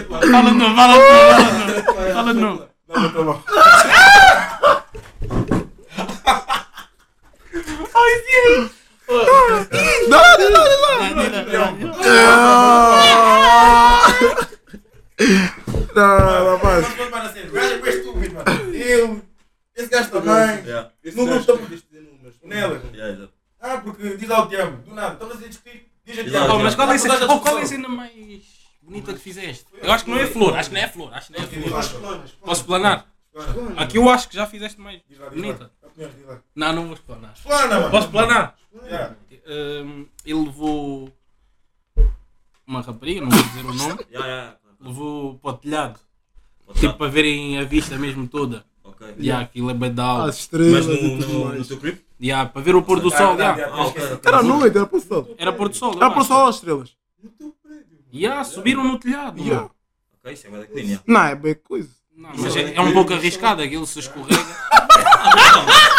Speaker 5: Fala de novo, fala de novo, fala de novo. Fala de novo.
Speaker 7: Não, tá bom.
Speaker 4: Não, diz lá, diz lá. Não, rapaz.
Speaker 7: Mas, mano, assim, o gajo é bem estúpido, mano. Eu, esse gajo também.
Speaker 3: Yeah,
Speaker 7: No grupo estamos
Speaker 6: O
Speaker 7: nela.
Speaker 3: yeah, yeah.
Speaker 7: Ah, porque diz lá o te amo. Do nada, estamos a discutir. Diz a te
Speaker 3: Diz lá,
Speaker 7: amo.
Speaker 5: Oh, mas qual é, a cena-
Speaker 7: Todas as
Speaker 5: oh, qual é a
Speaker 7: pessoas.
Speaker 5: cena mais bonita que fizeste? Eu acho que não é flor, acho que não é flor, acho que não é flor. Posso explanar? Aqui eu acho que já fizeste mais
Speaker 7: Diz lá, diz lá.
Speaker 5: bonita.
Speaker 7: Opiniões, diz lá.
Speaker 5: Não, não vou explanar.
Speaker 7: Plana, mano.
Speaker 5: Posso explanar?
Speaker 7: Yeah.
Speaker 5: Hum, ele levou uma rapariga, não vou dizer o nome,
Speaker 3: Yeah, yeah, yeah.
Speaker 5: levou para o telhado.
Speaker 3: Pode
Speaker 5: Tipo
Speaker 3: dar.
Speaker 5: para verem a vista mesmo toda.
Speaker 3: Ok.
Speaker 5: E há aquilo é bedal.
Speaker 4: As
Speaker 3: Mas
Speaker 4: estrelas
Speaker 3: no,
Speaker 4: e tudo
Speaker 3: no, no
Speaker 4: mais.
Speaker 3: teu clipe?
Speaker 5: E há para ver o pôr do sol.
Speaker 7: Ah,
Speaker 5: já.
Speaker 3: Ah, ok.
Speaker 4: Era à noite, era para o sol.
Speaker 5: Era pôr do sol.
Speaker 4: Era para o sol as estrelas.
Speaker 5: E há, subiram no telhado. mano.
Speaker 4: Yeah.
Speaker 3: Ok, isso é uma da clean, yeah.
Speaker 4: Não, é bem coisa.
Speaker 5: Não, mas é, é um pouco arriscado aquilo se escorrega.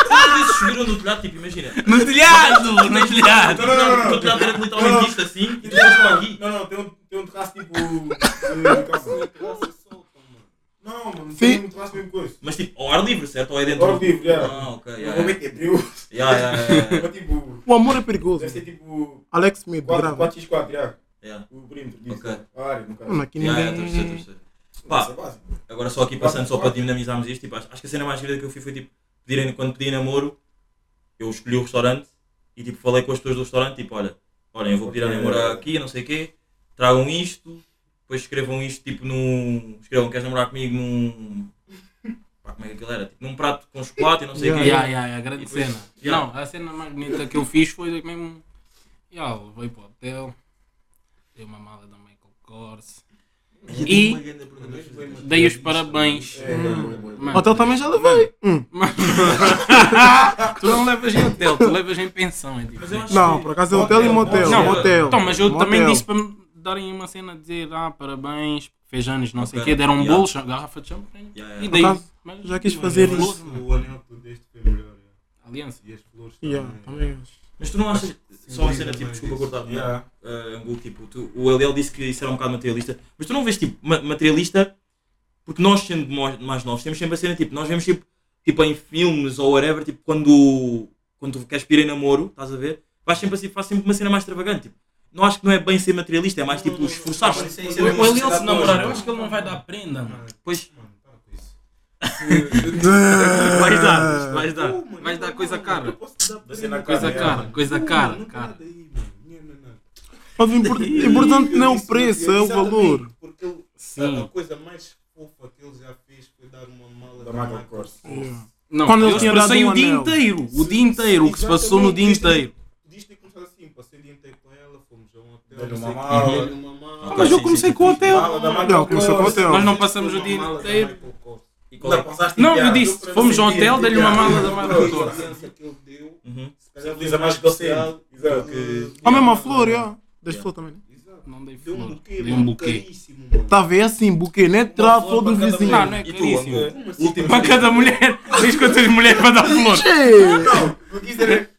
Speaker 3: Quando eles é subiram no telhado, tipo, imagina.
Speaker 5: No telhado! No telhado!
Speaker 7: Não, não, não, não.
Speaker 3: O telhado era literalmente isto assim, e tu estás para aqui.
Speaker 7: Não, não, tem um, tem um traço tipo. de calça. Não, mano, tem um traço mesmo coisa.
Speaker 3: Mas tipo, ao ar livre, certo? Ou é dentro
Speaker 7: Ao
Speaker 3: do-
Speaker 7: livre, yeah.
Speaker 3: Ah, ok,
Speaker 7: Eu
Speaker 3: yeah,
Speaker 7: vou
Speaker 3: yeah.
Speaker 7: meter brilho.
Speaker 3: Yeah, yeah, yeah, yeah.
Speaker 7: Mas tipo,
Speaker 4: O amor é perigoso.
Speaker 7: deve ser tipo
Speaker 4: Alex Smith,
Speaker 7: 4,
Speaker 4: grava.
Speaker 7: 4x4, já.
Speaker 3: Yeah.
Speaker 7: O perímetro disso.
Speaker 3: Ok.
Speaker 7: A área, no caso.
Speaker 4: Mano, aqui
Speaker 3: É. Yeah, yeah, estou a perceber,
Speaker 4: ninguém.
Speaker 3: estou a perceber.
Speaker 7: Essa é a base.
Speaker 3: Agora só aqui passando só para dinamizarmos isto, tipo, acho, acho que a cena mais grande que eu fui foi tipo, pedirem, quando pedi namoro, eu escolhi o restaurante e tipo, falei com as pessoas do restaurante, tipo, olha, olhem, eu vou pedir a namoro aqui, não sei o quê, tragam isto, depois escrevam isto tipo num. Escrevam, queres namorar comigo num. Pá, como é que aquilo era? Tipo, num prato com chocolate e não sei o quê.
Speaker 5: Yeah, yeah, yeah, grande
Speaker 3: E depois-
Speaker 5: cena.
Speaker 3: Yeah.
Speaker 5: Não, a cena mais bonita que eu fiz foi mesmo. Yeah, levei para o hotel, dei uma mala da Michael Kors, E- dei os parabéns.
Speaker 7: É,
Speaker 6: É,
Speaker 4: Hum.
Speaker 5: Mano,
Speaker 4: Hotel também já levei. Hum.
Speaker 5: tu não levas em hotel, tu levas em pensão. É diferente.
Speaker 4: Não, por acaso é hotel e motel.
Speaker 5: Não,
Speaker 4: motel.
Speaker 5: Então, mas eu também
Speaker 4: Motel.
Speaker 5: disse para me darem uma cena a dizer, ah, parabéns, fez anos, não sei o
Speaker 3: Ok.
Speaker 5: quê, deram um
Speaker 3: Yeah.
Speaker 5: bolo, cham- garrafa de champanhe.
Speaker 3: Yeah, yeah.
Speaker 5: E daí,
Speaker 4: Por acaso,
Speaker 5: mas, tipo, um
Speaker 4: Já quis fazer
Speaker 5: bolo,
Speaker 4: isso.
Speaker 5: mano,
Speaker 6: O anel que tu deste foi melhor. é.
Speaker 5: Aliança.
Speaker 6: E as flores
Speaker 4: Yeah, também.
Speaker 3: Mas tu não achas. Só uma cena tipo, desculpa cortar-me.
Speaker 7: Yeah.
Speaker 3: uh, Angu, tipo, tu- o Eliel disse que isso era um bocado materialista, mas tu não vês tipo ma- materialista porque nós sendo mo- mais novos temos sempre a cena tipo, nós vemos tipo, tipo em filmes ou whatever, tipo quando, quando tu queres pedir em namoro, estás a ver, vais sempre assim, faz sempre uma cena mais extravagante, tipo, não acho que não é bem ser materialista, é mais tipo esforçar-se.
Speaker 6: Isso aí
Speaker 5: O
Speaker 6: seria uma
Speaker 5: Eliel se
Speaker 6: sociedade
Speaker 5: namorar, eu
Speaker 6: hoje,
Speaker 5: acho que ele não vai dar prenda, mano.
Speaker 3: Pois,
Speaker 6: mano. Para com isso.
Speaker 3: vais dar, isto vais dar.
Speaker 6: Pô, mano,
Speaker 5: Vais
Speaker 6: eu
Speaker 5: dar
Speaker 6: não-
Speaker 5: coisa cara.
Speaker 6: eu posso te dar
Speaker 7: Vai ser na
Speaker 6: prenda.
Speaker 5: Coisa
Speaker 7: Cara,
Speaker 5: cara, coisa cara,
Speaker 6: Não,
Speaker 5: cara.
Speaker 6: nada aí, mano. Não, é não, não.
Speaker 4: Mas o import- importante não é o
Speaker 6: Isso,
Speaker 4: preço, é o
Speaker 6: exatamente,
Speaker 4: valor.
Speaker 6: Porque ele-
Speaker 5: Sim.
Speaker 6: a coisa mais fofa que ele já fez foi dar uma mala
Speaker 7: Da
Speaker 6: de
Speaker 7: Michael
Speaker 6: Michael
Speaker 7: Kors.
Speaker 4: Yeah.
Speaker 5: Não,
Speaker 4: Quando
Speaker 5: eu
Speaker 4: ele tinha
Speaker 5: expressei
Speaker 4: dado um
Speaker 5: o dia
Speaker 4: anel.
Speaker 5: inteiro, o
Speaker 6: Sim,
Speaker 5: dia inteiro, o que se passou no dia
Speaker 6: exatamente.
Speaker 5: inteiro.
Speaker 6: Podias ter começado assim, passei o dia inteiro com ela, fomos a um hotel,
Speaker 7: Dei-lhe
Speaker 6: não sei
Speaker 7: uma
Speaker 6: o quê,
Speaker 7: mala.
Speaker 6: dei-lhe uma mala.
Speaker 3: Ah, mas eu comecei com o
Speaker 4: hotel.
Speaker 7: Mala da Michael
Speaker 4: Não, começou com o
Speaker 7: Kors.
Speaker 4: hotel.
Speaker 5: Nós não passamos o dia
Speaker 6: Uma mala da
Speaker 5: inteiro.
Speaker 6: Michael Kors.
Speaker 3: E qual é
Speaker 7: Não,
Speaker 3: que-
Speaker 7: pensaste em
Speaker 5: Não, eu
Speaker 7: piada.
Speaker 5: disse, fomos ao hotel, dei-lhe uma mala da
Speaker 6: A
Speaker 5: mala toda.
Speaker 6: confiança que ele deu,
Speaker 3: Uhum.
Speaker 6: se calhar
Speaker 7: Utiliza mais que eu sei.
Speaker 6: especial,
Speaker 7: Exato.
Speaker 6: que-
Speaker 4: A mesma flor, já. Das flor também.
Speaker 6: Exato.
Speaker 5: Não dei
Speaker 6: Deu um
Speaker 5: flor,
Speaker 6: buquê,
Speaker 5: dei
Speaker 6: mano,
Speaker 5: um buquê.
Speaker 6: caríssimo, mano.
Speaker 4: Tá a ver assim, buquê, né? Tirar a flor do vizinho.
Speaker 5: Não, não é
Speaker 3: E tu,
Speaker 5: caríssimo.
Speaker 3: Angu?
Speaker 6: Como assim?
Speaker 3: Último.
Speaker 5: Para cada mulher, diz quantas mulheres para dar flor.
Speaker 4: Che!
Speaker 7: Eu quis dizer.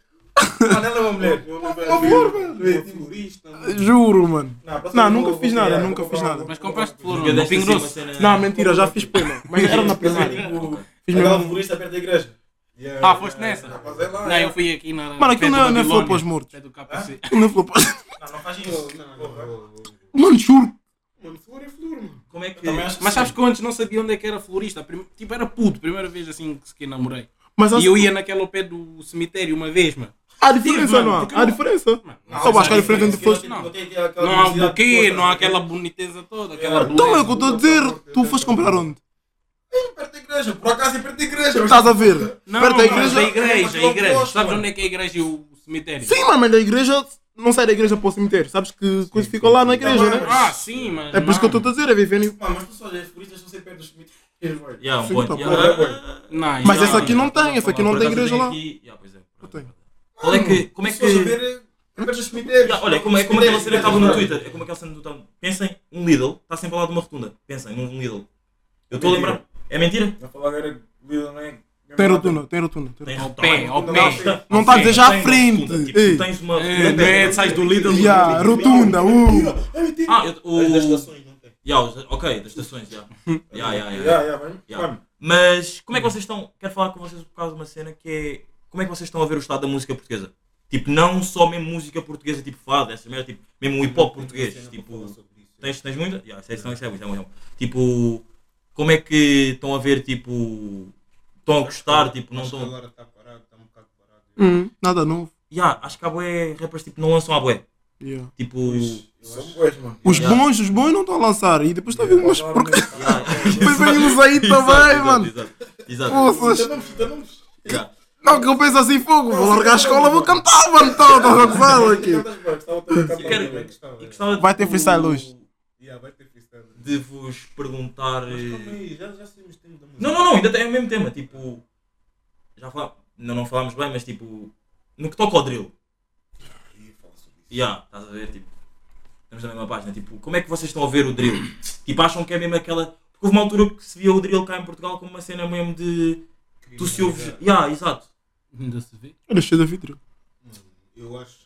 Speaker 7: Mano, ela é uma mulher.
Speaker 6: Meu nome é
Speaker 4: Uma
Speaker 6: Bill,
Speaker 4: flor, mano.
Speaker 6: meu florista, mano.
Speaker 4: Juro, mano.
Speaker 7: próxima
Speaker 4: Não,
Speaker 7: vez
Speaker 4: nunca
Speaker 7: vou-
Speaker 4: fiz
Speaker 7: vou
Speaker 4: nada,
Speaker 7: criar,
Speaker 4: nunca
Speaker 7: vou
Speaker 4: fiz
Speaker 7: comprar
Speaker 4: nada.
Speaker 7: uma-
Speaker 5: Mas compraste flor,
Speaker 3: Nunca
Speaker 5: não,
Speaker 3: deste
Speaker 5: Pingo
Speaker 3: assim uma
Speaker 5: Grosso.
Speaker 3: cena-
Speaker 4: Não, mentira, já fiz pena. Mas era na
Speaker 7: Ah,
Speaker 4: prisão.
Speaker 7: tipo,
Speaker 4: Fiz
Speaker 7: aquela
Speaker 4: mesmo.
Speaker 7: florista perto da igreja.
Speaker 5: Ah, foste nessa?
Speaker 7: Rapaz, é lá.
Speaker 5: Não, eu fui aqui na.
Speaker 4: Mano, aquilo
Speaker 5: pé do
Speaker 4: não é- não é flor
Speaker 5: Babilônia,
Speaker 4: para os mortos.
Speaker 5: pé do KPC.
Speaker 4: Não falou pra-
Speaker 7: Não, não faz
Speaker 6: Oh,
Speaker 7: isso.
Speaker 6: não, não, não, não.
Speaker 4: Mano, juro.
Speaker 6: Mano,
Speaker 3: como é que.
Speaker 7: Também acho que
Speaker 5: Mas sabes
Speaker 7: sim.
Speaker 5: que eu antes não sabia onde é que era florista. Prim- Tipo, era puto, primeira vez assim que que namorei.
Speaker 4: Mas
Speaker 5: E eu ia naquela ao pé do cemitério uma vez, mano.
Speaker 4: Há diferença,
Speaker 5: Mano,
Speaker 4: não há?
Speaker 5: porque
Speaker 4: Há
Speaker 5: não-
Speaker 4: diferença.
Speaker 5: Mano,
Speaker 7: Não,
Speaker 4: Só acho que há
Speaker 7: não,
Speaker 4: diferença entre
Speaker 7: não,
Speaker 4: foste.
Speaker 7: não tem é aquela
Speaker 5: Não há
Speaker 7: velocidade
Speaker 5: buquê,
Speaker 7: toda,
Speaker 5: não há
Speaker 7: porque-
Speaker 5: aquela boniteza toda,
Speaker 7: É.
Speaker 5: aquela
Speaker 4: Então é o
Speaker 5: beleza.
Speaker 4: que eu estou a dizer. Tu foste comprar onde?
Speaker 7: Perto da igreja, por acaso é perto da igreja.
Speaker 4: Estás a ver?
Speaker 5: Não,
Speaker 4: Perto da
Speaker 5: mas
Speaker 4: igreja?
Speaker 5: a igreja, a igreja.
Speaker 7: Gosto,
Speaker 5: Sabes
Speaker 7: mano.
Speaker 5: onde é que é a igreja e o cemitério?
Speaker 4: Sim, mano, mas da igreja não sai da igreja para o cemitério. Sabes que coisas ficam lá na igreja,
Speaker 7: Tá bem,
Speaker 4: né?
Speaker 5: Ah, sim, mas.
Speaker 4: É por isso que eu estou a
Speaker 5: mano,
Speaker 4: dizer, é vivendo.
Speaker 7: Mano, mas tu só as polícias estão sempre perto dos mitos.
Speaker 3: Yeah, um
Speaker 4: Sim,
Speaker 3: ponto.
Speaker 4: tá bom.
Speaker 3: Yeah, Ah.
Speaker 5: não,
Speaker 4: Mas
Speaker 5: não,
Speaker 4: essa aqui
Speaker 5: não.
Speaker 4: não tá- tem, essa aqui não
Speaker 3: por
Speaker 4: tem
Speaker 3: acaso
Speaker 4: igreja
Speaker 3: eu tenho
Speaker 4: lá.
Speaker 3: aqui- Yeah, pois é.
Speaker 4: Eu tenho.
Speaker 3: Qual é
Speaker 6: Hum.
Speaker 3: que. Como é que.
Speaker 7: Perto dos cemitérios.
Speaker 3: Yeah, olha, como é, como é que ela cena estava no Twitter? É como aquela cena do Tom. Pensem, um Lidl está sempre a falar de uma rotunda. Pensem, num Lidl. Eu estou a lembrar. É mentira?
Speaker 7: Na palavra Lidl não é.
Speaker 4: Tem rotunda, tem rotunda. tem
Speaker 3: Tem
Speaker 4: rotunda.
Speaker 5: Ao
Speaker 3: rotunda.
Speaker 5: pé, ao
Speaker 7: Não,
Speaker 5: pé.
Speaker 4: Não estás a dizer já à
Speaker 3: Tem
Speaker 4: frente.
Speaker 3: rotunda. Tipo,
Speaker 4: Ei.
Speaker 3: tu tens uma.
Speaker 5: É, não é, sais do Lidl.
Speaker 4: Ya, rotunda, uh.
Speaker 3: Ah, eu- o.
Speaker 6: As das estações, não tem.
Speaker 3: Ya, os- ok, das estações, já. Ya, ya, ya.
Speaker 7: Yeah, yeah, mano.
Speaker 3: Yeah.
Speaker 7: Mano,
Speaker 3: Mas como é que vocês estão? Quero falar com vocês por causa de uma cena que é. Como é que vocês estão a ver o estado da música portuguesa? Tipo, não só mesmo música portuguesa, tipo fado, essa merda, tipo, mesmo hip hop português. Tipo, tens, tens muita? Yeah, isso, é, isso, é, isso, é, isso é bom. Tipo, como é que estão a ver, tipo. Estão a gostar, tipo, não
Speaker 6: Acho que
Speaker 3: estão.
Speaker 6: Agora está parado, está um bocado parado.
Speaker 4: Hum, Nada novo.
Speaker 3: Yeah, acho que há bué rappers, tipo, não lançam a bué.
Speaker 4: Yeah.
Speaker 3: Tipo.
Speaker 7: são boas, mano.
Speaker 4: Os
Speaker 3: Yeah.
Speaker 4: bons, os bons não estão a lançar. E depois está a vir umas porcas.
Speaker 3: Yeah.
Speaker 4: Depois vem uns aí
Speaker 3: Exato,
Speaker 4: é, também,
Speaker 3: exato,
Speaker 4: mano.
Speaker 3: Exato, exato.
Speaker 4: Poças.
Speaker 7: Danamos, danamos.
Speaker 3: Yeah.
Speaker 4: Não, que eu penso assim, fogo. Vou largar a escola, vou cantar, mano. Estão a gozar aqui.
Speaker 3: Eu quero-
Speaker 6: Gostava,
Speaker 3: e
Speaker 6: é.
Speaker 3: gostava
Speaker 4: Vai ter
Speaker 3: de tipo, vos-
Speaker 4: freestyle hoje.
Speaker 6: Yeah, vai ter freestyle.
Speaker 3: De vos perguntar.
Speaker 6: Mas
Speaker 3: eh,
Speaker 6: calma aí, já, já saímos do tema da música.
Speaker 3: Não, não, não, ainda tem o mesmo tema. Tipo, já falámos, não, não falámos bem, mas tipo, no que toca ao drill,
Speaker 6: Ih, fala Ah, sobre isso.
Speaker 3: já, estás a ver? Tipo, estamos na mesma página. Tipo, como é que vocês estão a ver o drill? Tipo, acham que é mesmo aquela. Porque houve uma altura que se via o drill cá em Portugal como uma cena mesmo de. Tu se ouves. Já, exato.
Speaker 5: Ainda se vê.
Speaker 4: Era cheio de vidro.
Speaker 6: Eu acho.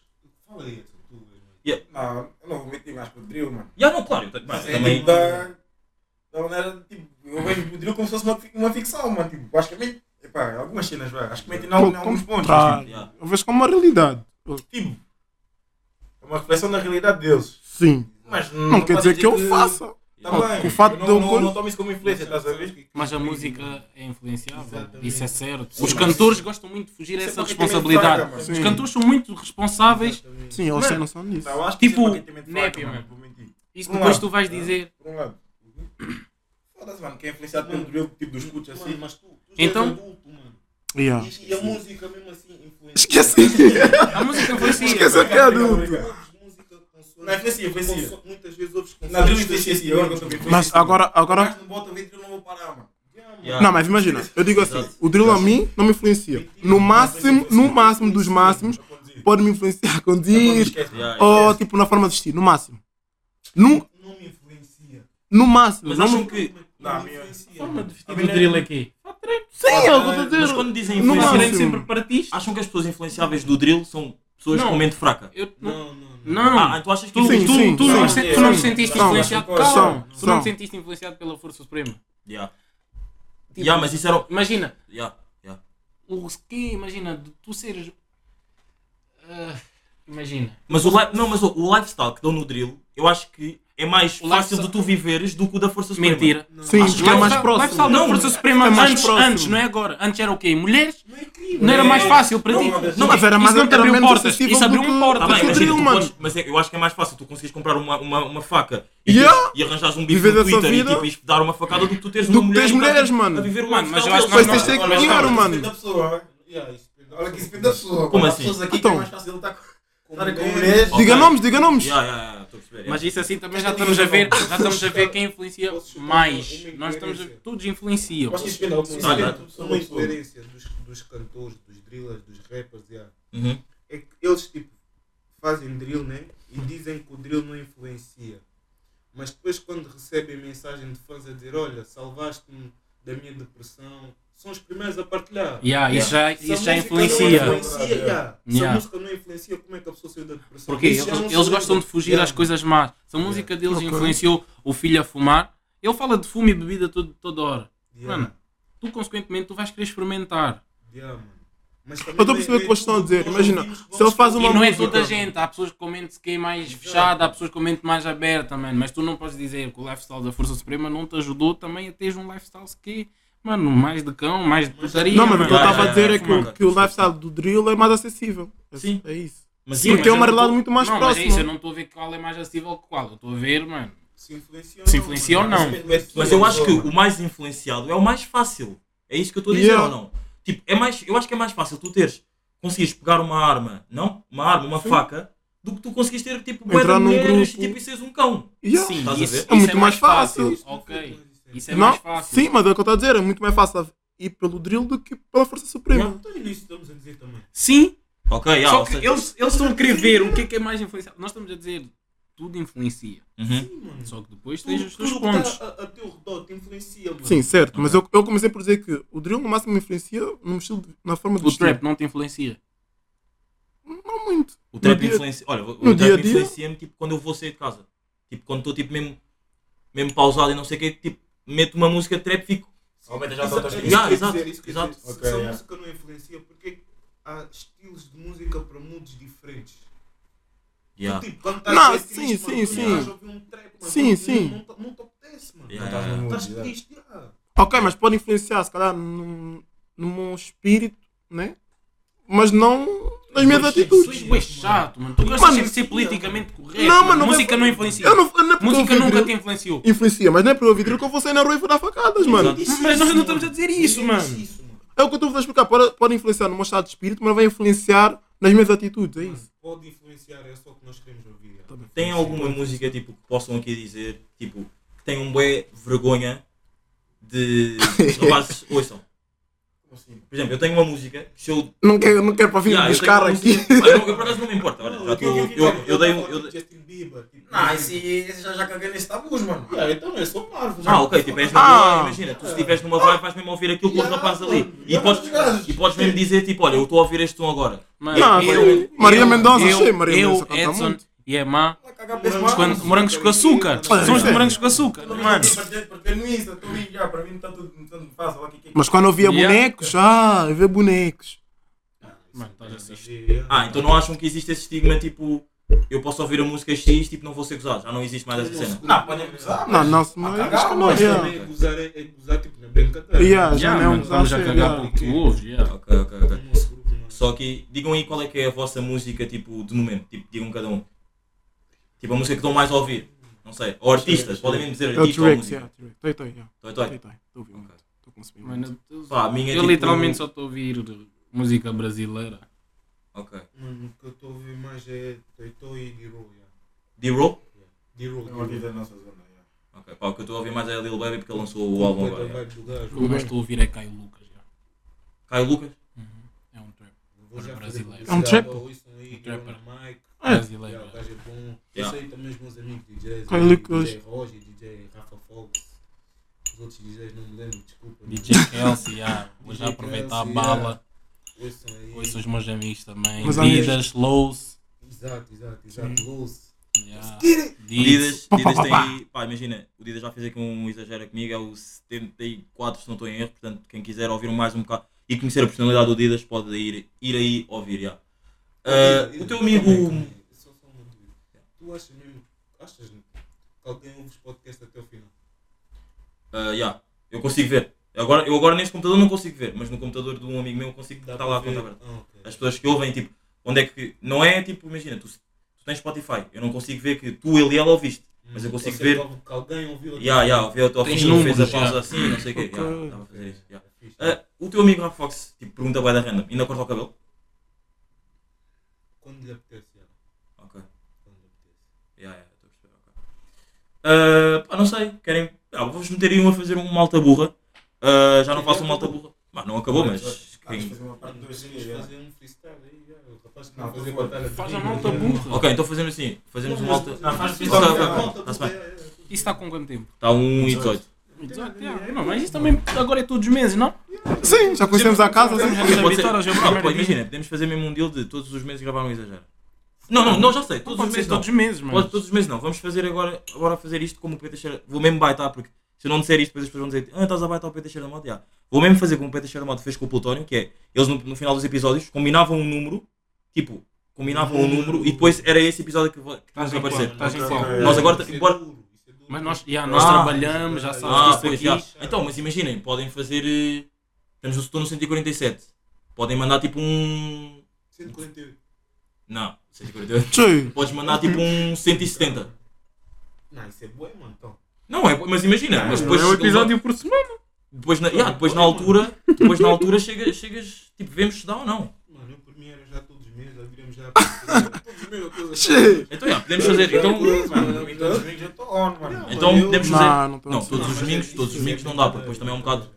Speaker 6: Fala aí, tu, tu, irmão.
Speaker 7: Não, eu não vou meter mais pro drill, mano.
Speaker 3: Já, não, claro, eu tenho- mas
Speaker 7: É
Speaker 3: também.
Speaker 7: tipo da, da maneira, tipo, eu vejo o drill como se fosse uma, fi- uma ficção, mano. Tipo, basicamente, epá, algumas cenas, vai. Acho que metem em algum- em alguns pontos. mas,
Speaker 4: Tá.
Speaker 3: Yeah.
Speaker 4: Eu vejo como uma realidade.
Speaker 7: tipo, tipo, é uma reflexão da realidade deles.
Speaker 4: Sim.
Speaker 7: Mas
Speaker 4: Não quer dizer que eu faça.
Speaker 3: é
Speaker 7: Também,
Speaker 4: que o fato
Speaker 7: Tá eu não,
Speaker 4: de eu
Speaker 7: não,
Speaker 4: col-
Speaker 7: não tomo isso é como influência, estás a ver?
Speaker 5: Mas a música é influenciável,
Speaker 6: Exatamente.
Speaker 5: isso é certo.
Speaker 7: Sim,
Speaker 5: Os
Speaker 7: mas-
Speaker 5: cantores gostam muito de fugir a
Speaker 7: Isso é
Speaker 5: essa
Speaker 7: completamente
Speaker 5: responsabilidade.
Speaker 7: fraca, mano.
Speaker 5: Os
Speaker 4: Sim.
Speaker 5: cantores são muito responsáveis
Speaker 6: Exatamente.
Speaker 4: Sim, eles têm
Speaker 7: Mano,
Speaker 4: noção
Speaker 3: Tá
Speaker 4: disso.
Speaker 7: Não, acho que
Speaker 5: Tipo,
Speaker 7: isso é completamente fraca,
Speaker 5: népia,
Speaker 7: mano,
Speaker 5: mano.
Speaker 7: vou mentir.
Speaker 5: e
Speaker 7: Vamos
Speaker 5: depois
Speaker 7: lá.
Speaker 5: tu vais dizer.
Speaker 7: Por um lado. Foda-se, mano, que é influenciado pelo drill, tipo, dos putos assim.
Speaker 6: Mano, mas tu, tu já
Speaker 5: Então-
Speaker 6: és adulto, mano.
Speaker 4: Yeah.
Speaker 6: E, e a música mesmo assim influencia.
Speaker 4: Esqueci.
Speaker 5: A música influencia.
Speaker 4: Esquece que é adulto.
Speaker 6: Ouves música, consome-
Speaker 7: Não, é influencia, influencia.
Speaker 6: consome- Muitas vezes ouves consome-
Speaker 7: Na drill influencia, sim, agora que eu estou a ver,
Speaker 4: Mas
Speaker 7: influencia,
Speaker 4: agora,
Speaker 7: mano.
Speaker 4: agora.
Speaker 7: Mas não bota o drill, não vou parar, mano.
Speaker 3: já.
Speaker 4: Não, mas imagina, eu digo assim,
Speaker 3: Exato.
Speaker 4: o drill a mim não me influencia. No máximo, no máximo dos máximos,
Speaker 7: Vou conduzir.
Speaker 4: pode me influenciar a
Speaker 7: Quando
Speaker 4: conduzir
Speaker 7: esquece,
Speaker 3: já, já.
Speaker 4: ou tipo na forma de vestir, no máximo. No,
Speaker 6: Não me influencia.
Speaker 4: no máximo.
Speaker 3: Mas
Speaker 4: Não
Speaker 3: acham
Speaker 4: me...
Speaker 3: que.
Speaker 7: Não,
Speaker 6: Não
Speaker 7: a
Speaker 6: me
Speaker 7: minha-
Speaker 6: influencia.
Speaker 5: Forma de vestir
Speaker 7: A minha-
Speaker 5: o drill aqui.
Speaker 4: Sim, é o que eu estou
Speaker 3: Mas
Speaker 4: a dizer.
Speaker 3: quando
Speaker 4: No
Speaker 3: dizem
Speaker 5: Ah, Mas
Speaker 3: influenciáveis,
Speaker 4: máximo.
Speaker 5: seremos sempre para ti.
Speaker 3: acham que as pessoas influenciáveis do drill são pessoas
Speaker 5: Não.
Speaker 3: com mente fraca?
Speaker 5: Eu não.
Speaker 6: Não, não, não.
Speaker 5: Não.
Speaker 3: Ah, tu achas que
Speaker 5: Tu,
Speaker 4: Hum. Sim,
Speaker 5: tu,
Speaker 4: sim,
Speaker 5: tu, não,
Speaker 7: sim.
Speaker 5: se- tu não te
Speaker 7: Sim.
Speaker 5: sentiste
Speaker 4: São.
Speaker 5: influenciado.
Speaker 7: São.
Speaker 5: Calma. Tu não
Speaker 4: São.
Speaker 5: te sentiste influenciado pela Força Suprema.
Speaker 3: Yeah.
Speaker 5: Tipo,
Speaker 3: Yeah, mas isso era.
Speaker 5: Imagina,
Speaker 3: Yeah, yeah.
Speaker 5: o que imagina de tu seres. Ah, imagina.
Speaker 3: Mas, o, li- não, mas o, o lifestyle que dão no drill, eu acho que é mais
Speaker 5: O
Speaker 3: fácil
Speaker 5: lifestyle-
Speaker 3: de tu viveres do que o da Força Suprema.
Speaker 5: Mentira.
Speaker 4: Sim,
Speaker 3: Acho que
Speaker 4: é
Speaker 3: lá
Speaker 4: mais
Speaker 5: Lifestyle-
Speaker 4: próximo.
Speaker 5: Lifestyle da Força Suprema
Speaker 4: é mais
Speaker 5: antes,
Speaker 4: próximo.
Speaker 5: antes, não é agora. Antes era o quê? Mulheres?
Speaker 6: Não é incrível.
Speaker 5: Não era
Speaker 6: É.
Speaker 5: mais fácil para
Speaker 7: Não,
Speaker 5: ti.
Speaker 7: mas-
Speaker 4: Não, mas era
Speaker 5: isso
Speaker 4: mais
Speaker 5: não te
Speaker 4: era
Speaker 5: abriu
Speaker 4: menos
Speaker 5: portas.
Speaker 4: acessível
Speaker 5: Isso abriu
Speaker 4: do que-
Speaker 5: uma porta.
Speaker 3: Tá
Speaker 4: Mas
Speaker 3: bem,
Speaker 4: o
Speaker 3: mas, é,
Speaker 4: drill,
Speaker 3: tu
Speaker 4: mano.
Speaker 3: podes- mas é- eu acho que é mais fácil tu conseguires comprar uma, uma, uma faca e,
Speaker 4: Yeah.
Speaker 3: teres- e arranjares um bife
Speaker 4: Viver
Speaker 3: no
Speaker 4: essa
Speaker 3: Twitter e,
Speaker 4: vida.
Speaker 3: tipo, ires dar uma facada do que tu teres
Speaker 4: Do
Speaker 3: uma
Speaker 4: que
Speaker 3: mulher
Speaker 4: tens
Speaker 3: e estás,
Speaker 4: mulheres,
Speaker 3: tipo,
Speaker 4: mano.
Speaker 3: a viver o
Speaker 5: Mano, mas eu
Speaker 3: lifestyle
Speaker 5: acho que é
Speaker 4: Mas
Speaker 3: deles.
Speaker 4: tens de ter que
Speaker 7: Olha,
Speaker 4: dinheiro,
Speaker 7: calma,
Speaker 4: mano.
Speaker 7: isso depende da pessoa, olha.
Speaker 6: Yeah, isso depende da
Speaker 7: Olha que
Speaker 6: pessoa.
Speaker 7: isso depende da pessoa.
Speaker 3: Como
Speaker 7: Há
Speaker 3: assim?
Speaker 7: pessoas aqui
Speaker 4: Então.
Speaker 7: que é mais fácil lutar com- estarem com
Speaker 6: Como
Speaker 7: mulheres.
Speaker 3: Ok.
Speaker 4: Diga nomes, diga nomes.
Speaker 3: Yeah, yeah, yeah, estou a perceber, yeah.
Speaker 5: Mas isso assim também já estamos a ver, já estamos a ver quem influencia mais. Nós estamos a todos influenciam.
Speaker 7: Mas isso depende da
Speaker 3: Ah,
Speaker 7: pessoa. Isso
Speaker 3: já.
Speaker 7: depende da pessoa,
Speaker 6: Uma
Speaker 7: da pessoa.
Speaker 6: incoerência dos, dos cantores, dos drillers, dos rappers, yeah.
Speaker 3: Uhum.
Speaker 6: é que eles tipo fazem drill, né? E dizem que o drill não influencia. Mas depois quando recebem mensagem de fãs a dizer, olha, salvaste-me da minha depressão, são os primeiros a partilhar.
Speaker 5: Yeah, isso já,
Speaker 6: Se a
Speaker 5: isso já
Speaker 6: música não
Speaker 5: influencia.
Speaker 6: influencia, yeah. Se
Speaker 5: Yeah.
Speaker 6: a música não influencia, como é que a pessoa saiu da depressão?
Speaker 5: Porque
Speaker 6: Isso
Speaker 5: eles,
Speaker 6: já não se
Speaker 5: eles
Speaker 6: lembra.
Speaker 5: gostam de fugir
Speaker 6: Yeah.
Speaker 5: às coisas más. Se a música deles influenciou o filho a fumar, ele fala de fumo e bebida todo, toda hora.
Speaker 6: Yeah,
Speaker 5: Mano, tu consequentemente tu vais querer experimentar.
Speaker 6: yeah, mano. Mas também é
Speaker 4: Eu estou a perceber o que vocês estão a dizer. Imagina, se ele faz
Speaker 5: E
Speaker 4: uma
Speaker 5: não é
Speaker 4: música.
Speaker 5: toda a gente, há pessoas que com mente se mais fechada, há pessoas com mente mais aberta, mano. Mas tu não podes dizer que o lifestyle da Força Suprema não te ajudou também a teres um lifestyle que, mano, mais de cão, mais de putaria.
Speaker 4: Não, mas o que eu
Speaker 3: Yeah,
Speaker 4: estava a
Speaker 3: yeah,
Speaker 4: dizer é
Speaker 3: yeah,
Speaker 4: que, o-
Speaker 3: yeah.
Speaker 4: que o lifestyle do drill é mais acessível. É-
Speaker 3: Sim.
Speaker 4: É isso.
Speaker 3: Mas
Speaker 4: Porque é
Speaker 5: Sim, mas eu
Speaker 4: um
Speaker 5: não tô-
Speaker 4: amarelado muito mais
Speaker 5: não, Mas é isso, eu
Speaker 4: próximo.
Speaker 5: não estou a ver qual é mais acessível que qual. Eu estou a ver, mano.
Speaker 6: Se influencia,
Speaker 5: Se influencia ou não.
Speaker 6: é
Speaker 3: Mas eu acho que o mais influenciado é o mais fácil. É isso que eu estou a dizer
Speaker 4: Yeah.
Speaker 3: ou não? Tipo, é mais, eu acho que é mais fácil tu teres, conseguires pegar uma arma, não? Uma arma, uma faca, do que tu conseguires ter tipo bué de
Speaker 4: Entrar num
Speaker 3: mulheres
Speaker 4: grupo.
Speaker 3: tipo, e seres um cão.
Speaker 4: Yeah.
Speaker 5: Sim,
Speaker 3: Estás a
Speaker 5: isso,
Speaker 3: ver? É
Speaker 5: isso
Speaker 4: muito mais fácil.
Speaker 5: Ok. Isso é
Speaker 4: Não,
Speaker 5: mais fácil.
Speaker 4: sim, mas é o que eu estou a dizer, é muito mais fácil ir pelo drill do que pela Força Suprema.
Speaker 6: Então, nisso estamos a dizer também.
Speaker 5: Sim,
Speaker 3: Ok, yeah,
Speaker 5: só
Speaker 3: ou
Speaker 5: que
Speaker 3: seja-
Speaker 5: eles, eles estão a querer ver o que é que é mais influenciado. Nós estamos a dizer, tudo influencia.
Speaker 3: Uhum.
Speaker 5: Só que depois tens
Speaker 6: Tudo
Speaker 5: os teus
Speaker 6: tudo que
Speaker 5: pontos.
Speaker 4: tá
Speaker 6: está a, a teu redor te influencia, mano.
Speaker 4: Sim, certo, mas eu, eu comecei por dizer que o drill no máximo me influencia no estilo de- na forma do
Speaker 5: O
Speaker 4: estilo.
Speaker 5: trap não te influencia.
Speaker 4: Não muito.
Speaker 3: O trap
Speaker 4: dia-
Speaker 3: influencia. Olha, o
Speaker 4: no dia a
Speaker 3: trap
Speaker 4: dia-
Speaker 3: influencia-me tipo, quando eu vou sair de casa. Tipo, quando estou tipo, mesmo, mesmo pausado e não sei o que, tipo, meto uma música de trap e fico.
Speaker 7: Aumenta já as
Speaker 6: Isso-
Speaker 7: outras
Speaker 6: é
Speaker 3: coisas. Yeah,
Speaker 6: isso que eu ia
Speaker 3: exato,
Speaker 6: dizer, isso que eu ia
Speaker 3: exato.
Speaker 6: dizer. Se-
Speaker 7: Ok,
Speaker 6: Se a
Speaker 7: yeah.
Speaker 6: música não influencia, porque há estilos de música para mundos diferentes?
Speaker 3: Yeah.
Speaker 6: Tipo, quando estás
Speaker 4: Não,
Speaker 6: a ser
Speaker 4: sim,
Speaker 6: triste,
Speaker 4: sim,
Speaker 6: mano, tu
Speaker 4: sim.
Speaker 6: não estás a ouvir um trap, mano,
Speaker 4: Sim,
Speaker 6: não-
Speaker 4: sim.
Speaker 6: não- não- Não te apetece, mano.
Speaker 3: Yeah.
Speaker 6: Estás triste, ah.
Speaker 4: Ok, mas pode influenciar, se calhar, num, num espírito, né? Mas não nas minhas
Speaker 5: Tu és
Speaker 4: atitudes.
Speaker 5: bué chato, mano. Tu gostas
Speaker 4: Mano,
Speaker 5: sempre de ser politicamente correto.
Speaker 4: Não, mano, não
Speaker 5: Música
Speaker 4: é-
Speaker 5: não influencia.
Speaker 4: Eu não, eu não é porque eu
Speaker 5: Música
Speaker 4: ouvi
Speaker 5: nunca
Speaker 4: drill.
Speaker 5: te influenciou.
Speaker 4: Influencia, mas não é para eu ouvir drill que eu vou sair na rua e vou dar facadas, mano.
Speaker 3: Exato.
Speaker 5: Mas nós não estamos a dizer isso,
Speaker 6: Ninguém
Speaker 5: mano.
Speaker 6: disse isso, mano.
Speaker 4: É o que eu estou a explicar. Pode, pode influenciar no meu estado de espírito, mas vai influenciar nas minhas atitudes, é isso.
Speaker 6: Pode influenciar, é só o que nós queremos ouvir. ah.
Speaker 3: Tem alguma música tipo, que possam aqui dizer tipo, que tem um bué vergonha de. Os rapazes ouçam.
Speaker 4: assim?
Speaker 3: Por exemplo, eu tenho uma música que se eu.
Speaker 4: Não quero, não quero para vir
Speaker 3: Yeah, eu
Speaker 4: buscar
Speaker 3: tenho
Speaker 5: um
Speaker 3: uma
Speaker 4: aqui.
Speaker 3: música- Ah, eu, não- eu por acaso não me importa. Olha, já
Speaker 6: Eu-
Speaker 3: tô- eu,
Speaker 6: eu-
Speaker 3: eu, eu dei um. eu dei-
Speaker 6: Justin Bieber, tipo,
Speaker 7: Não, esse, esse já, já caguei nesse tabus, mano.
Speaker 6: Yeah, então eu sou parvo. já.
Speaker 3: Ah, ok, tipo, és na
Speaker 4: Ah.
Speaker 3: boa, imagina, tu se estiveres numa vibe vais mesmo ouvir aquilo com os
Speaker 6: Yeah,
Speaker 3: rapazes ali. E
Speaker 6: yeah,
Speaker 3: podes,
Speaker 6: yeah.
Speaker 3: e podes mesmo dizer, tipo, olha, eu estou a ouvir este som agora.
Speaker 5: Mano,
Speaker 4: Não,
Speaker 5: eu,
Speaker 4: foi- Maria
Speaker 5: eu-
Speaker 4: Mendonça,
Speaker 5: eu-
Speaker 4: achei Maria
Speaker 5: eu,
Speaker 4: Mendonça canta
Speaker 5: Edson
Speaker 4: muito.
Speaker 5: E é má.
Speaker 7: Vai cagar pra esse
Speaker 6: Morangos
Speaker 7: mano.
Speaker 5: Quando- Morangos com açúcar.
Speaker 6: Mano,
Speaker 5: São os
Speaker 4: sério?
Speaker 5: morangos com açúcar.
Speaker 7: Pelo menos
Speaker 5: Mano.
Speaker 7: eu partilho- partilho no Insta, tu vi, já, para mim não tanto não fácil. Aqui, aqui.
Speaker 4: Mas quando eu via
Speaker 5: Yeah.
Speaker 4: bonecos, ah, eu via bonecos.
Speaker 5: Mano, estás a assistir.
Speaker 6: é.
Speaker 3: Ah, então não acham que existe esse estigma, tipo, eu posso ouvir a música X, tipo, não vou ser gozado, já não existe mais essa cena.
Speaker 7: Não, podem usar.
Speaker 4: Não, não, se não,
Speaker 7: Ah,
Speaker 4: acho que não.
Speaker 7: mas
Speaker 4: Yeah,
Speaker 6: É gozar, é é gozar, tipo, na brincadeira.
Speaker 4: yeah, já não
Speaker 5: Yeah,
Speaker 4: é um
Speaker 5: mano, Estamos a
Speaker 4: desastre,
Speaker 5: cagar
Speaker 4: yeah.
Speaker 5: pelo que tu ouves. yeah.
Speaker 3: Ah, Ok, ok,
Speaker 6: O
Speaker 3: ok.
Speaker 6: nosso grupo, mano.
Speaker 3: Só que digam aí qual é que é a vossa música, tipo, de momento, tipo, digam cada um. Tipo, a música que estão mais a ouvir. Não sei. Ou artistas, podem mesmo dizer
Speaker 4: É o
Speaker 3: artista ou
Speaker 4: T-Rex, yeah.
Speaker 3: música.
Speaker 4: T-Rex. Toi, toi, yeah.
Speaker 3: Toi, toi.
Speaker 4: Toi, toi. Estou a ouvir muito. Estou a consumir muito.
Speaker 5: Mano, eu-
Speaker 3: Pá, a minha é
Speaker 5: Eu
Speaker 3: tipo-
Speaker 5: literalmente só estou a ouvir música brasileira.
Speaker 3: Ok.
Speaker 6: Mano, o que eu estou a ouvir mais é Toitó e Diro. yeah.
Speaker 3: D-Roll?
Speaker 6: Diro,
Speaker 7: Não
Speaker 6: Diro.
Speaker 7: vida da nossa zona. já.
Speaker 3: Ok, pá, o que eu estou a ouvir mais é a Lil Baby porque ele lançou o álbum agora.
Speaker 6: Completa a
Speaker 3: yeah.
Speaker 6: vibe do gajo.
Speaker 4: Uhum.
Speaker 5: O que mais estou a ouvir é Caio Lucas. yeah.
Speaker 3: Caio Lucas?
Speaker 5: É um trap.
Speaker 6: Vou já fazer
Speaker 5: Brasileiro.
Speaker 6: publicidade
Speaker 4: É um trap?
Speaker 6: ao Wilson aí,
Speaker 5: Um trapper.
Speaker 6: Dona Mike. Yeah,
Speaker 5: Brasileiro.
Speaker 6: o gajo é bom.
Speaker 3: Yeah.
Speaker 6: Eu sei também os meus amigos DJs.
Speaker 4: Olha,
Speaker 6: aí,
Speaker 4: Lucas.
Speaker 6: DJ Roger, DJ Rafa Fox. Os outros DJs não me lembro, desculpa.
Speaker 5: DJ Kelsey, yeah. ah, vou já
Speaker 6: DJ
Speaker 5: aproveitar a
Speaker 6: Kelsey,
Speaker 5: bala.
Speaker 6: Wilson aí.
Speaker 5: Ouço os meus amigos também.
Speaker 4: Meus amigos.
Speaker 5: Didas, Lows.
Speaker 6: Exato, exato, exato. Luz.
Speaker 5: Yeah.
Speaker 3: O
Speaker 5: Didas.
Speaker 3: Didas, Didas tem aí, pá, imagina, o Didas já fez aqui um exagero comigo, é o 74, se não estou em erro, portanto, quem quiser ouvir mais um bocado e conhecer a personalidade do Didas, pode ir, ir aí ouvir, já. Ah, o teu amigo,
Speaker 6: Só só uma dúvida. Tu achas mesmo. Achas que alguém ouve os podcasts até o final?
Speaker 3: ah, já, eu consigo ver. Agora, eu agora neste computador não consigo ver, mas no computador de um amigo meu eu consigo estar lá a conta aberta.
Speaker 6: Ah, ok.
Speaker 3: As pessoas que ouvem, tipo, onde é que... Não é, tipo, imagina, tu, tu tens Spotify, eu não consigo ver que tu, ele e ela ouviste, mas eu
Speaker 6: Hum,
Speaker 3: consigo
Speaker 6: você
Speaker 3: ver...
Speaker 6: prova que alguém ouviu até
Speaker 3: Ya, ya, ouvi o teu
Speaker 5: Tens
Speaker 3: filho, fez a
Speaker 5: números,
Speaker 3: pausa
Speaker 5: já.
Speaker 3: assim, não sei o quê. Ya,
Speaker 4: Ok.
Speaker 3: estava a
Speaker 6: É
Speaker 3: fazer isso. ya.
Speaker 6: o final.
Speaker 3: Ah, o teu amigo Rafa Fox tipo, pergunta bué da random, ainda corta o cabelo?
Speaker 6: Quando lhe apetece, já.
Speaker 3: Ok.
Speaker 6: Quando lhe apetece.
Speaker 3: Ya, ya, estou a perceber, ok. Ah, pá, não sei, querem. Ah, vou-vos meter aí um a fazer um malta burra. Ah, já não faço um malta burra. Bah, não acabou, mas.
Speaker 7: Ah, deixa eu
Speaker 3: quem-
Speaker 7: fazer uma parte
Speaker 6: Vamos
Speaker 7: dois dias, né? já.
Speaker 6: fazer um freestyle aí, já. O rapaz que
Speaker 7: Não,
Speaker 6: vai fazer
Speaker 7: por favor.
Speaker 6: batalha. de
Speaker 5: Faz a
Speaker 6: rima,
Speaker 5: malta
Speaker 6: já.
Speaker 5: burra.
Speaker 3: Ok, então fazemos assim. Fazemos um malta.
Speaker 7: Não, faz
Speaker 3: Ok,
Speaker 7: freestyle.
Speaker 3: ok, ok,
Speaker 6: Malta
Speaker 3: tá-se
Speaker 6: burra,
Speaker 3: bem.
Speaker 6: é, é.
Speaker 5: Isso está com quanto tempo?
Speaker 3: Está 1 e 18.
Speaker 5: 18, yeah. Não, mas isso também agora é todos os meses, não?
Speaker 4: Sim, já conhecemos a casa.
Speaker 5: Estamos
Speaker 4: sim.
Speaker 5: a nos
Speaker 3: Pode ser-
Speaker 5: habituar hoje, é o
Speaker 3: Não,
Speaker 5: primeiro
Speaker 3: pô,
Speaker 5: dia.
Speaker 3: imagina, podemos fazer mesmo um deal de todos os meses gravar um exagero. Não, não, não, já sei,
Speaker 5: Não
Speaker 3: todos os
Speaker 5: pode ser
Speaker 3: meses não.
Speaker 5: todos os meses,
Speaker 3: Pode
Speaker 5: mano.
Speaker 3: todos os meses não, vamos fazer agora, agora fazer isto como o Pedro Teixeira. Vou mesmo baitar porque Se eu não disser isto, depois as pessoas vão dizer: Ah, estás a baitar o Pedro Teixeira da Mota. Já. Vou mesmo fazer como o Pedro Teixeira da Mota fez com o Plutónio, que é: eles no, no final dos episódios combinavam um número, tipo, combinavam um número e depois era esse episódio que, vo- que nós
Speaker 5: Estás em
Speaker 3: aparecer.
Speaker 5: qual? Estás em
Speaker 7: Ok.
Speaker 5: qual?
Speaker 3: Nós agora.
Speaker 6: Isso é
Speaker 3: embora-
Speaker 6: duro, isso é duro.
Speaker 5: Mas nós, yeah, nós
Speaker 3: Ah.
Speaker 5: trabalhamos, já sabes
Speaker 3: Ah,
Speaker 5: que
Speaker 3: pois
Speaker 5: isso
Speaker 3: já.
Speaker 5: aqui.
Speaker 3: Então, mas imaginem, podem fazer. eh, Estamos no setor no 147. Podem mandar tipo um.
Speaker 6: 148.
Speaker 3: Não, 148.
Speaker 4: Tchê.
Speaker 3: Podes mandar tipo um 170.
Speaker 6: Não, isso é bué, mano. Então.
Speaker 3: Não, é, mas imagina, mas depois.
Speaker 5: é um episódio por semana.
Speaker 3: Depois na, yeah, depois na altura, depois na altura chega, chegas, tipo, vemos se dá ou não.
Speaker 6: Mano, eu por mim era já todos os meses, já viramos já.
Speaker 3: Ah,
Speaker 6: todos os meses, ou coisa assim.
Speaker 4: Tchê.
Speaker 3: Então, yeah, podemos fazer. Então,
Speaker 7: Mano, eu todos os amigos eu estou on, mano.
Speaker 3: então
Speaker 6: Mano, eu-
Speaker 3: podemos fazer.
Speaker 4: Não, não estou
Speaker 3: Não, todos os domingos, todos os domingos não dá, porque depois também é um bocado.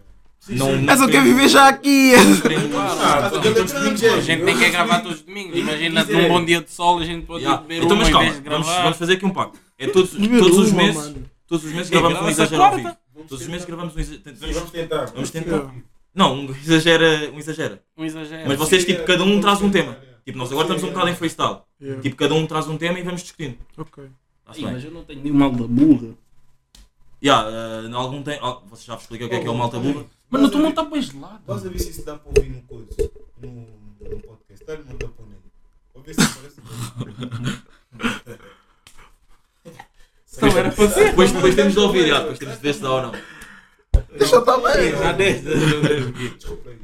Speaker 3: Não, não um
Speaker 4: É só quer viver já aqui.
Speaker 7: Ah,
Speaker 6: Estás a ver
Speaker 7: todos os
Speaker 6: grande,
Speaker 7: domingos é.
Speaker 5: A Então, gente tem que gravar todos os domingos. Imagina num bom dia de sol a gente pode ir
Speaker 3: é. Yeah.
Speaker 5: beber
Speaker 3: Então,
Speaker 5: uma
Speaker 3: mas
Speaker 5: em
Speaker 3: calma,
Speaker 5: vez de
Speaker 3: vamos,
Speaker 5: gravar.
Speaker 3: vamos fazer aqui um pacto. É todos,
Speaker 4: Beber
Speaker 3: todos os
Speaker 4: uma,
Speaker 3: meses,
Speaker 4: mano.
Speaker 3: todos os meses gravamos um
Speaker 5: grava-se a
Speaker 3: exagero ao
Speaker 5: quarta.
Speaker 3: vivo. Todos os meses gravamos um exagero.
Speaker 7: Vamos tentar.
Speaker 3: Vamos tentar. Não, um exagera, um exagera.
Speaker 5: Um exagero.
Speaker 3: Mas vocês, tipo, cada um traz um tema. Tipo, nós agora estamos um bocado em freestyle.
Speaker 4: Yeah.
Speaker 3: Tipo, cada um traz um tema e vamos discutindo.
Speaker 4: Ok.
Speaker 3: Tá-se
Speaker 5: Ih,
Speaker 3: bem.
Speaker 5: mas eu não tenho nenhum mal da burra.
Speaker 3: Yeah, eh, algum tem... ah, vocês já vos expliquei o que é que é o malta burra.
Speaker 5: Mano, tu não está bem gelado.
Speaker 6: Estás a ver se isso dá para ouvir no coisa, no, no podcast. Dá-lhe uma taponha. Ou ver se aparece.
Speaker 5: Não era para ser.
Speaker 3: Depois, depois temos de ouvir, já, depois temos de ver se dá ou não.
Speaker 4: Deixa eu estar
Speaker 6: é,
Speaker 4: bem.
Speaker 5: Já deste.
Speaker 6: Desculpa aí.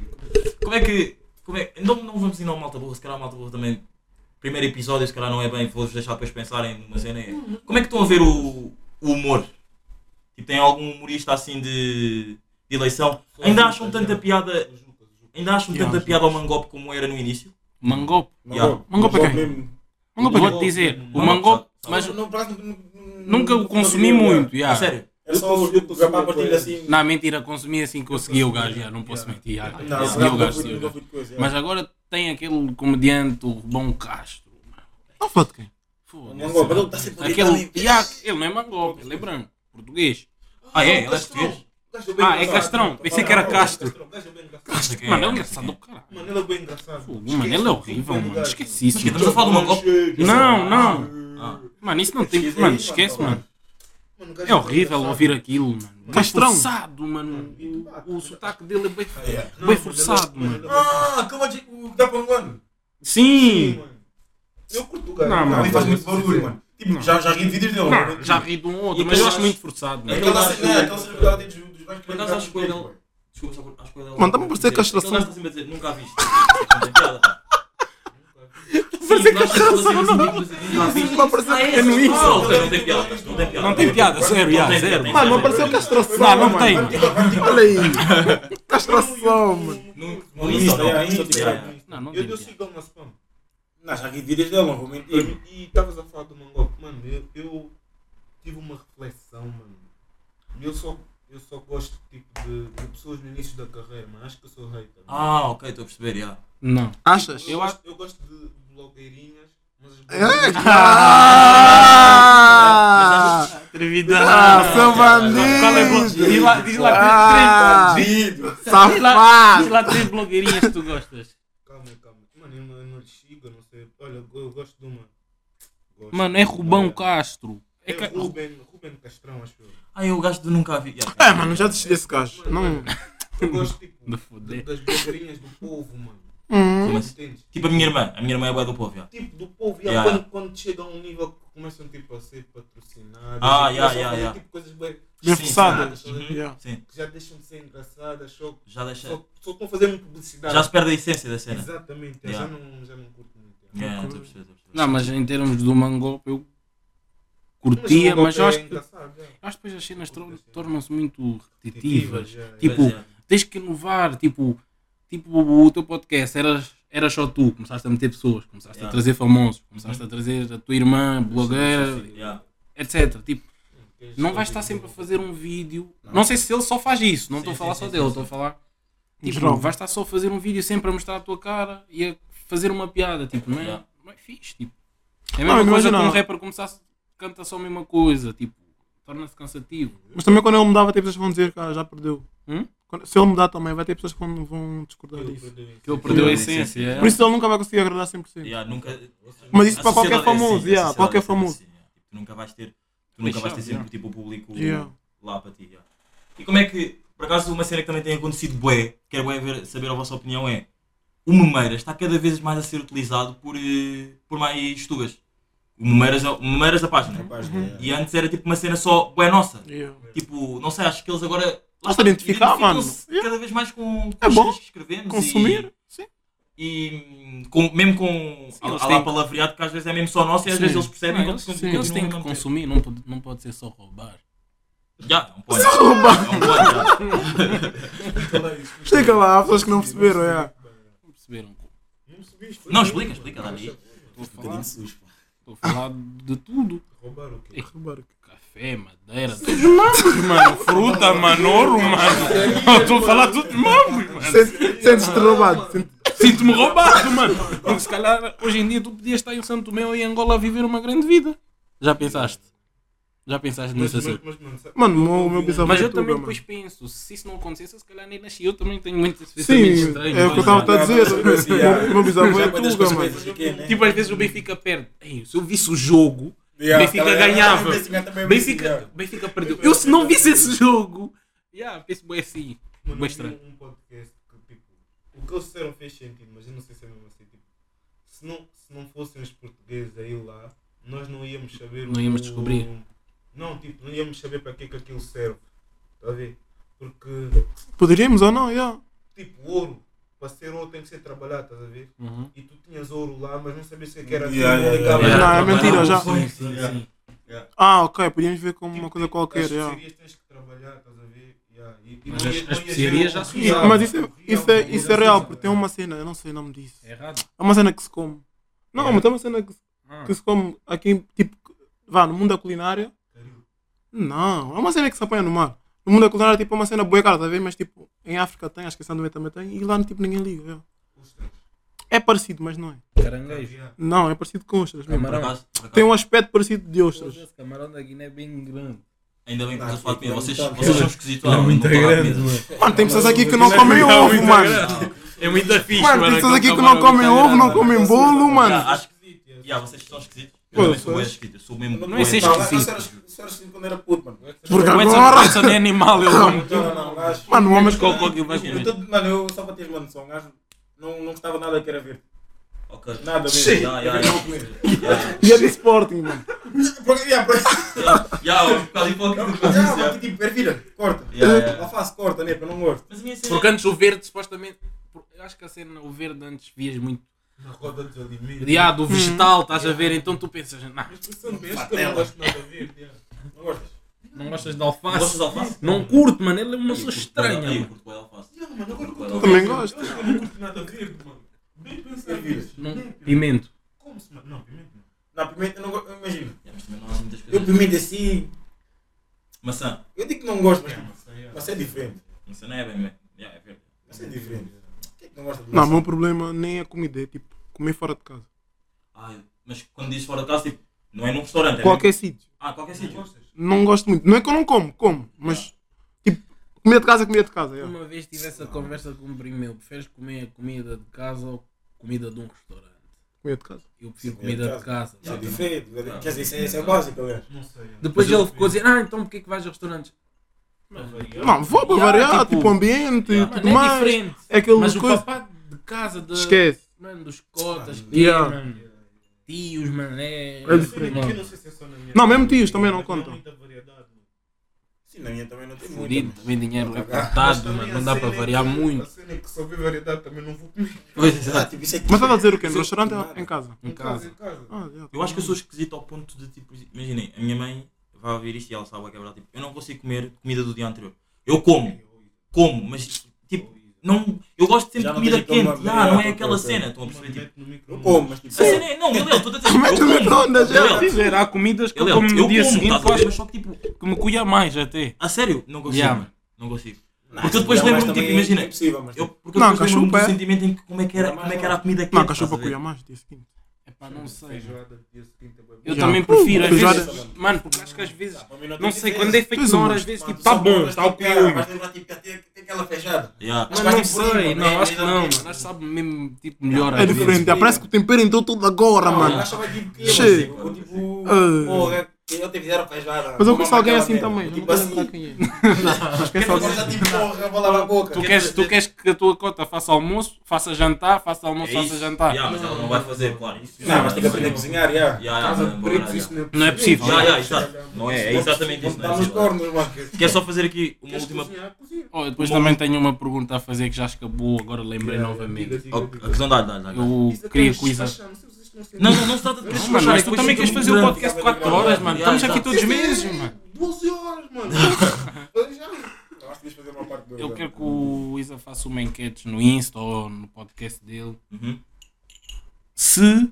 Speaker 3: Como é que. Como é, não, não vamos ir ao malta burra, se calhar a malta burra também. Primeiro episódio, se calhar não é bem, vou-vos deixar depois pensarem numa cena. é- Como é que estão a ver o, o humor? Tipo, tem algum humorista assim de, de eleição? Ainda acham tanta piada. Ainda acham tanta piada ao Mangop como era no início?
Speaker 5: Mangope.
Speaker 3: Yeah.
Speaker 5: Mangope é quem? Mangope é quem?
Speaker 3: Mangope.
Speaker 5: Vou-te dizer. O
Speaker 3: Mangope,
Speaker 5: mangope.
Speaker 3: sabe?
Speaker 5: Mas
Speaker 7: Não, não, não,
Speaker 5: nunca o consumi muito.
Speaker 3: A
Speaker 5: já.
Speaker 3: sério?
Speaker 7: É só o
Speaker 6: Eu consumi
Speaker 7: gravar a partir
Speaker 6: depois.
Speaker 7: assim.
Speaker 5: Não, mentira, consumi assim que eu segui o gajo, já, não posso mentir. já.
Speaker 7: Não,
Speaker 5: Eu segui o
Speaker 7: nunca
Speaker 5: gajo,
Speaker 7: fui-
Speaker 5: segui o
Speaker 7: nunca
Speaker 5: gajo.
Speaker 7: fui de coisa.
Speaker 5: Mas agora tem aquele comediante, o Bom Castro. mano.
Speaker 4: Não foto Ah, quem?
Speaker 7: Não,
Speaker 5: Foda-se.
Speaker 7: não, mas ele está sempre a deitar
Speaker 5: Aquele.
Speaker 7: ali.
Speaker 5: já, Ele não é mangope, ele é branco, português.
Speaker 3: Ah, é? Ele é português?
Speaker 5: Ah, é Castrão. Pensei que era
Speaker 6: Ah,
Speaker 5: Castro.
Speaker 3: Não sei quem é.
Speaker 5: Mano, ele é engraçado do caralho.
Speaker 6: Mano, ele é bem engraçado.
Speaker 5: Fogo, Mano, ele é horrível, mano. Esquece
Speaker 3: Mas
Speaker 5: isso.
Speaker 3: que estamos a
Speaker 5: Mano,
Speaker 3: falar do Mangop?
Speaker 5: é não. não.
Speaker 3: Ah.
Speaker 5: Mano, isso não tem. Mano, esquece, mano.
Speaker 6: Mano, o gajo
Speaker 5: É horrível
Speaker 6: bem engraçado.
Speaker 5: ouvir aquilo, mano. Bem
Speaker 4: Castrão.
Speaker 5: forçado, mano. O, o sotaque dele é bem,
Speaker 6: Não,
Speaker 5: bem
Speaker 6: mas
Speaker 5: forçado,
Speaker 6: ele é-
Speaker 5: mano.
Speaker 7: Ah, como é que o da Panguano?
Speaker 5: Sim!
Speaker 6: mano. Eu curto o gajo.
Speaker 5: Ah, Não, mano.
Speaker 7: Ele faz muito barulho, mano. Tipo, já já ri de vídeos dele.
Speaker 5: Não,
Speaker 7: mano.
Speaker 5: já ri de um outro, mas eu acho muito forçado, mano.
Speaker 7: Aquela cena, aquela cena que ela tem dos dos gajos que
Speaker 3: Por acaso acho que ele. Desculpa, só por- acho que ele.
Speaker 4: Mano, tá-me a parecer castração.
Speaker 3: Ele está sempre a dizer, nunca a viste. Tipo, Não tem piada, pá. Sim, nós estamos a dizer os indivíduos, nunca a viste.
Speaker 4: Não apareceu-
Speaker 3: Ah, é
Speaker 5: é no
Speaker 3: isso.
Speaker 5: isso.
Speaker 3: Não, não tem piada. Não tem piada.
Speaker 5: Não tem piada, zero, já,
Speaker 3: tem,
Speaker 5: zero.
Speaker 3: tem.
Speaker 4: Mano, não apareceu castração.
Speaker 5: Não, não tem,
Speaker 4: mano. Olha aí. Castração, mano.
Speaker 3: No- No Insta, não.
Speaker 7: É,
Speaker 3: Insta,
Speaker 7: Insta,
Speaker 3: yeah,
Speaker 7: é.
Speaker 3: yeah.
Speaker 5: Não, não
Speaker 6: Eu dei o
Speaker 5: tem piada.
Speaker 6: cigão na spam.
Speaker 7: Não, já ri de vídeos dele, não vou mentir.
Speaker 6: E- E estavas a falar do Mangop. Mano, eu, eu tive uma reflexão, mano. Eu só, eu só gosto tipo, de, de pessoas no início da carreira, mano. Acho que eu sou hater.
Speaker 3: Ah, ok, estou a perceber, já.
Speaker 5: Não.
Speaker 4: Achas?
Speaker 5: Eu acho.
Speaker 6: Eu gosto de blogueirinhas, mas as
Speaker 4: É,
Speaker 6: blogueirinhas-
Speaker 4: Ah!
Speaker 5: Atrevidão.
Speaker 4: Ah, seu
Speaker 5: Qual é blo-
Speaker 4: bandido!
Speaker 5: Diz lá, diz lá,
Speaker 4: Ah,
Speaker 5: três, três, diz lá, diz
Speaker 4: Safado!
Speaker 5: lá três blogueirinhas que tu gostas.
Speaker 6: Calma, calma. Mano, eu não, eu não lhe sigo, eu não sei. Olha, eu, eu gosto de uma. Gosto.
Speaker 5: Mano, é Rubão
Speaker 6: Olha,
Speaker 5: Castro.
Speaker 6: É,
Speaker 5: É ca-
Speaker 6: Ruben, Ruben Castrão, acho eu.
Speaker 3: Ah, eu gajo do nunca a vi. já.
Speaker 4: É, mano, já desisti desse gajo. Não.
Speaker 6: Eu gosto tipo,
Speaker 5: De
Speaker 6: de-
Speaker 5: foder.
Speaker 6: das blogueirinhas do povo, mano.
Speaker 4: Hum.
Speaker 3: Como assim?
Speaker 6: Entendes?
Speaker 3: Tipo a minha irmã. A minha irmã é boa do povo, já.
Speaker 6: tipo do povo. E
Speaker 3: Yeah.
Speaker 6: quando, quando chega a um nível que começam tipo, a ser patrocinados,
Speaker 3: Ah, yeah,
Speaker 6: e começam a
Speaker 3: yeah,
Speaker 6: fazer,
Speaker 3: yeah.
Speaker 6: tipo coisas bem,
Speaker 4: Bem
Speaker 3: Sim,
Speaker 4: forçado.
Speaker 6: sim. Uhum.
Speaker 4: Yeah.
Speaker 3: Sim,
Speaker 6: que já deixam de ser engraçadas, só,
Speaker 3: já deixa.
Speaker 6: só, só estão fazendo publicidade.
Speaker 3: Já se perde a essência da cena.
Speaker 6: Exatamente, eu
Speaker 3: Yeah.
Speaker 6: já, não, já não curto muito. yeah.
Speaker 3: É, estou a perceber, estou a perceber.
Speaker 5: Não, mas em termos do Mangop eu curtia, mas eu
Speaker 6: é
Speaker 5: acho que
Speaker 6: engraçado, yeah.
Speaker 5: acho que depois as cenas tor- tornam-se muito repetitivas.
Speaker 6: Yeah, yeah.
Speaker 5: Tipo,
Speaker 3: Pois é.
Speaker 5: tens que inovar, tipo, tipo o teu podcast, eras, eras só tu, começaste a meter pessoas, começaste
Speaker 3: Yeah.
Speaker 5: a trazer famosos, começaste a trazer a tua irmã,
Speaker 4: eh,
Speaker 5: blogueira,
Speaker 3: Já.
Speaker 5: etc. Tipo, não vais estar sempre a fazer um vídeo. Não, sei se ele só faz isso, não
Speaker 3: Sim,
Speaker 5: estou a
Speaker 3: sim,
Speaker 5: falar
Speaker 3: sim,
Speaker 5: só
Speaker 3: sim,
Speaker 5: dele,
Speaker 3: sim.
Speaker 5: estou a falar. Tipo,
Speaker 4: geral.
Speaker 5: vais estar só a fazer um vídeo sempre a mostrar a tua cara e a fazer uma piada, tipo, não é,
Speaker 3: Yeah.
Speaker 5: não é fixe, tipo. É a mesma
Speaker 4: Não,
Speaker 5: coisa que
Speaker 4: imagina.
Speaker 5: um rapper começar canta só a mesma coisa, tipo, torna-se cansativo.
Speaker 4: Mas também quando ele mudar, tem pessoas que vão dizer que ah, já perdeu.
Speaker 5: Hum?
Speaker 4: Quando- Se ele mudar também, vai ter pessoas que vão, vão discordar
Speaker 6: Eu
Speaker 4: disso.
Speaker 6: perdoe.
Speaker 5: Que ele perdeu a
Speaker 3: Yeah.
Speaker 5: essência. é.
Speaker 4: Por isso ele nunca vai conseguir agradar 100%.
Speaker 3: Já, nunca.
Speaker 4: Mas isso
Speaker 3: A
Speaker 4: para qualquer
Speaker 3: sociedade é assim,
Speaker 4: famoso,
Speaker 3: a
Speaker 4: yeah,
Speaker 3: sociedade
Speaker 4: qualquer
Speaker 3: é sempre
Speaker 4: famoso.
Speaker 3: assim, yeah. Tipo, Tu nunca vais ter, tu nunca vais ter sempre tipo, o público
Speaker 4: Yeah.
Speaker 3: lá para ti. yeah. E como é que, por acaso, uma cena que também tem acontecido bué, quero bué ver- saber a vossa opinião é, o Memeiras está cada vez mais a ser utilizado por, eh, por mais tugas. O Memeiras, é o Memeiras da página.
Speaker 5: Uhum.
Speaker 3: E antes era tipo uma cena só bué nossa. Tipo, não sei, acho que eles agora... lá
Speaker 4: Gosto de identificar, mano.
Speaker 3: identificam-se
Speaker 4: Yeah.
Speaker 3: Cada vez mais com, com
Speaker 4: É
Speaker 3: os
Speaker 4: bom.
Speaker 3: que escrevemos.
Speaker 4: Consumir. Sim.
Speaker 3: E, e com- mesmo com a,
Speaker 5: eles
Speaker 3: a lá
Speaker 5: têm-
Speaker 3: palavreado, que às vezes é mesmo só nosso e às
Speaker 5: Sim.
Speaker 3: vezes eles percebem
Speaker 5: Não,
Speaker 3: quando-
Speaker 5: eles,
Speaker 3: quando-
Speaker 5: sim,
Speaker 3: quando
Speaker 5: eles
Speaker 3: não
Speaker 5: têm que
Speaker 3: lembram que-
Speaker 5: consumir, não pode, não pode ser só roubar.
Speaker 3: Já, não pode. Não pode, já.
Speaker 4: Chega lá, há pessoas que não perceberam, é.
Speaker 5: Não perceberam? Estou
Speaker 3: Não, explica, explica, dá aí.
Speaker 5: a falar de tudo. É.
Speaker 4: Roubaram.
Speaker 5: Café, madeira, todos os mambos, mano. Fruta, mano, ouro, mano. Estou a falar de todos os mambos, mano.
Speaker 4: Sentes- Sentes-te roubado. Sentes-
Speaker 5: Sinto-me roubado, mano. Porque se calhar hoje em dia tu podias estar em Santo Tomé ou em Angola a viver uma grande vida. Já pensaste? Já pensaste nisso assim?
Speaker 6: Mas, mano, sabe-
Speaker 4: Mano, o meu- o meu pensamento
Speaker 5: Mas
Speaker 4: é
Speaker 5: eu também
Speaker 4: tudo, mano.
Speaker 5: depois penso, se isso não acontecesse, eu se calhar nem nasci. Eu também tenho muitos pensamentos
Speaker 4: Sim,
Speaker 5: estranhos.
Speaker 4: é o que eu estava a dizer.
Speaker 7: Yeah.
Speaker 4: O meu bisavô é
Speaker 7: Já quantas
Speaker 4: Tuga, mano.
Speaker 7: consequências aqui, né?
Speaker 5: Tipo, às vezes o Benfica perde. Ei, se eu visse o jogo,
Speaker 7: Yeah,
Speaker 5: Benfica
Speaker 7: também-
Speaker 5: ganhava.
Speaker 7: Ah, Benfica também é
Speaker 5: Benfica,
Speaker 7: Benfica.
Speaker 5: Benfica perdeu. Eu se não visse esse jogo, yeah, penso bem assim.
Speaker 6: Mano,
Speaker 5: Bem
Speaker 6: eu
Speaker 5: estranho.
Speaker 6: vi um podcast que, tipo, o que eles disseram fez sentido, mas eu não sei se é mesmo assim. Tipo, se, não, se não fossem os portugueses aí lá, nós não íamos saber.
Speaker 5: Não íamos descobrir.
Speaker 6: Não, tipo, não íamos saber para que é que aquilo serve. Está a ver? Porque,
Speaker 4: Poderíamos ou não, yeah.
Speaker 6: tipo, ouro, para ser ouro tem que ser trabalhado, estás a ver?
Speaker 5: Uhum.
Speaker 6: E tu tinhas ouro lá, mas não sabias o que é que era
Speaker 7: Yeah,
Speaker 6: aquilo,
Speaker 7: yeah,
Speaker 6: ligava.
Speaker 4: yeah.
Speaker 6: Acho
Speaker 4: Não, é mentira, já.
Speaker 5: Sim, sim, sim.
Speaker 4: Ah, ok, podíamos ver como uma
Speaker 6: Tipo,
Speaker 4: coisa
Speaker 6: que
Speaker 4: qualquer,
Speaker 6: as
Speaker 4: yeah.
Speaker 6: especiarias tens que trabalhar, estás a ver? Yeah, e- e
Speaker 5: Mas
Speaker 6: não
Speaker 5: as-
Speaker 6: ia- um
Speaker 5: as
Speaker 6: não ia ver
Speaker 5: especiarias
Speaker 6: o
Speaker 5: já se
Speaker 6: real,
Speaker 5: usavam.
Speaker 4: Mas isso é,
Speaker 6: o real,
Speaker 4: isso é,
Speaker 6: não
Speaker 4: isso
Speaker 6: ia
Speaker 4: é
Speaker 6: ver
Speaker 4: real,
Speaker 6: o
Speaker 4: porque tem uma cena, eu não sei o nome disso.
Speaker 5: É errado.
Speaker 4: É uma cena que se come. Não, mas tem uma cena que,
Speaker 5: Ah.
Speaker 4: que se come aqui, tipo, vá, no mundo da culinária. Não, é uma cena que se apanha no mar. No mundo da culinária, tipo, é uma cena boa cara, tá a ver? Mas, tipo, em África tem, acho que em São Tomé também tem, e lá, tipo, ninguém liga. yeah. É parecido, mas não é.
Speaker 5: Caranguejo.
Speaker 4: Não, é parecido com ostras mesmo.
Speaker 3: Por acaso, por acaso,
Speaker 4: Tem um aspecto parecido de ostras.
Speaker 5: Esse camarão da Guiné é bem grande.
Speaker 3: ainda bem que estás a falar de mim. Vocês,
Speaker 7: Não,
Speaker 3: vocês são esquisitos. Não, não estão a dar comida.
Speaker 4: Mano, tem pessoas aqui que não comem ovo, mano.
Speaker 5: É muito fixe,
Speaker 4: Mano, tem pessoas aqui que não comem
Speaker 5: tá
Speaker 4: ovo, não comem bolo,
Speaker 3: Já,
Speaker 4: mano.
Speaker 3: acho que. já, vocês são esquisitos. Eu
Speaker 4: Pô,
Speaker 3: também sou
Speaker 4: pois.
Speaker 3: bué esquisito. Eu sou mesmo.
Speaker 5: Não é ser
Speaker 7: Não, mas
Speaker 5: esquisito.
Speaker 7: isso era- isso era esquisito quando era puto, mano.
Speaker 4: Porque
Speaker 5: O Edson-
Speaker 4: agora.
Speaker 5: o Edson é animal, ele come
Speaker 6: Então,
Speaker 7: Não, não, não, gajo.
Speaker 4: Mano, o homem.
Speaker 5: cocô que vai
Speaker 7: Eu
Speaker 5: comer.
Speaker 7: tô- Mano, eu só para teres uma noção, gajo. Não, não gostava nada que era verde.
Speaker 3: Ok.
Speaker 7: Nada mesmo.
Speaker 3: Sim. Já, já, já.
Speaker 4: E é de Sporting, mano.
Speaker 7: Porque, yeah, porque-
Speaker 3: Já, ó, por causa de pouco que tu fazes,
Speaker 7: Ah,
Speaker 3: já.
Speaker 7: mas que tipo, ervilha, corta.
Speaker 3: Já, já.
Speaker 7: Alface, corta, né? Eu não gosto.
Speaker 3: Mas a minha cena
Speaker 5: Porque antes o verde, supostamente. por- Eu acho que a cena, o verde antes vias muito.
Speaker 6: Na roda dos alimentos.
Speaker 5: Ah,
Speaker 4: Hum.
Speaker 5: do vegetal, estás a ver, então tu pensas, não,
Speaker 6: São
Speaker 7: um
Speaker 6: bestas, eu não gosto nada a ver. yeah.
Speaker 7: Não gostas?
Speaker 5: não gostas de
Speaker 3: é- Gostas
Speaker 5: alface?
Speaker 3: de alface?
Speaker 5: Não curto, mano, ele é uma
Speaker 3: Eu
Speaker 5: pessoa
Speaker 3: curto
Speaker 5: estranha,
Speaker 3: bué- Eu
Speaker 5: mano.
Speaker 3: curto bué de alface.
Speaker 6: Não, mano, agora que eu tô-
Speaker 4: Também gosto.
Speaker 6: Eu não curto nada verde, mano. Nem pensar nisso.
Speaker 5: Não, pimento.
Speaker 6: Como-se, mano? Não, pimenta não.
Speaker 7: Não, pimenta, eu não gosto. Imagina,
Speaker 3: Já, mas também não há assim muitas
Speaker 7: eu
Speaker 3: coisas.
Speaker 7: pimenta assim.
Speaker 3: Maçã.
Speaker 7: Eu digo que não gosto, mas,
Speaker 6: Yeah,
Speaker 7: tipo,
Speaker 6: mas aí, yeah.
Speaker 7: mas é diferente.
Speaker 3: Maçã não é bem, bem. Já, é verde.
Speaker 7: Mas é diferente. Quem é que não gosta de
Speaker 4: Não, o
Speaker 7: maçã?
Speaker 4: meu problema nem é comida, é tipo, comer fora de casa.
Speaker 3: Ai, mas quando dizes fora de casa, tipo, não é num restaurante. é mesmo-
Speaker 4: Qualquer sítio.
Speaker 3: Ah, qualquer sítio.
Speaker 4: Não gosto muito. Não é que eu não como, como, mas tipo, comida de casa é comida de casa. yeah.
Speaker 5: Uma vez tive essa conversa com um primo meu, preferes comer a comida de casa ou comida de um restaurante?
Speaker 4: Comida de casa.
Speaker 5: Eu prefiro
Speaker 7: Comida de
Speaker 5: comida de casa.
Speaker 7: Isso é diferente. Quer dizer, isso é- isso é básico, aliás.
Speaker 6: Não sei. yeah.
Speaker 5: Depois ele ficou a dizer, ah, então porquê que vais a restaurantes?
Speaker 4: Não, vou para
Speaker 5: Yeah,
Speaker 4: variar,
Speaker 5: tipo,
Speaker 4: tipo, ambiente e
Speaker 3: yeah.
Speaker 4: tudo
Speaker 5: Mano, é
Speaker 4: mais.
Speaker 5: diferente.
Speaker 4: É aquelas
Speaker 5: Mas o
Speaker 4: coisas.
Speaker 5: papá de casa de,
Speaker 4: Esquece.
Speaker 5: mano, dos cotas, que,
Speaker 4: Yeah.
Speaker 5: mano, tios, mano, é...
Speaker 4: É diferente.
Speaker 5: Mano,
Speaker 6: Eu não sei se é só na minha.
Speaker 4: Não, mesmo tios também não
Speaker 6: Mas há
Speaker 4: contam.
Speaker 6: muita variedade, mano.
Speaker 7: Sim, na minha também não tem muito. né?
Speaker 5: Fudido, também dinheiro é
Speaker 6: Mas
Speaker 5: cortado,
Speaker 6: também
Speaker 5: mano,
Speaker 6: a
Speaker 5: não dá para
Speaker 6: cena é
Speaker 5: variar
Speaker 6: que-
Speaker 5: muito.
Speaker 6: A cena é que só vê variedade também não vou comer.
Speaker 3: Pois,
Speaker 7: Ah,
Speaker 3: exato.
Speaker 7: tipo, isso é
Speaker 4: Mas estás a dizer o quê? No
Speaker 7: Isso é
Speaker 4: restaurante ou
Speaker 7: nada.
Speaker 4: em casa?
Speaker 5: Em casa.
Speaker 6: Em casa.
Speaker 4: Ah, yeah.
Speaker 3: Eu acho que eu sou esquisito ao ponto de tipo, imaginem, a minha mãe vai ouvir isto e ela sabe o que é verdade, tipo, eu não consigo comer comida do dia anterior. Eu como, como, mas tipo, não, eu gosto sempre
Speaker 7: Já
Speaker 3: de
Speaker 7: não
Speaker 3: comida
Speaker 7: tens aquele
Speaker 3: quente,
Speaker 7: mar-
Speaker 3: já, não é
Speaker 7: ok,
Speaker 3: aquela
Speaker 7: ok.
Speaker 3: cena, estão a
Speaker 6: Mano,
Speaker 3: perceber? Tipo,
Speaker 6: mete no micro.
Speaker 7: Eu como, mas tipo.
Speaker 3: a cena é, não, Leleu, estou a dizer, eu
Speaker 4: Mete no microondas,
Speaker 3: como,
Speaker 5: é
Speaker 4: já.
Speaker 3: Leleu,
Speaker 5: dizer, há comidas que é eu
Speaker 3: Leleu,
Speaker 5: como tá no dia
Speaker 3: eu como,
Speaker 5: seguinte
Speaker 3: estás a ver,
Speaker 5: que
Speaker 3: mas só que tipo,
Speaker 5: me cuia mais até.
Speaker 3: a sério, não consigo,
Speaker 5: Yeah.
Speaker 3: mano, não consigo. Porque eu
Speaker 7: é
Speaker 3: depois lembro-me, tipo, imagina, eu, porque eu
Speaker 4: Não,
Speaker 3: depois lembro-me do
Speaker 4: cachupa é-
Speaker 3: sentimento em que como é que era, como é que era a comida quente.
Speaker 4: Não,
Speaker 3: estás a
Speaker 4: cachorro para
Speaker 3: ver?
Speaker 4: cuidar mais, dia seguinte.
Speaker 5: Epá, não sei.
Speaker 7: tipo,
Speaker 5: mano.
Speaker 6: Feijoada, dia seguinte, é bué bom.
Speaker 5: Eu
Speaker 4: Já.
Speaker 5: também prefiro, às
Speaker 4: Feijoada.
Speaker 5: vezes, mano, porque acho que às vezes, não
Speaker 7: Não
Speaker 5: sei, quando é feito
Speaker 4: Pois
Speaker 5: na
Speaker 4: é,
Speaker 5: hora, às
Speaker 4: mas,
Speaker 5: vezes, tipo, tá bom, está o cuio.
Speaker 7: Mas lembrar, tipo, até tem aquela feijada.
Speaker 3: Yeah.
Speaker 5: Mas
Speaker 7: Mas
Speaker 5: não
Speaker 7: tipo, por
Speaker 5: sei,
Speaker 7: aí,
Speaker 5: não,
Speaker 7: mano,
Speaker 5: acho
Speaker 7: é-
Speaker 5: que não,
Speaker 7: é-
Speaker 5: mano. Acho que sabe mesmo, tipo, melhor.
Speaker 4: É
Speaker 5: às vezes.
Speaker 4: Tá, diferente, já parece que o tempero entrou todo agora, mano.
Speaker 7: Achava tipo que
Speaker 4: Sim.
Speaker 7: tipo.
Speaker 4: Ah.
Speaker 7: Porra, Eu te fizeram feijoada.
Speaker 4: Mas eu conheço
Speaker 7: Uma
Speaker 4: alguém
Speaker 7: maquela
Speaker 4: assim
Speaker 7: mesmo.
Speaker 4: também.
Speaker 7: Tipo assim.
Speaker 4: quem é.
Speaker 7: Quem não gosta de porra, vou lavar a boca.
Speaker 5: Tu queres, tu queres que a tua cota faça almoço, faça jantar, faça almoço,
Speaker 3: É
Speaker 5: faça
Speaker 3: isso.
Speaker 5: jantar.
Speaker 3: Yeah, mas ela não vai fazer, claro. Isso,
Speaker 7: Não, mas tem que aprender a cozinhar, já.
Speaker 3: Yeah, yeah,
Speaker 7: Casa de
Speaker 3: mano,
Speaker 7: pretos,
Speaker 3: bora,
Speaker 7: isso não
Speaker 5: Não é possível.
Speaker 3: Yeah, yeah, Ah, exato. Não é, é exatamente isso.
Speaker 7: Vamos dar
Speaker 3: Não é?
Speaker 7: nos cornos, mano.
Speaker 3: Quero só fazer aqui uma última.
Speaker 5: Oh, eu depois também tenho uma pergunta a fazer que já escapou, agora lembrei novamente.
Speaker 3: Oh, A questão dá, dá, dá. Não,
Speaker 5: Eu queria coisas.
Speaker 3: não, não se trata de querer
Speaker 5: Não, mano,
Speaker 3: despachar,
Speaker 5: mas
Speaker 3: é
Speaker 5: tu
Speaker 3: coisa
Speaker 5: também
Speaker 3: de
Speaker 5: queres
Speaker 3: um
Speaker 5: fazer o
Speaker 3: grande.
Speaker 5: podcast 4 horas, mano.
Speaker 3: Yeah,
Speaker 5: Estamos aqui
Speaker 3: exato.
Speaker 5: todos meses, mano.
Speaker 6: 12 horas, mano.
Speaker 7: Eu acho que devias fazer uma parte dois,
Speaker 5: Eu
Speaker 7: já.
Speaker 5: quero que o Isa faça uma enquete no Insta ou no podcast dele.
Speaker 3: Uhum.
Speaker 5: Se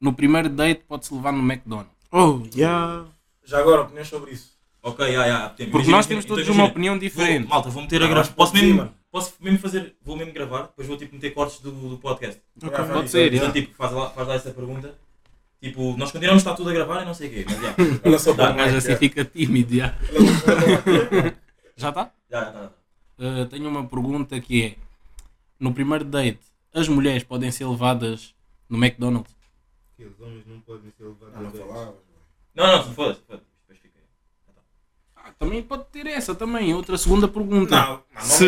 Speaker 5: no primeiro date pode-se levar no McDonald's.
Speaker 4: Oh, yeah.
Speaker 7: Já agora, opiniões sobre isso.
Speaker 3: Ok, yeah, yeah. Porque
Speaker 5: Porque nós temos todos uma opinião diferente.
Speaker 3: Malta, vou meter a
Speaker 7: Não,
Speaker 3: gravar.
Speaker 7: mas
Speaker 3: Posso
Speaker 7: pode
Speaker 3: mesmo,
Speaker 7: ser,
Speaker 3: posso mesmo fazer. Vou mesmo gravar, depois vou tipo meter cortes do, do podcast.
Speaker 7: Já, já,
Speaker 5: Pode
Speaker 7: já.
Speaker 5: ser,
Speaker 3: Então, tipo, faz lá, faz lá essa pergunta. Tipo, nós continuamos, está tudo a gravar e não sei o quê. Mas já.
Speaker 7: Olha só,
Speaker 5: O gajo assim fica tímido já. Já está?
Speaker 3: Já, já, já.
Speaker 5: Uh, tenho uma pergunta que é: no primeiro date, as mulheres podem ser levadas no McDonald's?
Speaker 6: Os homens não podem ser
Speaker 7: Ah, não
Speaker 6: levados
Speaker 7: falava.
Speaker 3: Não, não, se foda-se. foda-se. Depois fica aí.
Speaker 5: Ah, também pode ter essa também. Outra segunda pergunta:
Speaker 7: Não, mas não- é.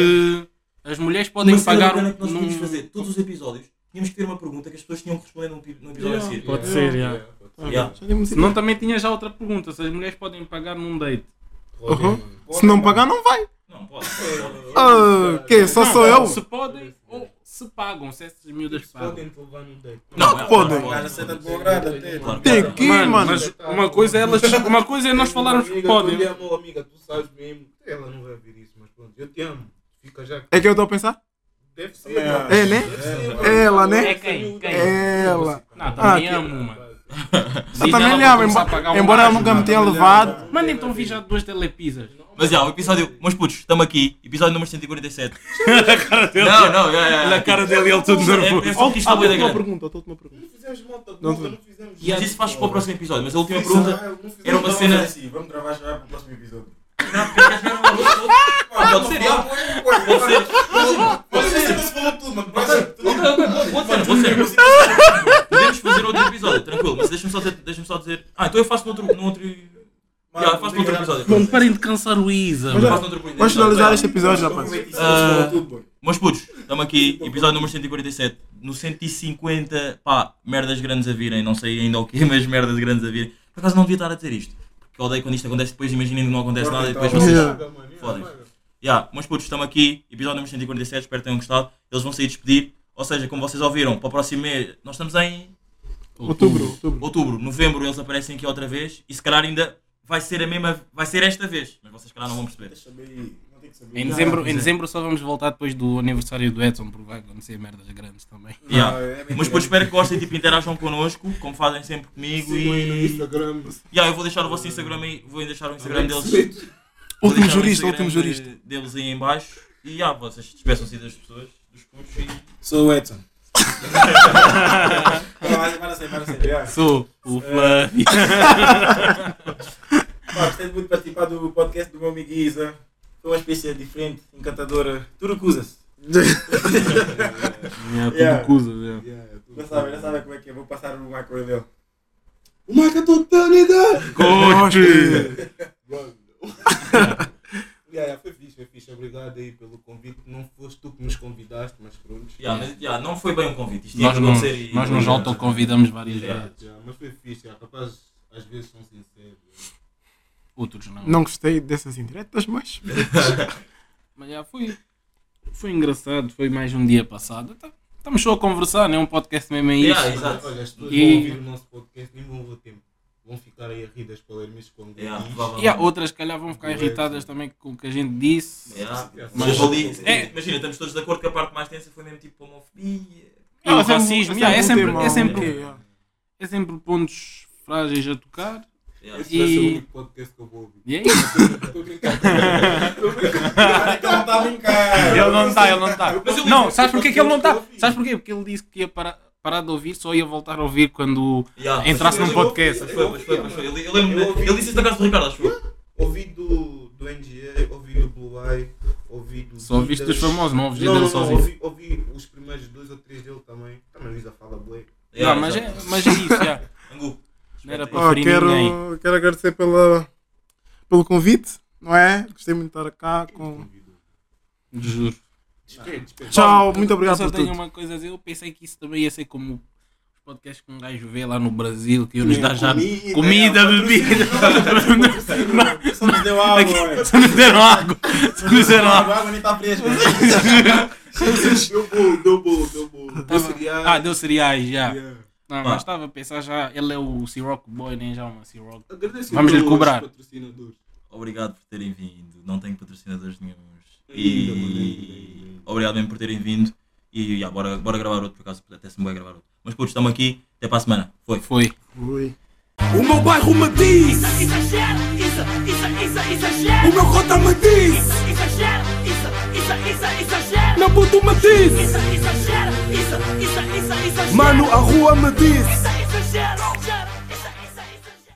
Speaker 5: se as mulheres podem
Speaker 3: Uma cena
Speaker 5: pagar
Speaker 3: bacana
Speaker 5: um.
Speaker 3: que nós
Speaker 5: num-
Speaker 3: tínhamos de fazer todos os episódios. Tínhamos que ter uma pergunta que as pessoas tinham que responder num pi- num episódio a seguir.
Speaker 6: É,
Speaker 5: Pode ser, já.
Speaker 3: Yeah.
Speaker 4: Já demos
Speaker 5: Senão também tinha já outra pergunta: se as mulheres podem pagar num date?
Speaker 4: Uhum. Se não pagar, não vai.
Speaker 3: Não, pode.
Speaker 4: Ah, que Só
Speaker 5: Não,
Speaker 4: sou eu?
Speaker 5: Se podem ou se pagam, se essas miúdas pagam.
Speaker 6: Podem te levar no date.
Speaker 4: Não que podem.
Speaker 7: O gajo aceita de boa grada até.
Speaker 3: Claro,
Speaker 4: Tem
Speaker 3: claro.
Speaker 4: que,
Speaker 5: Mano,
Speaker 4: mano.
Speaker 5: mas uma coisa, é elas, uma coisa é nós falarmos né? que podem.
Speaker 6: Olha, amor, amiga, tu sabes mesmo. Ela não vai ver isso, mas pronto, eu te amo. Fica já.
Speaker 4: É que eu estou a pensar?
Speaker 6: Deve ser.
Speaker 7: É,
Speaker 6: mano.
Speaker 4: É, né?
Speaker 6: Deve ser, mano.
Speaker 4: Ela, né?
Speaker 5: É quem? Quem?
Speaker 4: Ela.
Speaker 5: Não, também
Speaker 4: Ah,
Speaker 5: amo, mano.
Speaker 4: Eu também lhe amo, embora, embora ela nunca me tenha levado.
Speaker 5: um Mano, então vi já duas telepisas.
Speaker 3: Mas já, o episódio. Meus putos, estamos aqui. Episódio número 147. Não, não, já, já. já.
Speaker 5: cara dele, ele todo
Speaker 3: É, é só que isto é bué da
Speaker 4: Ah, uma
Speaker 3: grande.
Speaker 4: pergunta, estou uma pergunta.
Speaker 6: Não fizemos malta boa,
Speaker 4: Não te-
Speaker 6: não fizemos.
Speaker 3: Mas isso faz para o próximo episódio. Mas a última
Speaker 7: Fizemos-
Speaker 3: pergunta.
Speaker 6: Ah, não fizemos
Speaker 3: Era uma
Speaker 7: Vamos
Speaker 3: cena-
Speaker 7: fazer assim, Vamos gravar já para o próximo episódio.
Speaker 3: Pode ser. Pode ser.
Speaker 7: Você não se falou tudo, mano. Pode ser.
Speaker 3: Não, não, não, Pode ser, pode ser. Podemos fazer outro episódio, tranquilo. Mas deixa-me só, dizer- deixa-me só dizer. Ah, então eu faço no outro. No outro... Já, eu faço no outro episódio.
Speaker 5: Mano, parem de cansar o Isa.
Speaker 3: Eu
Speaker 5: mano.
Speaker 3: faço no outro episódio.
Speaker 4: Vamos finalizar este episódio,
Speaker 7: Estou
Speaker 4: rapaz.
Speaker 7: convencido, não se falou tudo, boy.
Speaker 3: Ah, Meus putos, estamos aqui, episódio número 147. No 150, pá, merdas grandes a virem, não sei ainda o quê, mas merdas grandes a virem. Por acaso não devia estar a dizer isto, porque eu odeio quando isto acontece, depois imaginem que não acontece nada e depois vocês
Speaker 4: Yeah.
Speaker 3: fodem. Yeah, meus putos, estamos aqui, episódio número 147, espero que tenham gostado. Eles vão sair despedir, ou seja, como vocês ouviram, para o próximo mês, nós estamos em
Speaker 4: Outubro, outubro.
Speaker 3: outubro, novembro, eles aparecem aqui outra vez e se calhar ainda vai ser a mesma, vai ser esta vez, mas vocês se calhar não vão perceber.
Speaker 7: Deixa bem aí, não tem que saber.
Speaker 5: Em dezembro, em dezembro só vamos voltar depois do aniversário do Edson, porque vai acontecer merdas grandes também.
Speaker 3: Yeah.
Speaker 7: Ah, é mentira.
Speaker 3: Mas depois espero que gostem, tipo, interajam connosco, como fazem sempre comigo e...
Speaker 6: Instagram.
Speaker 3: Yeah, eu vou deixar o vosso Instagram aí, vou deixar o Instagram deles. vou
Speaker 4: Último
Speaker 3: deixar o
Speaker 4: jurista,
Speaker 3: Instagram
Speaker 4: último
Speaker 3: de-
Speaker 4: jurista.
Speaker 3: Deles aí em baixo. E yeah, vocês despeçam-se das pessoas, dos putos e.
Speaker 7: Sou o Edson. Vai, vai ser, vai ser. yeah.
Speaker 5: Sou o Flávio.
Speaker 7: Pá, gostei muito de participar do podcast do meu amigo Isa. Foi uma experiência diferente, encantadora. Tu recusas.
Speaker 5: Yeah, tudo
Speaker 7: Yeah.
Speaker 5: cusa, yeah.
Speaker 7: Já sabem, já sabem como é que é. Vou passar o macro dele.
Speaker 6: O
Speaker 7: é
Speaker 6: Marca Totalidade!
Speaker 4: Goste.
Speaker 6: Yeah, yeah, foi fixe, foi fixe. Obrigado aí pelo convite. Não foste tu que nos convidaste, mas pronto.
Speaker 3: Yeah, mas, yeah, não foi bem um convite. Isto tinha
Speaker 5: Nós,
Speaker 3: que
Speaker 5: não,
Speaker 3: acontecer e.
Speaker 5: nós nos autoconvidamos várias
Speaker 3: Yeah.
Speaker 5: vezes.
Speaker 6: Yeah, mas foi fixe, yeah. rapazes às vezes são sinceros.
Speaker 5: Outros não.
Speaker 4: Não gostei dessas indiretas, mas.
Speaker 5: Mas já foi, foi engraçado, foi mais um dia passado. Tá- Estamos só a conversar, não é um podcast mesmo, é isso.
Speaker 3: Yeah, exato.
Speaker 6: Olha, as pessoas
Speaker 5: E-
Speaker 6: vão ouvir o nosso podcast, nem vão ter tempo. Vão ficar aí a rir das palermas com
Speaker 3: Yeah,
Speaker 6: gatis.
Speaker 3: provavelmente.
Speaker 5: E há outras, se calhar, vão ficar irritadas também com o que a gente disse.
Speaker 3: Yeah.
Speaker 5: Mas-
Speaker 3: Mas ali,
Speaker 5: É.
Speaker 3: imagina, estamos todos de acordo que a parte mais tensa foi mesmo tipo homofobia.
Speaker 5: E o racismo, yeah, Ah, é, sempre,
Speaker 4: um
Speaker 5: é, sempre,
Speaker 4: Ok, yeah.
Speaker 5: é sempre pontos frágeis a tocar.
Speaker 3: Yeah.
Speaker 6: Esse vai ser o
Speaker 5: E-
Speaker 6: único podcast que eu vou ouvir.
Speaker 5: E é isso.
Speaker 6: Estou a brincar.
Speaker 7: Ele não
Speaker 6: tá
Speaker 7: está a brincar.
Speaker 5: Ele não está, ele não está.
Speaker 3: Mas eu-
Speaker 5: Não, sabes porquê que ele não está? Sabes porquê? Porque ele disse que ia parar, parar de ouvir, só ia voltar a ouvir quando
Speaker 3: Yeah, Ah, mas
Speaker 5: entrasse
Speaker 3: foi-
Speaker 5: num podcast.
Speaker 3: mas foi- mas foi- mas foi. Ele ele lembra-
Speaker 6: Eu ouvi.
Speaker 3: ele disse isso na casa do Ricardo, acho eu.
Speaker 6: Ouvi do, do NGA, ouvi do Blue Eye, ouvi do.
Speaker 5: Só ouviste
Speaker 6: Didas.
Speaker 5: dos famosos, não ouviste
Speaker 6: Não,
Speaker 5: dele
Speaker 6: não,
Speaker 5: só
Speaker 6: não,
Speaker 5: ouviste.
Speaker 6: ouvi, ouvi os primeiros
Speaker 5: Ah,
Speaker 6: dois ou três dele também. Também o Isa fala bué.
Speaker 5: Não, mas é, mas é isso, yeah.
Speaker 3: Angu.
Speaker 5: Era era para
Speaker 4: Ó,
Speaker 5: ferir ninguém.
Speaker 4: Ah, quero, quero agradecer pela, pelo convite, não é? Gostei muito de estar cá. Com...
Speaker 5: Juro.
Speaker 4: Tchau, muito obrigado
Speaker 5: Eu só
Speaker 4: por
Speaker 5: tenho
Speaker 4: tudo.
Speaker 5: uma coisa a dizer, eu pensei que isso também ia ser como os podcasts que um gajo vê lá no Brasil, que iam nos dar já comida,
Speaker 6: é,
Speaker 5: bebida.
Speaker 7: Só nos deu água, ué.
Speaker 5: Só nos deram água. Só nos deram água.
Speaker 7: A água nem tá fresca.
Speaker 6: Deu bolo, deu bolo, deu bolo. Deu cereais.
Speaker 5: Ah, deu cereais, já.
Speaker 6: Yeah.
Speaker 5: Não, mas estava a pensar já, ele é o Ciroc Boy, nem já uma Ciroc.
Speaker 6: Agradeço
Speaker 5: Vamos lhe
Speaker 6: aos
Speaker 5: cobrar.
Speaker 6: patrocinadores.
Speaker 3: Obrigado por terem vindo. Não tenho patrocinadores nenhums.
Speaker 6: Ainda, mano, ainda, ainda,
Speaker 3: E obrigado mesmo por terem vindo. E yeah, bora, bora gravar outro, por acaso, até se me vai gravar outro. Mas putos, estamos aqui. Até para a semana. Foi.
Speaker 5: Foi.
Speaker 4: Ui.
Speaker 1: O meu bairro me diz,
Speaker 2: Exagero, isso, isso, isso, exagero.
Speaker 1: o meu cota me diz,
Speaker 2: Exagero, isso, isso, isso, exagero.
Speaker 1: meu puto me diz,
Speaker 2: Isso, exagero, isso, isso, isso, exagero.
Speaker 1: mano, a rua me diz.
Speaker 2: isso, exagero.